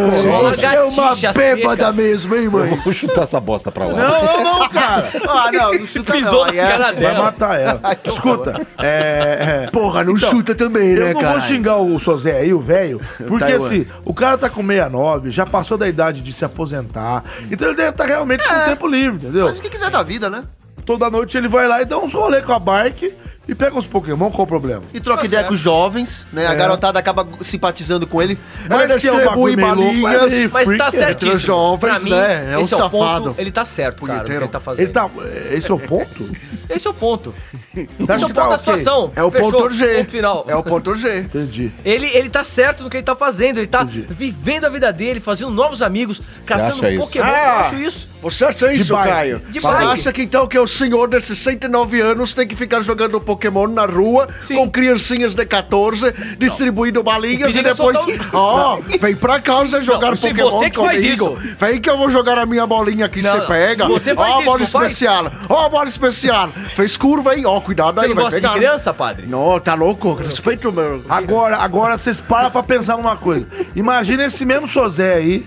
Speaker 11: você é uma
Speaker 1: Lagartixa
Speaker 11: bêbada
Speaker 1: seca.
Speaker 11: mesmo, hein, mãe?
Speaker 3: Vou chutar essa bosta pra lá.
Speaker 1: Não, não, não, cara.
Speaker 4: Ah, não, não chuta não, aí é-
Speaker 1: Vai matar ela. Escuta, é... é-
Speaker 11: Porra, não chuta também,
Speaker 1: eu
Speaker 11: né,
Speaker 1: não
Speaker 11: caralho?
Speaker 1: vou xingar o Sozé aí, o velho, porque
Speaker 11: Taiwan.
Speaker 1: assim, o cara tá com 69, já passou da idade de se aposentar, então ele deve estar realmente com tempo livre, entendeu?
Speaker 4: Mas o que quiser da vida, né?
Speaker 1: Toda noite ele vai lá e dá uns rolê com a bike e pega uns Pokémon, qual o problema?
Speaker 4: E troca ideia com os jovens, né? A
Speaker 1: Tá É.
Speaker 4: garotada acaba simpatizando com ele.
Speaker 1: Mas
Speaker 4: Ela
Speaker 1: que é um
Speaker 4: distribui
Speaker 1: bagulho meio louco, é meio
Speaker 2: Mas tá
Speaker 1: freak, né?
Speaker 2: certíssimo.
Speaker 1: Entre os jovens,
Speaker 2: pra mim,
Speaker 1: né? É um
Speaker 2: esse o
Speaker 1: safado.
Speaker 2: ponto, ele tá certo, cara, o que ele tá fazendo.
Speaker 1: Ele tá, esse é o ponto?
Speaker 2: Esse é o ponto.
Speaker 1: Tá,
Speaker 2: esse é o
Speaker 1: que
Speaker 2: ponto
Speaker 1: tá
Speaker 2: da
Speaker 1: ok.
Speaker 2: situação.
Speaker 1: É o
Speaker 2: Fechou.
Speaker 1: ponto G.
Speaker 2: Ponto final.
Speaker 1: É o ponto
Speaker 4: G.
Speaker 1: Entendi.
Speaker 2: Ele, ele tá certo no que ele tá fazendo, ele tá vivendo a vida dele, fazendo novos amigos, caçando
Speaker 11: acha isso?
Speaker 2: Pokémon.
Speaker 11: Ah!
Speaker 2: eu acho isso.
Speaker 11: Você acha
Speaker 2: De
Speaker 11: isso,
Speaker 2: bike.
Speaker 11: Caio?
Speaker 2: De
Speaker 11: Você
Speaker 2: bike.
Speaker 11: acha que então que o senhor desses 109 anos tem que ficar jogando Pokémon na rua com criancinhas de 14, distribuindo balinhas
Speaker 2: O
Speaker 11: e
Speaker 2: perigo é
Speaker 11: depois.
Speaker 2: soltar um-
Speaker 11: Ó, vem pra casa jogar
Speaker 2: se
Speaker 11: Pokémon
Speaker 2: você que faz
Speaker 11: comigo. Vem que eu vou jogar a minha bolinha aqui,
Speaker 2: Não,
Speaker 11: você pega.
Speaker 2: você faz
Speaker 11: Ó, a
Speaker 2: isso,
Speaker 11: bola
Speaker 2: não faz?
Speaker 11: especial. Ó, a bola especial. Fez curva, hein? Ó, cuidado
Speaker 2: Você
Speaker 11: aí,
Speaker 2: não
Speaker 11: vai
Speaker 2: gosta de
Speaker 11: pegar.
Speaker 2: criança, padre?
Speaker 11: Não, tá louco? Respeita o meu.
Speaker 1: Agora, agora vocês param pra pensar numa coisa. Imagina esse mesmo Sozé aí,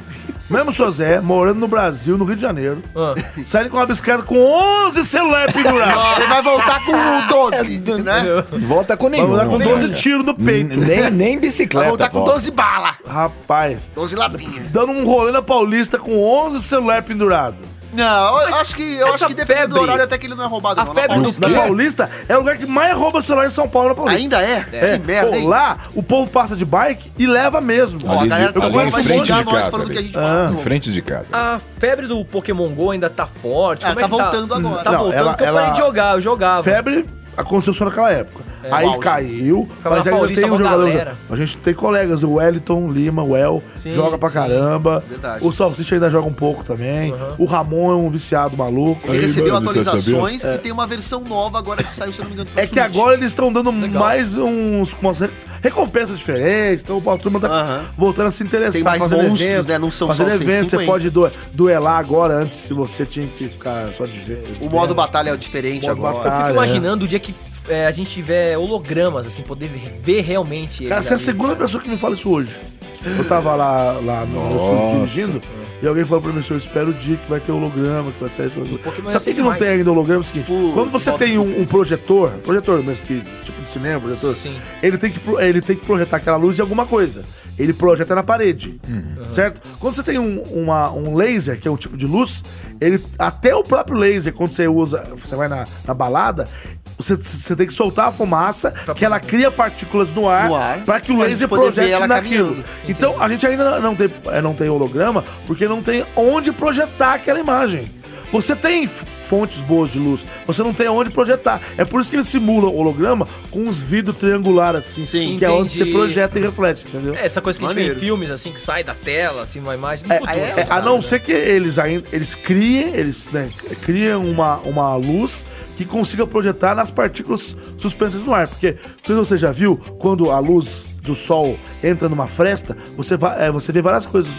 Speaker 1: mesmo Sozé, morando no Brasil, no Rio de Janeiro,
Speaker 2: Ah.
Speaker 1: saindo com uma bicicleta com 11 celulares pendurados.
Speaker 4: Ele vai voltar com um 12, né?
Speaker 1: Volta com né?
Speaker 4: nenhum,
Speaker 1: Vai voltar com
Speaker 4: cara.
Speaker 1: 12 tiros no peito.
Speaker 4: Nem- nem
Speaker 1: bicicleta.
Speaker 4: Vai
Speaker 3: é
Speaker 4: voltar com 12 balas.
Speaker 1: Rapaz.
Speaker 4: 12 ladinhas.
Speaker 1: Dando um rolê na Paulista com 11 celulares pendurados.
Speaker 4: Não, eu acho que, eu acho que depende do
Speaker 1: febre-
Speaker 4: horário até que ele não é roubado.
Speaker 1: A
Speaker 4: não, na
Speaker 1: febre
Speaker 4: Paulista.
Speaker 1: do Na Paulista é o lugar que mais rouba celular em São Paulo na Paulista.
Speaker 4: Ainda é?
Speaker 1: É.
Speaker 4: Que merda,
Speaker 1: Pô,
Speaker 4: hein?
Speaker 1: Lá, o povo passa de bike e leva mesmo.
Speaker 3: Ali,
Speaker 4: tá
Speaker 1: Eu
Speaker 3: ali em
Speaker 1: conheço um
Speaker 3: frente
Speaker 1: monte
Speaker 3: de
Speaker 1: nós
Speaker 3: casa.
Speaker 1: falando que a
Speaker 3: ali.
Speaker 1: gente fala.
Speaker 3: Ah, Em frente de casa.
Speaker 2: A febre do Pokémon GO ainda tá forte.
Speaker 1: Ah,
Speaker 2: Como
Speaker 1: tá
Speaker 2: é que
Speaker 1: voltando agora.
Speaker 2: Tá
Speaker 1: Não,
Speaker 2: voltando,
Speaker 1: ela-
Speaker 2: porque eu
Speaker 1: ela-
Speaker 2: parei de jogar, eu jogava.
Speaker 1: Febre aconteceu só naquela época.
Speaker 2: É.
Speaker 1: Aí
Speaker 2: Paulo.
Speaker 1: caiu,
Speaker 2: Ficava
Speaker 1: mas
Speaker 2: na
Speaker 1: ainda
Speaker 2: Paulista
Speaker 1: tem um
Speaker 2: com a
Speaker 1: jogador.
Speaker 2: galera.
Speaker 1: A gente tem colegas, o Wellington Lima, o El,
Speaker 2: Sim,
Speaker 1: joga pra
Speaker 2: sim.
Speaker 1: caramba.
Speaker 4: Verdade.
Speaker 1: O Salsicha ainda joga um pouco também. O Ramon é um viciado maluco.
Speaker 4: Ele é recebeu atualizações
Speaker 1: É.
Speaker 4: e tem uma versão nova agora que saiu, se eu não me engano. pro
Speaker 1: É que
Speaker 4: Switch.
Speaker 1: agora eles estão dando mais uns umas re- recompensas diferentes, então a turma tá voltando a se interessar.
Speaker 4: Tem mais
Speaker 1: fazendo
Speaker 4: monstros, né? Não são só
Speaker 1: fazendo
Speaker 4: os
Speaker 1: eventos, você
Speaker 4: 150.
Speaker 1: pode du- duelar agora antes se você tinha que ficar só de ver.
Speaker 4: O modo batalha é diferente
Speaker 1: Modo
Speaker 4: agora.
Speaker 1: batalha.
Speaker 2: Eu
Speaker 1: Ah,
Speaker 2: fico
Speaker 1: é.
Speaker 2: imaginando o dia que é, a gente tiver hologramas, assim, poder ver ver realmente.
Speaker 1: Cara,
Speaker 2: ele
Speaker 1: você é a
Speaker 2: ali.
Speaker 1: segunda pessoa que me fala isso hoje. Eu tava lá, lá no no sul
Speaker 2: Nossa.
Speaker 1: dirigindo e alguém falou pra mim, senhor, espera o dia que vai ter holograma, que vai sair esse holograma.
Speaker 2: Pokémon
Speaker 1: Sabe
Speaker 2: é
Speaker 1: por que não
Speaker 2: demais.
Speaker 1: tem ainda holograma? É o seguinte, quando você
Speaker 2: volta
Speaker 1: tem
Speaker 2: pro
Speaker 1: um, um projetor, projetor mesmo, que, tipo de cinema, projetor, ele tem, que, pro- ele tem que projetar aquela luz em alguma coisa. Ele projeta na parede, certo? Quando você tem um, uma- um laser, que é um tipo de luz, ele até o próprio laser, quando você usa, você vai na, na balada, você, você tem que soltar a fumaça, que ela cria partículas no ar, para que o
Speaker 4: pra gente
Speaker 1: laser
Speaker 4: poder ver
Speaker 1: projete
Speaker 4: ela
Speaker 1: naquilo.
Speaker 4: caminhando.
Speaker 1: Então a gente ainda não tem, é, não tem holograma porque não tem onde projetar aquela imagem. Você tem f- fontes boas de luz, você não tem onde projetar. É por isso que eles simulam holograma com uns vidros triangulares assim, que é onde você
Speaker 2: Entendi.
Speaker 1: projeta e reflete, entendeu?
Speaker 2: É, essa coisa que a gente vê
Speaker 1: Maneiro.
Speaker 2: em filmes, assim, que sai da tela, assim, uma imagem do
Speaker 1: É,
Speaker 2: futuro.
Speaker 1: é,
Speaker 5: Tá
Speaker 1: a não ser que eles ainda eles criem, eles né, criam uma, uma luz que consiga projetar nas partículas suspensas no ar. Porque não sei se você já viu, quando a luz do sol entra numa fresta, você, va- é, você vê várias coisas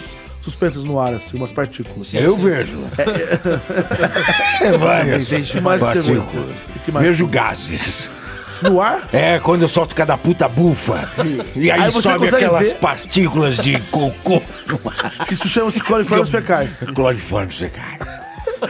Speaker 1: suspensas no ar, assim, umas partículas.
Speaker 5: Eu vejo.
Speaker 1: É,
Speaker 5: É várias.
Speaker 1: O que mais que você vê? O que mais?
Speaker 5: Vejo gases.
Speaker 1: No ar?
Speaker 5: É, quando eu solto cada puta bufa. E aí,
Speaker 1: Aí você
Speaker 5: sobe
Speaker 1: consegue
Speaker 5: aquelas
Speaker 1: ver?
Speaker 5: partículas de cocô.
Speaker 1: Isso chama-se coliformes fecais.
Speaker 5: Coliformes fecais.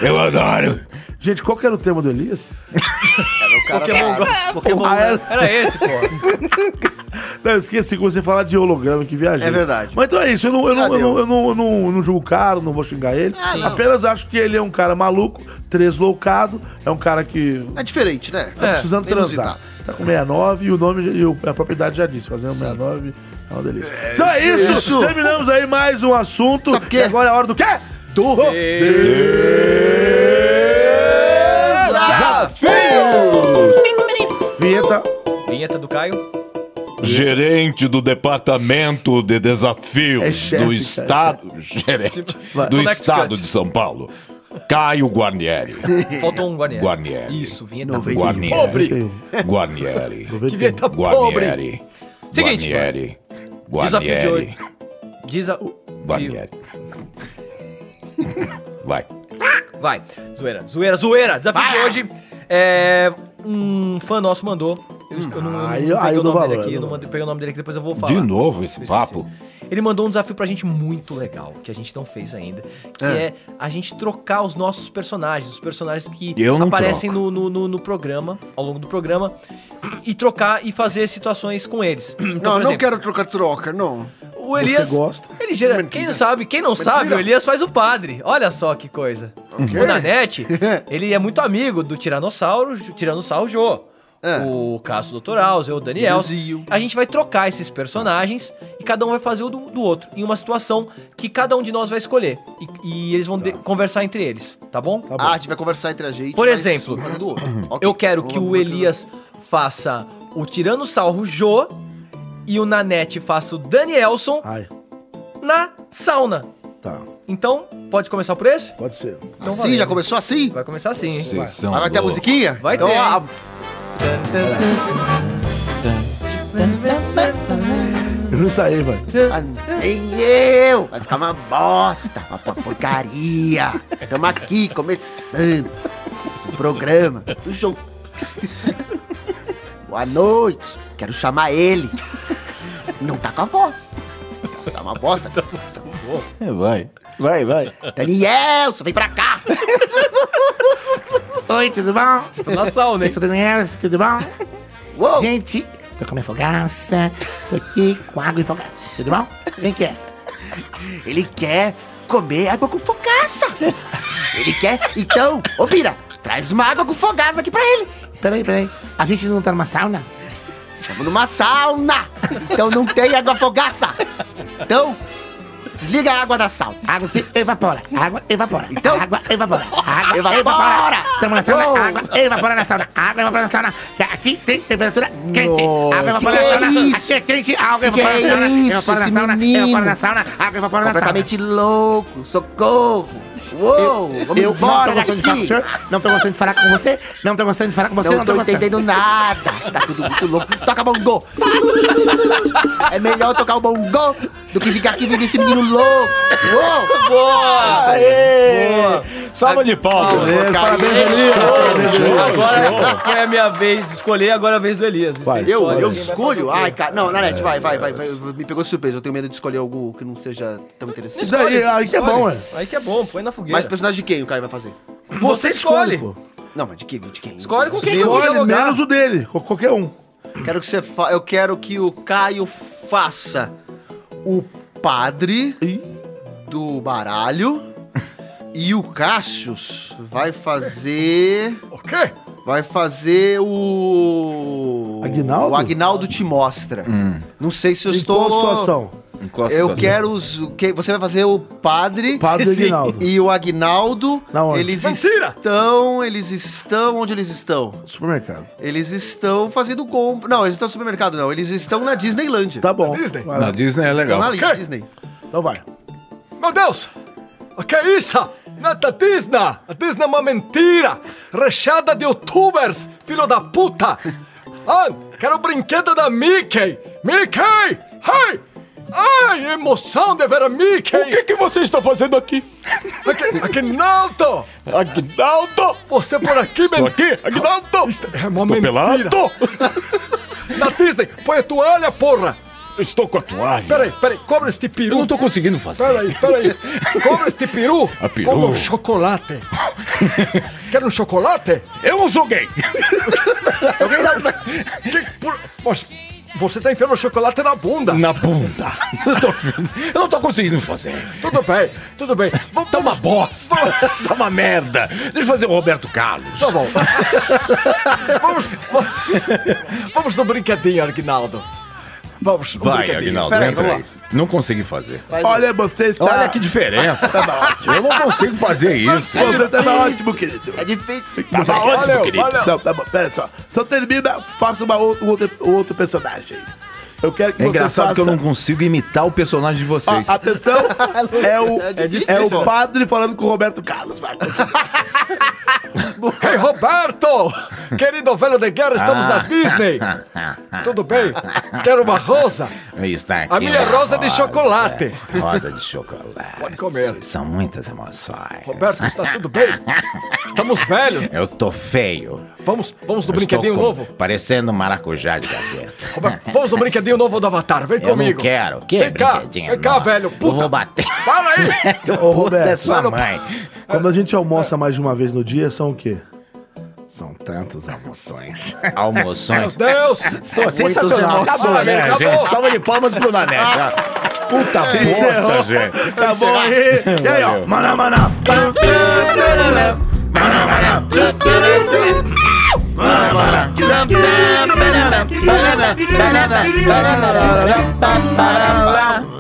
Speaker 5: Eu adoro.
Speaker 1: Gente, qual que era o tema do Elias?
Speaker 4: Era Ah, o cara
Speaker 1: Pokémon
Speaker 4: da-
Speaker 1: Go.
Speaker 4: Pokémon
Speaker 1: Ah,
Speaker 4: Go.
Speaker 1: era- Era esse, pô. Não, eu esqueci que você falar de holograma que viajei.
Speaker 4: É verdade.
Speaker 1: Mas então é isso. Eu não, eu não,
Speaker 4: Cadê?
Speaker 1: eu não, eu não, eu não- eu não julgo o cara, não vou xingar ele.
Speaker 4: Ah, não.
Speaker 1: Apenas acho que ele é um cara maluco, tresloucado. É um cara que
Speaker 4: É diferente, né?
Speaker 1: tá precisando transar. Tá com 69 e o nome e o- a propriedade já disse. um Fazendo 69 é uma delícia. então é isso.
Speaker 4: isso.
Speaker 1: Terminamos aí mais um assunto. Sabe E agora é a hora do quê?
Speaker 4: Do...
Speaker 1: Vinheta.
Speaker 2: Vinheta do Caio.
Speaker 3: Gerente do Departamento de Desafios
Speaker 2: É chefe,
Speaker 3: do
Speaker 2: cara, é
Speaker 3: Estado. gerente
Speaker 2: Vai.
Speaker 3: do
Speaker 2: Next
Speaker 3: Estado
Speaker 2: cut.
Speaker 3: de São Paulo. Caio Guarnieri.
Speaker 2: Faltou um Guarnieri.
Speaker 3: Guarnieri.
Speaker 2: Isso, vinheta
Speaker 3: Guarnieri.
Speaker 2: pobre.
Speaker 3: Guarnieri.
Speaker 2: Que vinheta
Speaker 3: Guarnieri.
Speaker 2: pobre. Seguinte,
Speaker 3: Guarnieri.
Speaker 2: Desafio de
Speaker 3: Guarnieri.
Speaker 2: hoje. Desa...
Speaker 3: Guarnieri. Vai.
Speaker 2: Vai, zoeira, zoeira, zoeira. Desafio de hoje. É, um fã nosso mandou. Eu, eu não, eu não
Speaker 1: Aí-
Speaker 2: peguei
Speaker 1: aí eu
Speaker 2: o
Speaker 1: dou
Speaker 2: nome
Speaker 1: valor,
Speaker 2: dele aqui.
Speaker 1: eu
Speaker 2: Eu
Speaker 1: dou
Speaker 2: não mandei- peguei o nome dele aqui, depois eu vou falar.
Speaker 3: De novo esse
Speaker 2: Eu esqueci.
Speaker 3: papo?
Speaker 2: Ele mandou um desafio pra gente muito legal, que a gente não fez ainda, que
Speaker 3: É.
Speaker 2: é, a gente trocar os nossos personagens, os personagens que
Speaker 3: Eu não
Speaker 2: aparecem no, no, no- no programa, ao longo do programa, e trocar e fazer situações com eles. Então,
Speaker 4: Não,
Speaker 2: por
Speaker 4: não
Speaker 2: exemplo,
Speaker 4: quero trocar-troca, não.
Speaker 2: o Elias. Ele gera, quem não sabe, quem não
Speaker 4: Mentira.
Speaker 2: sabe, o Elias faz o padre. Olha só que coisa.
Speaker 4: Ok.
Speaker 2: O Nanete, ele é muito amigo do Tiranossauro, Tiranossauro Jô.
Speaker 4: É.
Speaker 2: O Cássio Doutoral, eu, o Daniel.
Speaker 4: Elzio.
Speaker 2: A gente vai trocar esses personagens e cada um vai fazer o do, do outro, em uma situação que cada um de nós vai escolher. E, e eles vão
Speaker 4: Tá.
Speaker 2: de- conversar entre eles, tá bom?
Speaker 4: Ah, a gente vai conversar entre a gente.
Speaker 2: Por
Speaker 4: mas
Speaker 2: exemplo,
Speaker 4: um do outro. Ok.
Speaker 2: eu quero que
Speaker 4: Vamos
Speaker 2: o Elias faça o Tiranossauro Jô e o Nanete faça o
Speaker 4: Ah.
Speaker 2: Danielson na sauna.
Speaker 1: Tá.
Speaker 2: Então, pode começar por esse?
Speaker 1: Pode ser.
Speaker 4: Assim? Já começou assim?
Speaker 2: Vai começar assim. hein?
Speaker 4: Vocês são Mas vai ter a loucos. musiquinha?
Speaker 2: Vai
Speaker 4: Então,
Speaker 2: ter.
Speaker 4: a-
Speaker 2: hein?
Speaker 1: Eu não saí, velho.
Speaker 4: Ah, Nem eu! Vai ficar uma bosta, uma po- porcaria. Estamos aqui começando o programa do show. Boa noite, quero chamar ele. Não tá com a voz. Tá uma bosta.
Speaker 3: Vai. Vai, vai.
Speaker 4: Danielson, vem pra cá!
Speaker 14: Oi, tudo bom?
Speaker 2: Estou na né? Tipo, sauna,
Speaker 14: Eu sou o Daniel, tudo bom? Gente, tô com minha fogaça, tô aqui com água e fogaça, tudo bom? Quem quer?
Speaker 4: Ele quer comer água com fogaça. Ele quer, então, ô Pira, traz uma água com fogaça aqui pra ele.
Speaker 14: Peraí, peraí, a gente não tá numa sauna?
Speaker 4: Estamos numa sauna, então não tem água fogaça. Então, desliga a água da sauna.
Speaker 14: Água que evapora, água evapora,
Speaker 4: Então,
Speaker 14: água evapora, água
Speaker 4: Evapora!
Speaker 14: evapora. Estamos na sauna,
Speaker 4: Uou!
Speaker 14: água evapora na sauna, água evapora na sauna. Aqui tem temperatura quente, água evapora
Speaker 4: que
Speaker 14: na
Speaker 4: é
Speaker 14: sauna, aqui
Speaker 4: isso?
Speaker 14: é quente, água
Speaker 4: Que
Speaker 14: evapora na
Speaker 4: é
Speaker 14: sauna,
Speaker 4: isso,
Speaker 14: evapora na
Speaker 4: esse
Speaker 14: sauna,
Speaker 4: menino?
Speaker 14: evapora na sauna, água evapora na sauna.
Speaker 4: Completamente louco, socorro. Uou, vamos
Speaker 14: Eu não tô
Speaker 4: embora
Speaker 14: gostando de falar com o
Speaker 4: daqui.
Speaker 14: senhor, não tô gostando de falar com você, não tô gostando de falar com você,
Speaker 4: Não
Speaker 14: não
Speaker 4: tô
Speaker 14: tô gostando.
Speaker 4: entendendo nada. Tá tudo muito louco. Toca bongo. É melhor tocar o bongo do que ficar aqui vendo esse menino louco. Uou.
Speaker 2: Boa!
Speaker 4: Boa!
Speaker 3: Salva de palmas.
Speaker 4: Parabéns,
Speaker 2: Agora foi a minha vez de escolher, agora é a vez do Elias. Você
Speaker 4: Eu,
Speaker 2: escolhe quem
Speaker 4: eu
Speaker 2: vai fazer
Speaker 4: escolho?
Speaker 2: o quê.
Speaker 4: Ai, cara. Não, Nanete, vai, vai, vai, vai. Me pegou de surpresa. Eu tenho medo de escolher algo que não seja tão interessante.
Speaker 1: Ah,
Speaker 2: Escolhe, escolhe.
Speaker 4: é.
Speaker 2: Aí que é bom, põe na fogueira.
Speaker 4: Mas personagem de quem o Caio vai fazer?
Speaker 2: Você escolhe.
Speaker 4: Não, mas de quem? De quem?
Speaker 2: Escolhe com quem
Speaker 4: Escolhe
Speaker 2: tu dialogar.
Speaker 1: menos o dele, co- qualquer um.
Speaker 4: Quero que você fa... Eu quero que o Caio faça o padre do baralho e o Cassius vai fazer. O
Speaker 2: quê?
Speaker 4: Vai fazer o.
Speaker 1: Aguinaldo?
Speaker 4: O Agnaldo te mostra. Não sei se eu
Speaker 1: Em
Speaker 4: estou.
Speaker 1: qual situação?
Speaker 4: Eu
Speaker 1: qual situação?
Speaker 4: quero os. o que- Você vai fazer o padre.
Speaker 1: Padre Sim. Aguinaldo.
Speaker 4: E o Agnaldo.
Speaker 1: Na onde?
Speaker 4: Eles estão. Eles estão. Onde eles estão?
Speaker 1: Supermercado.
Speaker 4: Eles estão fazendo compra. Não, eles estão no supermercado, não. Eles estão na Disneylandia. Tá
Speaker 1: bom.
Speaker 4: Disney.
Speaker 3: Na Disney é legal.
Speaker 4: Estão na
Speaker 3: Ok.
Speaker 4: Disney.
Speaker 1: Então vai.
Speaker 2: Meu Deus! O que é isso? Nata Disney! A Disney é uma mentira! Rechada de youtubers, filho da puta! Ah, quero o brinquedo da Mickey! Mickey! Ai! Ai, emoção de ver a Mickey! O que,
Speaker 3: que você está fazendo aqui?
Speaker 2: Aguinaldo!
Speaker 3: Aguinaldo!
Speaker 2: Você por aqui,
Speaker 3: Estou aqui, Aguinaldo!
Speaker 2: É uma
Speaker 3: Estou
Speaker 2: mentira!
Speaker 3: pelado!
Speaker 2: Na Disney, põe a toalha, porra!
Speaker 3: Estou com a toalha.
Speaker 2: Peraí, peraí, cobra este peru! Eu não
Speaker 3: tô conseguindo fazer.
Speaker 2: Peraí, peraí, cobra este peru!
Speaker 3: A peru?
Speaker 2: Como um chocolate! Quer um chocolate?
Speaker 3: Eu não sou gay!
Speaker 2: Que por- Mas
Speaker 15: Você tá enfiando chocolate na bunda.
Speaker 5: Na bunda. Eu, tô- eu não tô conseguindo fazer.
Speaker 15: Tudo bem, tudo bem.
Speaker 5: tá uma bosta. tá uma merda. Deixa eu fazer o Roberto Carlos.
Speaker 15: Tá bom. vamos, vamos, vamos no brincadinho, Aguinaldo. Vamos, no
Speaker 3: Vai,
Speaker 15: brincadinho.
Speaker 3: Aguinaldo,
Speaker 15: Peraí,
Speaker 3: entra aí.
Speaker 15: vamos lá.
Speaker 3: Não consegui fazer.
Speaker 2: Tá.
Speaker 1: Olha, você está.
Speaker 3: Olha que diferença. eu não consigo fazer isso.
Speaker 1: Você tava tá ótimo, querido.
Speaker 4: É difícil.
Speaker 1: Tava
Speaker 3: Tá Valeu,
Speaker 1: ótimo,
Speaker 3: valeu.
Speaker 1: querido. Não, tá bom, pera só. Só termina, faça uma outra, outro, outro personagem. Eu quero que
Speaker 3: É
Speaker 1: você
Speaker 3: engraçado
Speaker 1: faça... Ah,
Speaker 3: que eu não consigo imitar o personagem de vocês.
Speaker 1: Ó, atenção, é o,
Speaker 3: É
Speaker 1: é,
Speaker 3: difícil,
Speaker 1: o
Speaker 3: ó.
Speaker 1: padre falando com o Roberto Carlos. Vai.
Speaker 15: Ei, Roberto! Querido velho de guerra, estamos na Disney. Tudo bem? Quero uma rosa.
Speaker 5: Aí está aqui
Speaker 15: A minha
Speaker 5: uma
Speaker 15: rosa de chocolate.
Speaker 5: Rosa de chocolate.
Speaker 15: Pode comer.
Speaker 5: São muitas emoções.
Speaker 15: Roberto, está tudo bem? Estamos velhos.
Speaker 5: Eu tô feio.
Speaker 15: Vamos, vamos no
Speaker 5: Eu estou
Speaker 15: brinquedinho
Speaker 5: com-
Speaker 15: novo.
Speaker 5: Parecendo um maracujá de gaveta.
Speaker 15: Roberto, vamos no brinquedinho novo do Avatar. Vem
Speaker 5: Eu
Speaker 15: comigo.
Speaker 5: não quero. Que
Speaker 15: vem cá,
Speaker 5: brinquedinho
Speaker 15: vem cá,
Speaker 5: novo?
Speaker 15: velho. Puta.
Speaker 5: Eu vou bater.
Speaker 15: Para aí.
Speaker 1: Ô, Roberto,
Speaker 5: Puta sua mãe.
Speaker 1: Quando a gente almoça mais de uma vez no dia, são o quê? São tantos almoções.
Speaker 5: Almoções.
Speaker 15: Meu Deus!
Speaker 5: Sou sensacional.
Speaker 1: É, Muitas
Speaker 5: Acabou,
Speaker 1: emoções.
Speaker 5: né,
Speaker 1: Acabou.
Speaker 5: gente? Salva de palmas pro Nanete. ó. Puta bosta,
Speaker 1: Encerrou.
Speaker 5: gente.
Speaker 1: Tá bom aí. E aí, ó.
Speaker 5: Valeu.
Speaker 1: Maná, maná.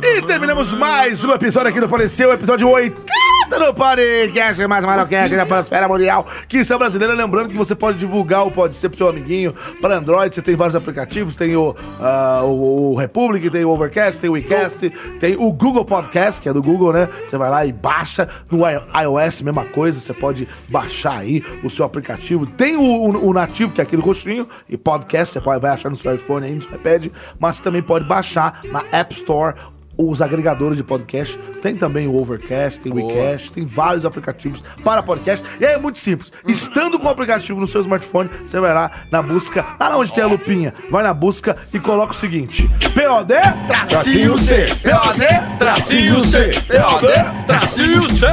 Speaker 10: E terminamos mais um episódio aqui do Pareceu, episódio 8.
Speaker 1: no podcast mais maroquete da Panosfera Mundial, que são brasileira. Lembrando que você pode divulgar o Pode Ser pro seu amiguinho para Android. Você tem vários aplicativos: tem o, ah, o, o Republic, tem o Overcast, tem o WeCast, tem o Google Podcast, que é do Google, né? Você vai lá e baixa. No i- iOS, mesma coisa. Você pode baixar aí o seu aplicativo. Tem o, o- o nativo, que é aquele roxinho, e podcast. Você pode, vai achar no seu iPhone aí, no seu iPad. Mas você também pode baixar na App Store os agregadores de podcast. Tem também o Overcast, tem o WeCast, tem vários aplicativos para podcast. E aí é muito simples. Estando com o aplicativo no seu smartphone, você vai lá na busca, lá onde tem a lupinha, vai na busca e coloca o seguinte: POD
Speaker 5: Tracinho C.
Speaker 1: POD
Speaker 5: Tracinho C.
Speaker 1: POD tracinho C.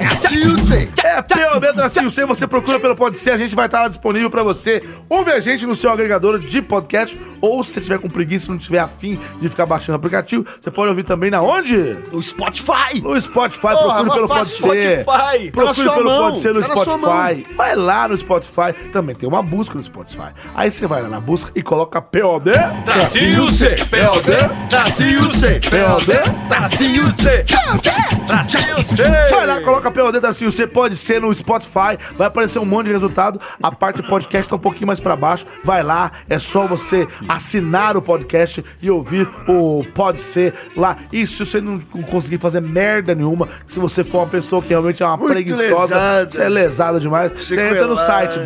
Speaker 1: Tracinho C. É POD tracinho C, você procura pelo Pode Ser, a gente vai estar lá disponível pra você. Ouve a gente no seu agregador de podcast, ou se você tiver com preguiça, não tiver afim de ficar baixando o aplicativo, você pode ouvir também na onde?
Speaker 4: No Spotify.
Speaker 1: No Spotify,
Speaker 4: Porra,
Speaker 1: procure
Speaker 4: mas
Speaker 1: pelo Pode
Speaker 4: fácil,
Speaker 1: Ser.
Speaker 4: Spotify. Tá na
Speaker 1: Procure
Speaker 4: sua
Speaker 1: pelo
Speaker 4: mão,
Speaker 1: Pode Ser no
Speaker 4: tá na sua
Speaker 1: Spotify. Vai lá no Spotify, também tem uma busca no Spotify. Aí você vai lá na busca e coloca POD
Speaker 2: Tá.
Speaker 5: Tracinho C.
Speaker 1: POD tracinho C. POD tracinho C. Tracinho C. Vai lá, coloca POD tracinho C. Pode ser no Spotify. Vai aparecer um monte de resultado. A parte do podcast tá um pouquinho mais pra baixo. Vai lá, é só você assinar o podcast e ouvir o Pode Ser lá. E se você não conseguir fazer merda nenhuma, se você for uma pessoa que realmente é uma
Speaker 4: Muito
Speaker 1: preguiçosa,
Speaker 4: lesada.
Speaker 1: você é lesada demais, você entra no
Speaker 4: Sequelada.
Speaker 1: site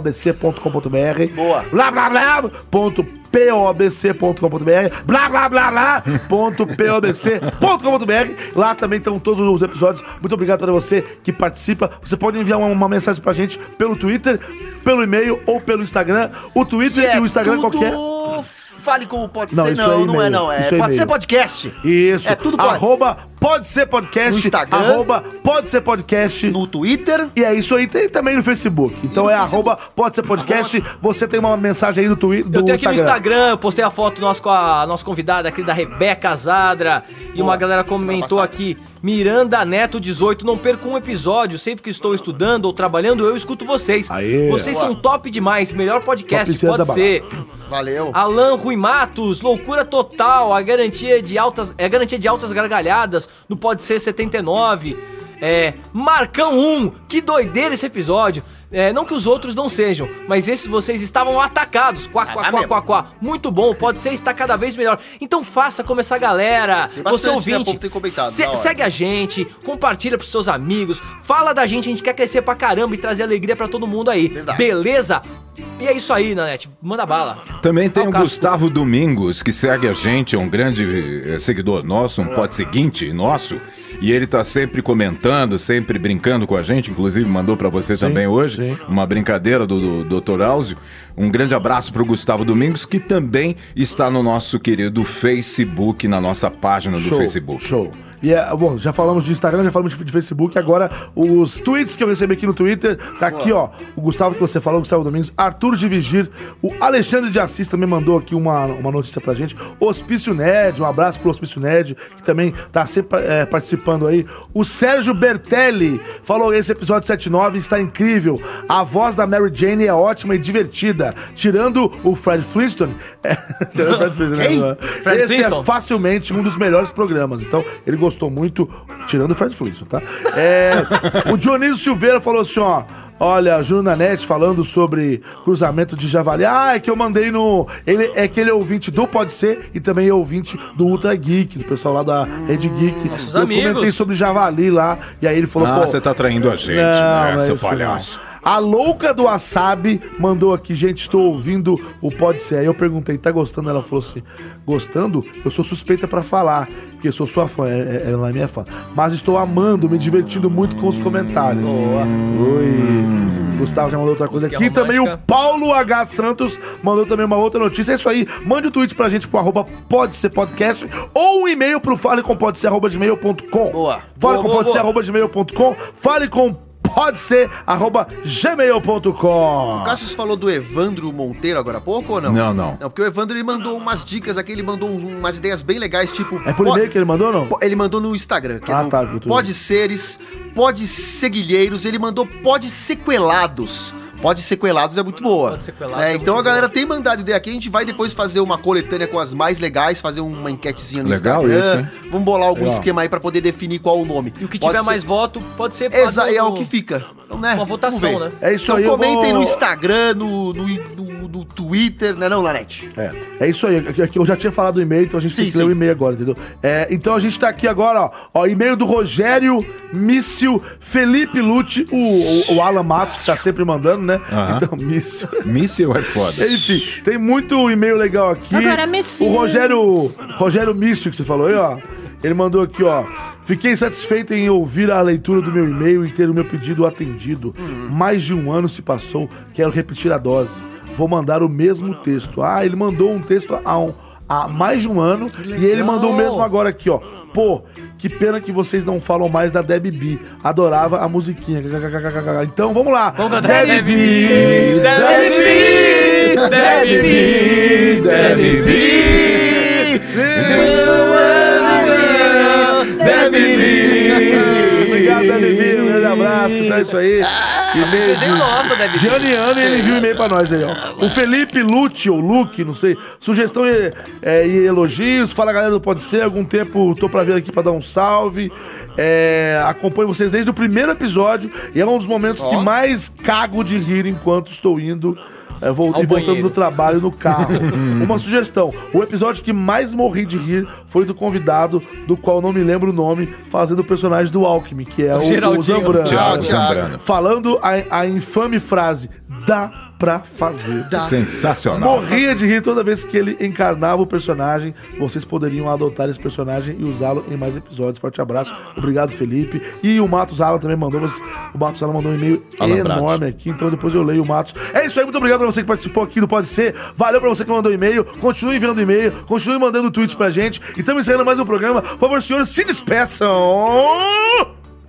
Speaker 1: www.pobc.com.br Boa. Blá, blá, blá, ponto pobc.com.br blá blá blá blá ponto pobc.com.br lá também estão todos os episódios muito obrigado para você que participa você pode enviar uma, uma mensagem pra gente pelo Twitter pelo e-mail ou pelo Instagram o Twitter e o Instagram
Speaker 4: é tudo
Speaker 1: qualquer
Speaker 4: Fale como pode
Speaker 1: Não,
Speaker 4: ser,
Speaker 1: isso
Speaker 4: não,
Speaker 1: é
Speaker 4: não é,
Speaker 1: e-mail,
Speaker 4: não. É,
Speaker 1: isso é
Speaker 4: pode ser
Speaker 1: e-mail.
Speaker 4: podcast.
Speaker 1: Isso.
Speaker 4: É tudo pode.
Speaker 1: arroba pode ser podcast.
Speaker 4: No Instagram.
Speaker 1: Arroba pode ser podcast. No
Speaker 4: Twitter.
Speaker 1: E é isso aí. Tem também no Facebook. Então é arroba pode ser podcast. Você tem uma mensagem aí do Twitter.
Speaker 2: Eu tenho aqui no Instagram, eu postei a foto nossa com a nossa convidada aqui da Rebeca Zadra. E uma galera comentou aqui: Miranda Neto 18, não perco um episódio. Sempre que estou estudando ou trabalhando, eu escuto vocês.
Speaker 1: Aê.
Speaker 2: Vocês
Speaker 1: Boa.
Speaker 2: são top demais, melhor podcast,
Speaker 1: Topzera
Speaker 2: pode
Speaker 1: da
Speaker 2: ser.
Speaker 4: Valeu.
Speaker 2: Alan Rui Matos, loucura total, a garantia de altas, é a garantia de altas gargalhadas no Pode Ser 79. É, Marcão 1, que doideira esse episódio. É, não que os outros não sejam, mas esses vocês estavam atacados. Quá, quá, quá, quá, quá. Muito bom, pode ser, está cada vez melhor. Então faça como essa galera.
Speaker 4: bastante,
Speaker 2: Você
Speaker 4: né? O
Speaker 2: ouvinte,
Speaker 4: povo tem comentado,
Speaker 2: se-
Speaker 4: da hora.
Speaker 2: segue a gente, compartilha pros seus amigos, fala da gente, a gente quer crescer pra caramba e trazer alegria pra todo mundo aí. Beleza? E é isso aí, Nanete. Manda bala.
Speaker 3: Também
Speaker 1: Ah,
Speaker 3: tem o
Speaker 2: Cássio.
Speaker 3: Gustavo Domingos, que segue a gente, é um grande eh, seguidor nosso, um pote seguinte nosso. E ele tá sempre comentando, sempre brincando com a gente, inclusive mandou pra você também hoje, uma brincadeira do, do Dr. Áuzio. Um grande abraço pro Gustavo Domingos, que também está no nosso querido Facebook, na nossa página do
Speaker 1: Show,
Speaker 3: Facebook.
Speaker 1: Show. E é, bom, já falamos de Instagram, já falamos de, de Facebook. Agora, os tweets que eu recebi aqui no Twitter. Tá aqui, ó. O Gustavo que você falou, Gustavo Domingos. Arthur de Vigir. O Alexandre de Assis também mandou aqui uma, uma notícia pra gente. Hospício Ned, um abraço pro Hospício Ned, que também tá sempre é, participando aí. O Sérgio Bertelli falou: esse episódio 79 está incrível. A voz da Mary Jane é ótima e divertida. Tirando o Fred Flintstone. É, tirando o Fred Flintstone,
Speaker 2: Quem?
Speaker 1: né?
Speaker 2: Fred
Speaker 1: esse é
Speaker 2: Flintstone?
Speaker 1: facilmente um dos melhores programas. Então, ele gostou muito, tirando o Fred Flintstone, tá? É, o Dionísio Silveira falou assim, ó. Olha, Júnior Nanete falando sobre cruzamento de javali. Ah, é que eu mandei no. Ele, é que ele é ouvinte do Pode Ser e também é ouvinte do Ultra Geek, do pessoal lá da Red Geek.
Speaker 3: nossos
Speaker 1: eu
Speaker 3: amigos.
Speaker 1: comentei sobre javali lá, e aí ele falou.
Speaker 3: Ah,
Speaker 1: pô,
Speaker 3: você tá traindo a gente, né,
Speaker 1: não é
Speaker 3: seu
Speaker 1: isso,
Speaker 3: palhaço.
Speaker 1: não. A louca do Wasabi mandou aqui, gente, estou ouvindo o Pode Ser. Aí eu perguntei, tá gostando? Ela falou assim, gostando? Eu sou suspeita pra falar, porque eu sou sua fã, é- é- ela é minha fã. Mas estou amando, me divertindo muito com os comentários. Oi. Gustavo já mandou outra coisa aqui.
Speaker 10: Música
Speaker 1: E também o
Speaker 10: romântica.
Speaker 1: Paulo H. Santos mandou também uma outra notícia. É isso aí. Mande um tweet pra gente pro arroba pode ser podcast ou um e-mail pro fale com pode ser arroba gmail.com. Boa. Fale
Speaker 10: Boa,
Speaker 1: com
Speaker 10: boa,
Speaker 1: pode ser
Speaker 10: boa.
Speaker 1: arroba gmail.com. Fale com pode ser arroba
Speaker 4: O
Speaker 1: gmail.com.
Speaker 4: Cassius falou do Evandro Monteiro agora há pouco ou não?
Speaker 1: Ah. Não, não.
Speaker 4: Não, porque o Evandro ele mandou umas dicas aqui, ele mandou um- umas ideias bem legais, tipo.
Speaker 1: É por
Speaker 4: po-
Speaker 1: e-mail que ele mandou ou não?
Speaker 4: po- Ele mandou no Instagram. Que
Speaker 1: Ah,
Speaker 4: é no
Speaker 1: tá, eu tô-
Speaker 4: Pode seres, pode seguilheiros, ele mandou pode sequelados. Pode sequelados é muito boa. Pode
Speaker 2: sequelados é
Speaker 4: então a galera tem mandado ideia aqui. A gente vai depois fazer uma coletânea com as mais legais, fazer uma enquetezinha no
Speaker 3: Legal
Speaker 4: Instagram.
Speaker 3: isso,
Speaker 4: Vamos bolar algum
Speaker 3: Legal.
Speaker 4: esquema aí pra poder definir qual o nome. E
Speaker 2: o que tiver mais voto, pode ser.
Speaker 4: Exa
Speaker 2: pode-
Speaker 4: é o que fica. Então, né?
Speaker 2: Uma votação,
Speaker 4: Vamos ver.
Speaker 2: né? É isso
Speaker 4: então,
Speaker 2: aí, eu
Speaker 4: Comentem
Speaker 2: vou-
Speaker 4: no Instagram, no, no, no- no Twitter, né, não, Lanete?
Speaker 1: É, é isso aí. É que Eu já tinha falado o e-mail, então a gente
Speaker 4: Sim,
Speaker 1: tem que ler
Speaker 4: sim.
Speaker 1: o e-mail agora, entendeu? É, então a gente tá aqui agora, ó. ó e-mail do Rogério Mício, Felipe Lute, o, o, o Alan Matos, que tá sempre mandando, né?
Speaker 3: Aham.
Speaker 1: Então, Mício.
Speaker 3: Míssil é foda.
Speaker 1: Enfim, tem muito e-mail legal aqui.
Speaker 5: Agora, Mício.
Speaker 1: O Rogério, Rogério Mício, que você falou aí, ó. Ele mandou aqui, ó. Fiquei satisfeito em ouvir a leitura do meu e-mail e ter o meu pedido atendido. Mais de um ano se passou, quero repetir a dose. Vou mandar o mesmo texto. Ah, ele mandou um texto há, um- há mais de um ano e ele mandou o mesmo agora aqui, ó. Pô, que pena que vocês não falam mais da Debbie B. Adorava a musiquinha. Então vamos lá. Vamos
Speaker 10: cantar.
Speaker 1: Debbie
Speaker 10: Debbie
Speaker 1: B.
Speaker 10: B, Debbie B, Debbie B, Debbie B. There's no one Debbie B.
Speaker 1: Obrigado, Debbie B. Um grande abraço. Então é isso aí. E-mail
Speaker 10: Desenho nosso,
Speaker 2: né,
Speaker 10: Debbie B.
Speaker 1: de Gianniano, ele
Speaker 10: É.
Speaker 1: enviou e-mail pra nós aí, ó. O Felipe Lute, ou Luke, não sei. Sugestão e, é, e elogios. Fala, galera do Pode Ser. Algum tempo tô pra vir aqui pra dar um salve. É, acompanho vocês desde o primeiro episódio. E é um dos momentos que mais cago de rir enquanto estou indo... é, vou,
Speaker 10: Ao
Speaker 1: e voltando
Speaker 10: banheiro.
Speaker 1: do trabalho no carro. Uma sugestão: o episódio que mais morri de rir foi do convidado, do qual não me lembro o nome, fazendo o personagem do Alckmin, que é o, o
Speaker 10: Geraldinho.
Speaker 1: Zambrano.
Speaker 10: Thiago Zambrano.
Speaker 1: Falando a, a infame frase: dá pra fazer. Dá.
Speaker 3: Sensacional.
Speaker 1: Morria de rir toda vez que ele encarnava o personagem. Vocês poderiam adotar esse personagem e usá-lo em mais episódios. Forte abraço. Obrigado, Felipe. E o Matos Alan também mandou, mas o Matos Alan mandou um e-mail
Speaker 10: Alambrado.
Speaker 1: enorme aqui, então depois eu leio o Matos. É isso aí, muito obrigado pra você que participou aqui do Pode Ser. Valeu pra você que mandou e-mail. Continue enviando e-mail, continue mandando tweets pra gente. E estamos encerrando mais um programa. Por favor, senhores, se despeçam!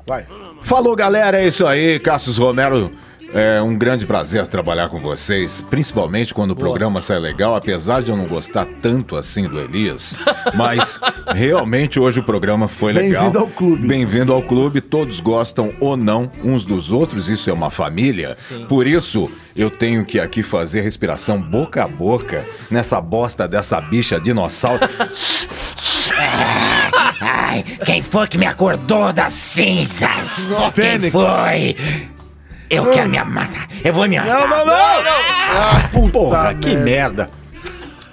Speaker 1: Vai.
Speaker 3: Falou, galera, é isso aí. Cassius Romero, é um grande prazer trabalhar com vocês, principalmente quando o programa sai legal, apesar de eu não gostar tanto assim do Elias, mas realmente hoje o programa foi legal.
Speaker 1: Bem-vindo ao clube.
Speaker 3: Bem-vindo ao clube, todos gostam ou não uns dos outros, isso é uma família. Por isso, eu tenho que aqui fazer respiração boca a boca nessa bosta dessa bicha dinossauro.
Speaker 12: Ai, quem foi que me acordou das cinzas? Quem
Speaker 3: Fênix. Ah.
Speaker 12: foi? Eu quero me matar. Eu vou me matar.
Speaker 3: Não, não, não! Ah, puta Porra, que merda.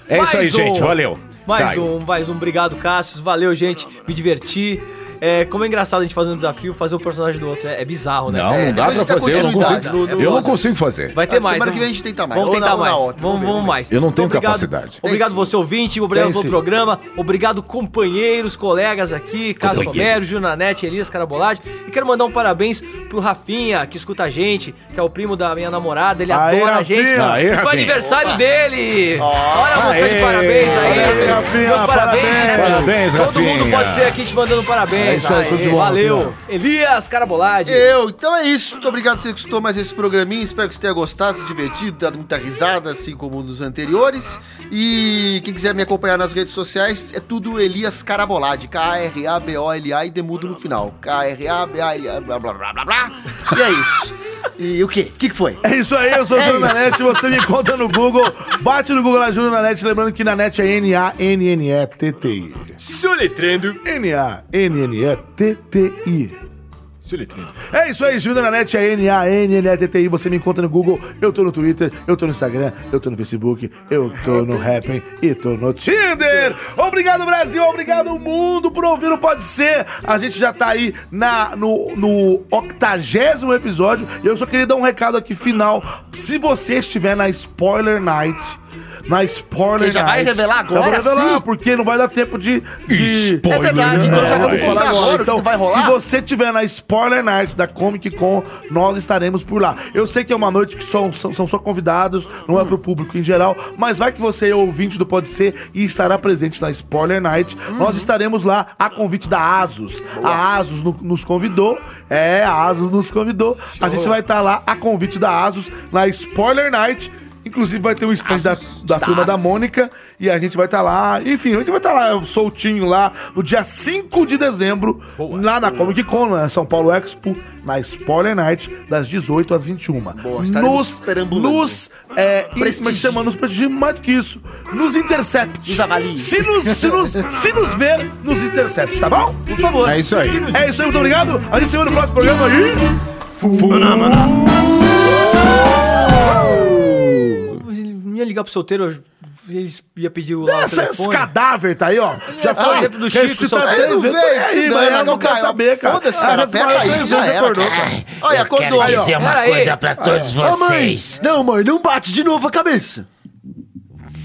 Speaker 3: É isso aí,
Speaker 2: Mais um.
Speaker 3: gente. Valeu.
Speaker 2: Mais
Speaker 3: Caio.
Speaker 2: um, mais um. Obrigado, Cassius. Valeu, gente. Me diverti. É, como é engraçado a gente fazer um desafio, fazer um personagem do outro. É, é bizarro, né?
Speaker 3: Não, não
Speaker 2: É,
Speaker 3: dá
Speaker 2: mas
Speaker 3: pra
Speaker 2: dá
Speaker 3: fazer. Eu não
Speaker 2: continuidade.
Speaker 3: consigo,
Speaker 2: É
Speaker 3: eu não
Speaker 2: foda.
Speaker 3: consigo fazer.
Speaker 2: Vai ter mais.
Speaker 4: semana
Speaker 2: vamos-
Speaker 4: que vem a gente tenta mais.
Speaker 2: Vamos
Speaker 4: Ou na-
Speaker 2: tentar
Speaker 4: ou na
Speaker 2: mais.
Speaker 4: outra,
Speaker 2: vamos,
Speaker 4: vamos ver, É
Speaker 2: vamos
Speaker 4: vamos ver.
Speaker 2: mais.
Speaker 3: Eu não tenho
Speaker 2: Obrigado-
Speaker 3: capacidade.
Speaker 2: Obrigado você ouvinte, obrigado
Speaker 3: Tem
Speaker 2: pelo
Speaker 3: sim.
Speaker 2: programa, obrigado companheiros, colegas aqui, Caso
Speaker 3: Companheiro.
Speaker 2: Romero, Junanete, Elias Carabolade. E quero mandar um parabéns pro Rafinha, que escuta a gente, que é o primo da minha namorada, ele
Speaker 10: Aê,
Speaker 2: adora a gente.
Speaker 10: Rafinha. Aê,
Speaker 2: E foi
Speaker 10: Rafinha.
Speaker 2: aniversário
Speaker 10: Opa.
Speaker 2: dele. Olha a música de parabéns aí.
Speaker 10: Aê, Rafinha,
Speaker 2: Meus parabéns,
Speaker 10: parabéns.
Speaker 2: né, meu?
Speaker 10: Parabéns,
Speaker 2: Todo mundo
Speaker 10: Rafinha.
Speaker 2: pode ser aqui te mandando parabéns.
Speaker 4: É isso aí, tudo de bom,
Speaker 2: Valeu.
Speaker 4: tudo
Speaker 2: Elias Carabolade.
Speaker 4: Eu, então é isso. Muito obrigado se você gostou mais esse programinha. Espero que você tenha gostado, se divertido, dado muita risada, assim como nos anteriores. E quem quiser me acompanhar nas redes sociais, é tudo Elias Carabolade. K-R-A-B-O-L-A e demudo no final. K-R-A-B-A-L-A, blá, blá, blá, blá, blá. E é isso. E o quê? O que, que foi?
Speaker 1: É isso aí, eu sou o
Speaker 4: É
Speaker 1: Júlio
Speaker 4: isso.
Speaker 1: Nanete, você me encontra no Google, bate no Google lá, Júlio Nanete, lembrando que na net é N-A-N-N-E-T-T-I.
Speaker 2: Soletrando.
Speaker 1: N-A-N-N-E-T-T-I.
Speaker 2: Soletrando.
Speaker 1: É isso aí, Júlio Nanete, é N-A-N-N-E-T-T-I, você me encontra no Google, eu tô no Twitter, eu tô no Instagram, eu tô no Facebook, eu tô no Happn e tô no Tinder. Obrigado, Brasil, obrigado, mundo, por ouvir o Pode Ser. A gente já tá aí na, no, no octagésimo episódio, e eu só queria dar um recado aqui final. Se você estiver na Spoiler Night... Na Spoiler
Speaker 4: Que já vai
Speaker 1: Night.
Speaker 4: revelar agora,
Speaker 1: Já vou revelar,
Speaker 4: sim?
Speaker 1: porque não vai dar tempo de... de...
Speaker 4: É verdade, então
Speaker 12: né?
Speaker 4: já
Speaker 1: vou
Speaker 4: vamos contar agora o que
Speaker 1: Então,
Speaker 4: vai rolar?
Speaker 1: se você tiver na Spoiler Night da Comic Con, nós estaremos por lá. Eu sei que é uma noite que são, são, são só convidados, não é pro público em geral, mas vai que você é ouvinte do Pode Ser e estará presente na Spoiler Night. Nós estaremos lá a convite da Asus. A Asus no- nos convidou, é, a Asus nos convidou. A gente vai estar lá a convite da Asus na Spoiler Night. Inclusive vai ter um stand da, da turma da Mônica e a gente vai estar lá. Enfim, a gente vai estar lá soltinho lá no dia 5 de dezembro, lá na Comic Con, na São Paulo Expo, na Spoiler Night, das 18 às 21. Boa,
Speaker 4: estaremos
Speaker 1: nos nos é, prestigia. Chama, nos prestigia mais do que isso. Nos intercept. Nos avalie. Se nos, se nos, se nos ver, nos intercept, tá bom? Por favor.
Speaker 5: É isso aí.
Speaker 1: É isso aí, muito obrigado. A gente se vê no próximo programa aí.
Speaker 2: Não ia ligar pro solteiro, eu- eles ia pedir o lá o
Speaker 1: Essa- esse
Speaker 2: telefone.
Speaker 1: cadáver tá aí, ó. Já
Speaker 2: Ah,
Speaker 1: foi.
Speaker 2: exemplo do Chico,
Speaker 1: ressuscitado
Speaker 2: só-
Speaker 1: três
Speaker 2: Não
Speaker 1: vezes.
Speaker 2: veio,
Speaker 1: Tá aí,
Speaker 2: se
Speaker 1: mas
Speaker 2: dane,
Speaker 1: ela não
Speaker 2: né, não
Speaker 1: quer
Speaker 2: caiu.
Speaker 1: saber, cara.
Speaker 2: Foda-se,
Speaker 1: Ela
Speaker 2: cara,
Speaker 1: já
Speaker 2: pera
Speaker 1: desmaiou
Speaker 2: aí,
Speaker 1: três
Speaker 2: já
Speaker 1: vezes e
Speaker 2: era,
Speaker 1: acordou.
Speaker 2: cara.
Speaker 4: Olha,
Speaker 12: Eu
Speaker 4: acordou.
Speaker 12: quero dizer
Speaker 4: ó.
Speaker 12: uma
Speaker 4: Pera aí.
Speaker 12: coisa pra todos
Speaker 4: Ó, mãe,
Speaker 12: vocês.
Speaker 4: Não, mãe, não bate de novo a cabeça.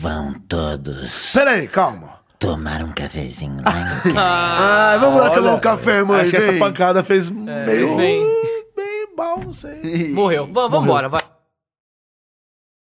Speaker 12: Vão todos
Speaker 1: Peraí, calma.
Speaker 12: tomar um cafezinho lá em
Speaker 4: Ah, vamos lá tomar um café, mãe.
Speaker 1: Acho que essa
Speaker 4: vem.
Speaker 1: pancada É, fez
Speaker 2: Eles
Speaker 1: meio...
Speaker 2: vêm.
Speaker 1: Bem mal, não sei.
Speaker 2: Morreu. Vamos embora, vai.